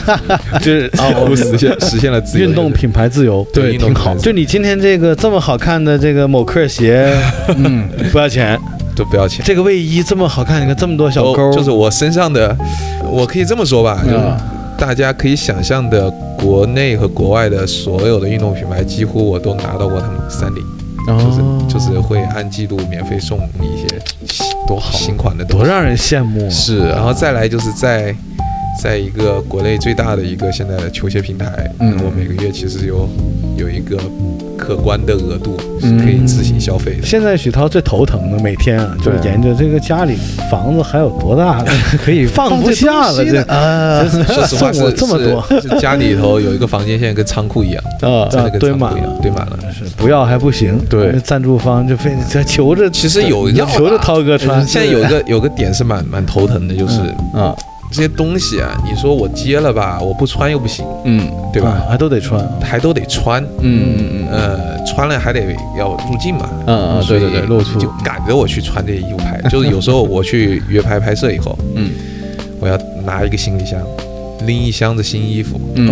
S1: (laughs) 就是啊，我
S2: 我实现实现了自由。
S1: 运动品牌自由，
S2: 对
S3: 挺好
S1: 就你今天这个这么好看的这个某克鞋
S3: 嗯
S1: 不要钱，
S2: 都不要钱，
S1: 这个卫衣这么好看，你看这么多小
S2: 都
S1: 钩，
S2: 哦就是我身上的，我可以这么说吧，就是
S3: 啊
S2: 大家可以想象的，国内和国外的所有的运动品牌，几乎我都拿到过他们三菱，
S3: 哦
S1: 哦
S2: 就是就是会按季度免费送你一些
S3: 多好啊
S2: 新款的东
S1: 多
S2: 西。
S1: 让人羡慕啊！
S3: 是
S2: 然后再来就是在在一个国内最大的一个现在的球鞋平台，
S3: 嗯
S2: 我每个月其实有有一个可观的额度是
S3: 嗯
S2: 可以自行消费
S1: (laughs)
S2: 的。
S1: 现在许涛最头疼的每天啊，就是
S3: 对
S1: 研究这个家里房子还有多大的，
S3: 可以
S1: 放不下了这
S3: 啊
S1: 真是
S2: 说实
S1: (laughs)
S2: 话
S1: 送我
S2: 是
S1: 这么多，
S2: 是是家里头有一个房间，现在跟仓库
S1: (laughs)
S2: 一样，
S3: 啊
S2: 真的跟
S1: 堆
S2: 仓
S1: 满
S2: 库一样，堆满了。
S1: 是不要还不行。
S3: 对
S1: 那赞助方就非 (laughs) 得求着，
S2: 其实有一
S1: 你
S2: 个
S1: 求着涛哥穿，嗯
S2: 现在有一
S1: (laughs)
S2: 个有个点是蛮蛮头疼的，就是
S3: 啊
S2: 这些东西啊，你说我接了吧，我不穿又不行，
S3: 嗯
S2: 对
S1: 啊
S2: 吧？
S1: 还都得穿啊。
S2: 还都得穿，
S3: 嗯嗯嗯
S2: 呃，穿了还得要入境嘛，
S3: 嗯嗯
S2: 所
S3: 对
S2: 以
S3: 对对露出
S2: 呃就赶着我去穿这些衣服拍。就是有时候我去约拍拍摄以后，
S3: 嗯
S2: 我要拿一个行李箱，拎一箱子新衣服，
S3: 嗯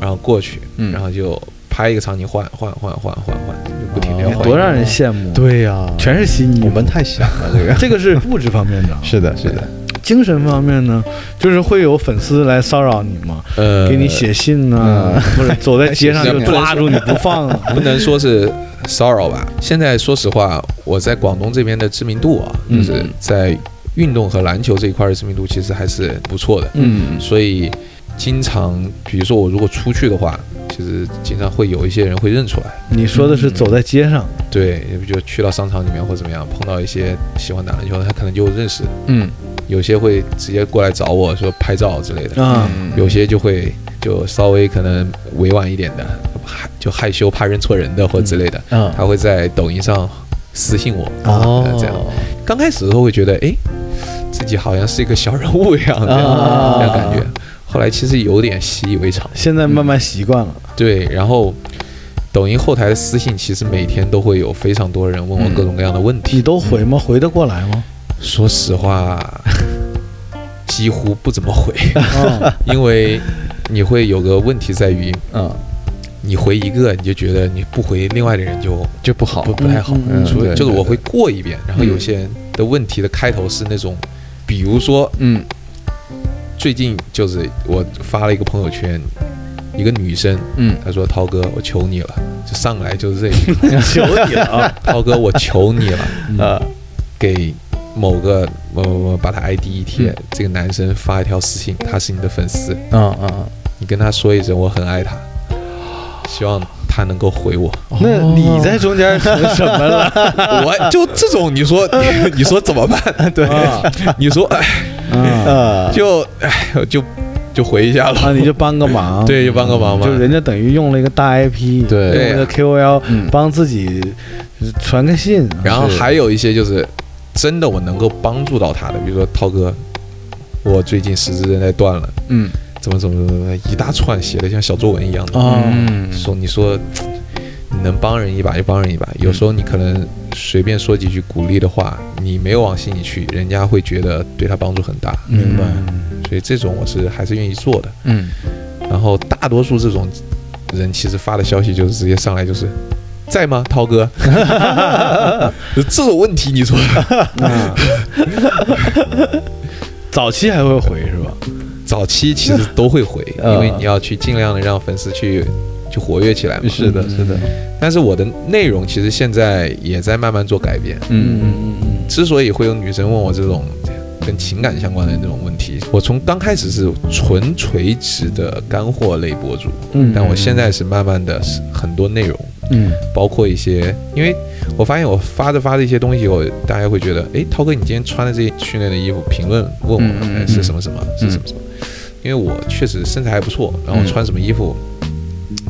S2: 然后过去，
S3: 嗯
S2: 然后就拍一个场景换换换换换换，就不停的要
S3: 哦
S2: 换衣服。
S1: 多让人羡慕。，
S3: 对呀
S1: 全是新衣
S3: 我
S1: 服。
S3: 们太想了 (laughs)
S1: 这
S3: 这个
S1: 个 (laughs) 是物质方面的啊，
S3: 是的是的
S1: 精神方面呢，就是会有粉丝来骚扰你吗？
S2: 呃，
S1: 给你写信呐、或者走在街上就抓住你不放啊。
S2: 不能说是骚扰吧。现在说实话，我在广东这边的知名度啊，
S3: 嗯
S2: 就是在运动和篮球这一块的知名度其实还是不错的。
S3: 嗯
S2: 所以经常，比如说我如果出去的话，其实经常会有一些人会认出来。
S1: 你说的是走在街上，
S2: 对，就去到商场里面或怎么样，碰到一些喜欢打篮球的，他可能就认识。
S3: 嗯
S2: 有些会直接过来找我说拍照之类
S3: 嗯
S2: 的，
S1: 啊，
S2: 有些就会就稍微可能委婉一点的，害就害羞怕认错人的或之类的，
S3: 啊
S2: 他会在抖音上私信我。呃
S3: 哦
S2: 这样刚开始的时候会觉得，哎，自己好像是一个小人物一样这样
S3: 啊
S2: 这样感觉，后来其实有点习以为常。
S1: 现在慢慢习惯了。
S2: 对，然后抖音后台的私信，其实每天都会有非常多人问我
S3: 嗯
S2: 各种各样的问题。
S1: 你都回吗？回得过来吗？
S2: 说实话， (laughs) 几乎不怎么回， (laughs)
S1: 啊，
S2: 因为你会有个问题在于，
S3: 嗯
S2: 你回一个你就觉得你不回另外的人就
S3: 就不好
S2: 不。不太好
S1: 嗯，嗯嗯
S2: 所以
S3: 对
S2: 就是
S3: 对
S2: 我会过一遍，然后有些人的问题的开头是那种，比如说
S3: 嗯
S2: 最近就是我发了一个朋友圈，一个女生
S3: 嗯，
S2: 她说涛哥我求你了，就上来就是这个
S1: (laughs) 求你了啊！
S2: 涛哥我求你了，
S3: 呃，
S2: 给某个我我把他 ID 贴，
S1: 嗯
S2: 这个男生发一条私信，他是你的粉丝，
S3: 嗯嗯，
S2: 你跟他说一声我很爱他，希望他能够
S1: (laughs)
S2: 回我。
S3: 嗯
S1: 那你在中间成
S3: (laughs)
S1: 什么了？
S2: 我就这种，你说 (laughs) 你你说
S1: (laughs)
S2: 怎么办？对，你说哎，
S1: 啊
S3: 呃，
S2: 就哎就就回一下了，
S1: 啊，你就帮个忙，
S2: 对，就帮个忙嘛
S1: 就。人家等于用了一个大 IP，
S3: (laughs) 对
S1: 用了个 KOL
S3: 嗯
S1: 帮自己传个信，啊
S2: 然后
S3: 是
S2: 还有一些就是真的我能够帮助到他的，比如说涛哥，我最近十字韧带断了，
S3: 嗯
S2: 怎么怎么怎么怎么，一大串写的像小作文一样的。
S1: 啊
S3: 嗯，
S2: 说你说你能帮人一把就帮人一把，有时候你可能随便说几句鼓励的话，你没有往心里去，人家会觉得对他帮助很大，
S1: 明白
S2: 所以这种我是还是愿意做的。
S3: 嗯，
S2: 然后大多数这种人其实发的消息就是直接上来就是。在吗，
S3: (laughs)
S2: 涛哥？ (laughs) 这种问题你说，
S1: 啊早期还会回是吧？
S2: 早期其实都会回，
S3: 呃
S2: 因为你要去尽量的让粉丝去去活跃起来嘛。
S3: 是的，是的，
S2: 但是我的内容其实现在也在慢慢做改变，
S3: 嗯嗯
S1: 嗯嗯
S2: 之所以会有女生问我这种跟情感相关的这种问题，我从刚开始是纯垂直的干货类博主，
S1: 嗯
S2: 但我现在是慢慢的很多内容，
S1: 嗯
S2: 包括一些，因为我发现我发着发着一些东西以后，大家会觉得，诶，涛哥，你今天穿的这训练的衣服，评论
S3: 嗯
S2: 问我
S3: 嗯
S2: 哎
S3: 嗯
S2: 是什么什么，是什么什么，因为我确实身材还不错，然后我穿什么衣服，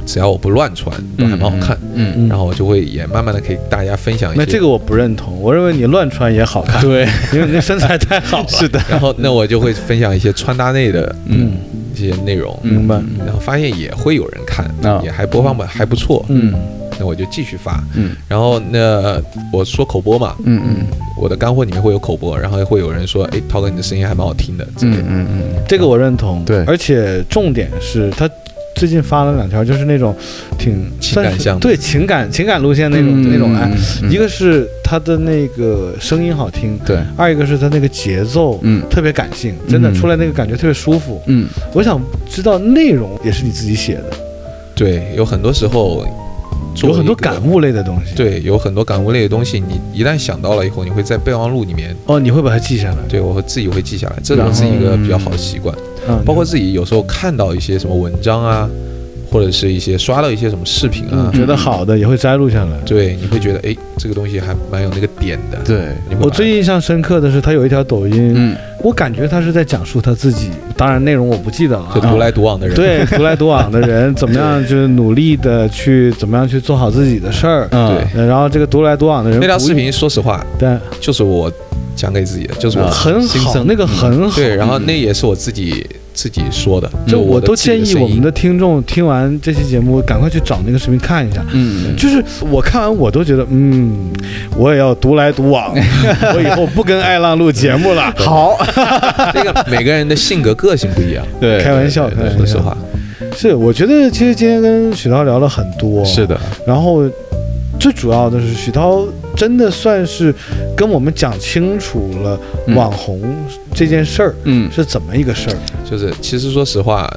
S2: 只要我不乱穿，都还蛮好看，，
S3: 嗯，
S2: 然后我就会也慢慢的给大家分享一些。
S1: 那这个我不认同，我认为你乱穿也好看，
S3: 对，
S1: (laughs) 因为你这身材太好了。
S3: 是的，
S2: 然
S3: (laughs)
S2: 后那我就会分享一些穿搭内的
S1: 嗯，
S2: 一些内容，
S1: 明白。
S2: 然后发现也会有人看，
S3: 嗯啊
S2: 也还播放吧还不错，
S1: 嗯
S2: 那我就继续发。
S3: 嗯
S2: 然后那我说口播嘛，
S3: 嗯嗯
S2: 我的干货里面会有口播，然后会有人说，哎，涛哥你的声音还蛮好听的之类
S3: 嗯
S2: 的。
S3: 嗯
S1: 这个我认同。
S3: 对
S1: 而且重点是他最近发了两条，就是那种挺
S2: 情感
S1: 算是
S2: 向的
S1: 对情感情感路线那种、
S3: 嗯
S1: 那种哎。一个是他的那个声音好听，
S3: 对，
S1: 二一个是他那个节奏，
S3: 嗯
S1: 特别感性，真的
S3: 嗯
S1: 出来那个感觉特别舒服。
S3: 嗯
S1: 我想知道内容也是你自己写的，
S2: 对，有很多时候做
S1: 有很多
S2: 一个
S1: 感，悟类的东西。，
S2: 对，有很多感悟类的东西，你一旦想到了以后，你会在备忘录里面，
S1: 哦，你会把它记下来，
S2: 对我会自己会记下来，这
S1: 然
S2: 种
S1: 后
S2: 是一个比较好的习惯。
S1: 嗯，
S2: 包括自己有时候看到一些什么文章啊，或者是一些刷到一些什么视频啊，
S1: 嗯，觉得好的也会摘录下来。
S2: 对，你会觉得哎，这个东西还蛮有那个点的。，
S3: 对，
S2: 你会
S1: 我
S2: 把
S1: 最印象深刻的是，他有一条抖音，
S3: 嗯
S1: 我感觉他是在讲述他自己，当然内容我不记得了、
S2: 就独
S1: 啊。
S2: 来独往的人，
S1: 对，独来独往的人怎么样，就是努力的去怎么样去做好自己的事儿。
S3: 嗯
S1: 呃然后这个独来独往的人
S2: 那条
S1: 不
S2: 视频，说实话，
S1: 对，
S2: 就是我讲给自己的，就是我、
S3: 啊
S1: 很
S3: 心
S1: 好，
S3: 声
S1: 那个很好。
S2: (laughs) 嗯对，然后那也是我自己自己说的，
S1: 就
S2: 就
S1: 嗯我都
S2: 自己
S1: 建议
S2: 声
S1: 我们
S2: 音
S1: 的听众听完这期节目，赶快去找那个视频看一下。
S3: 嗯，
S1: 就是我看完我都觉得，嗯，我也要独来独往，我以后不跟艾浪录节目了。
S3: 好，
S2: 那个 (laughs) 每个人的性格个性不一样，
S3: 对，
S1: 开玩 (laughs) 笑，
S2: 对
S1: 开玩笑
S2: 说实话，
S1: 是，我觉得其实今天跟许涛聊了很多，
S3: 是的，
S1: 然后最主要的是，许涛真的算是跟我们讲清楚了
S3: 嗯
S1: 网红这件事儿
S3: 嗯
S1: 是怎么一个事儿。
S2: 就是其实说实话，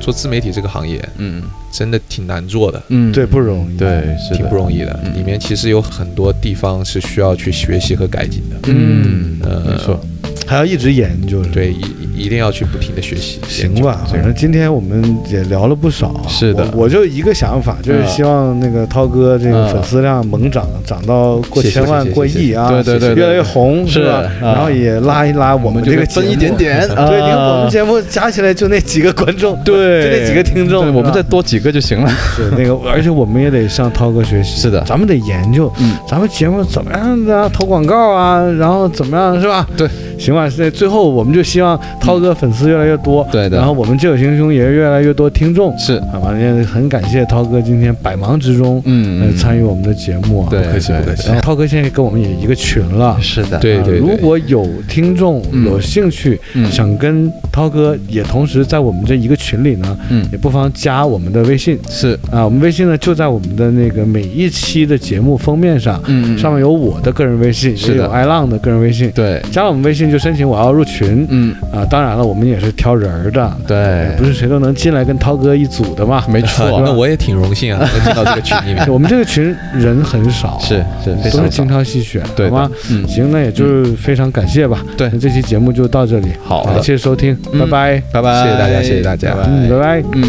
S2: 做自媒体这个行业
S3: 嗯
S2: 真的挺难做的，
S3: 嗯，
S1: 对，不容易。，
S3: 对，是
S2: 挺
S3: 的
S2: 不，容易的，
S3: 嗯
S2: 里面其实有很多地方是需要去学习和改进的。
S3: 嗯，没错，
S1: 还要一直研究。是吧，
S2: 对，一一一定要去不停的学习。啊
S1: 行吧，
S2: 这
S1: 反正今天我们也聊了不少。
S3: 是的
S1: 我我就一个想法，就是
S3: 嗯
S1: 希望那个涛哥这个
S3: 嗯
S1: 粉丝量猛涨，涨到过
S2: 谢谢
S1: 千万、
S2: 谢谢
S1: 过
S2: 谢谢
S1: 亿啊，
S3: 对对对对
S1: 越来越红
S3: 是
S1: 吧？
S3: 嗯
S1: 然后也拉一拉我们这个
S3: 分
S1: 节
S3: 一
S1: 目
S3: 点。点，
S1: 对，你看我们节目加起来就那几个观众，
S3: 啊对，
S1: 就那几个听众，
S3: 对
S1: 是吧
S3: 我们再多几个就行了。
S1: 是那个，而且我们也得向涛哥学习。
S3: 是的
S1: 咱们得研究，
S3: 嗯
S1: 啊咱们节目怎么样的投广告啊，然后怎么样是吧？
S3: 对，
S1: 行吧，在最后我们就希望涛哥粉丝越来越多，
S3: 对的
S1: 然后我们旧友行兄也越来越多听众，
S3: 是，
S1: 好吧，也很感谢涛哥今天百忙之中
S3: 嗯，
S1: 来
S3: 嗯
S1: 参与我们的节目啊，
S3: 对，
S2: 不客气
S3: 对
S2: 不客气
S1: 然后涛哥现在跟我们也一个群了。
S3: 是的，
S2: 对
S1: 啊如果有听众
S3: 嗯
S1: 有兴趣，
S3: 嗯
S1: 想跟涛哥也同时在我们这一个群里呢，
S3: 嗯
S1: 也不妨加我们的微信
S3: 是，
S1: 啊，我们微信呢就在我们的那个每一期的节目封面上，
S3: 嗯
S1: 上面有我的个人微信，
S3: 是的
S1: 也有艾浪的个人微信。
S3: 对，
S1: 加了我们微信就申请我要入群
S3: 嗯
S1: 啊，当然了，我们也是挑人儿的，
S3: 对
S1: 不，是谁都能进来跟涛哥一组的嘛。
S3: 没
S2: 啊
S3: 错，
S2: 那我也挺荣幸啊，能进到这个群里面。
S1: (laughs) 我们这个群人很少，
S3: 是是非
S1: 都是
S3: 常
S1: 精
S3: 少，
S1: 挑细选，
S3: 对
S1: 好吗
S3: 的？，嗯，
S1: 行，那也就是非常感谢吧。
S3: 对
S1: 那这期节目就到这里，
S3: 好
S1: 感
S3: 的，
S1: 谢收听，
S3: 嗯
S1: 拜拜，
S3: 拜拜，
S2: 谢谢大家谢谢大家
S1: 嗯，拜拜。
S3: 嗯。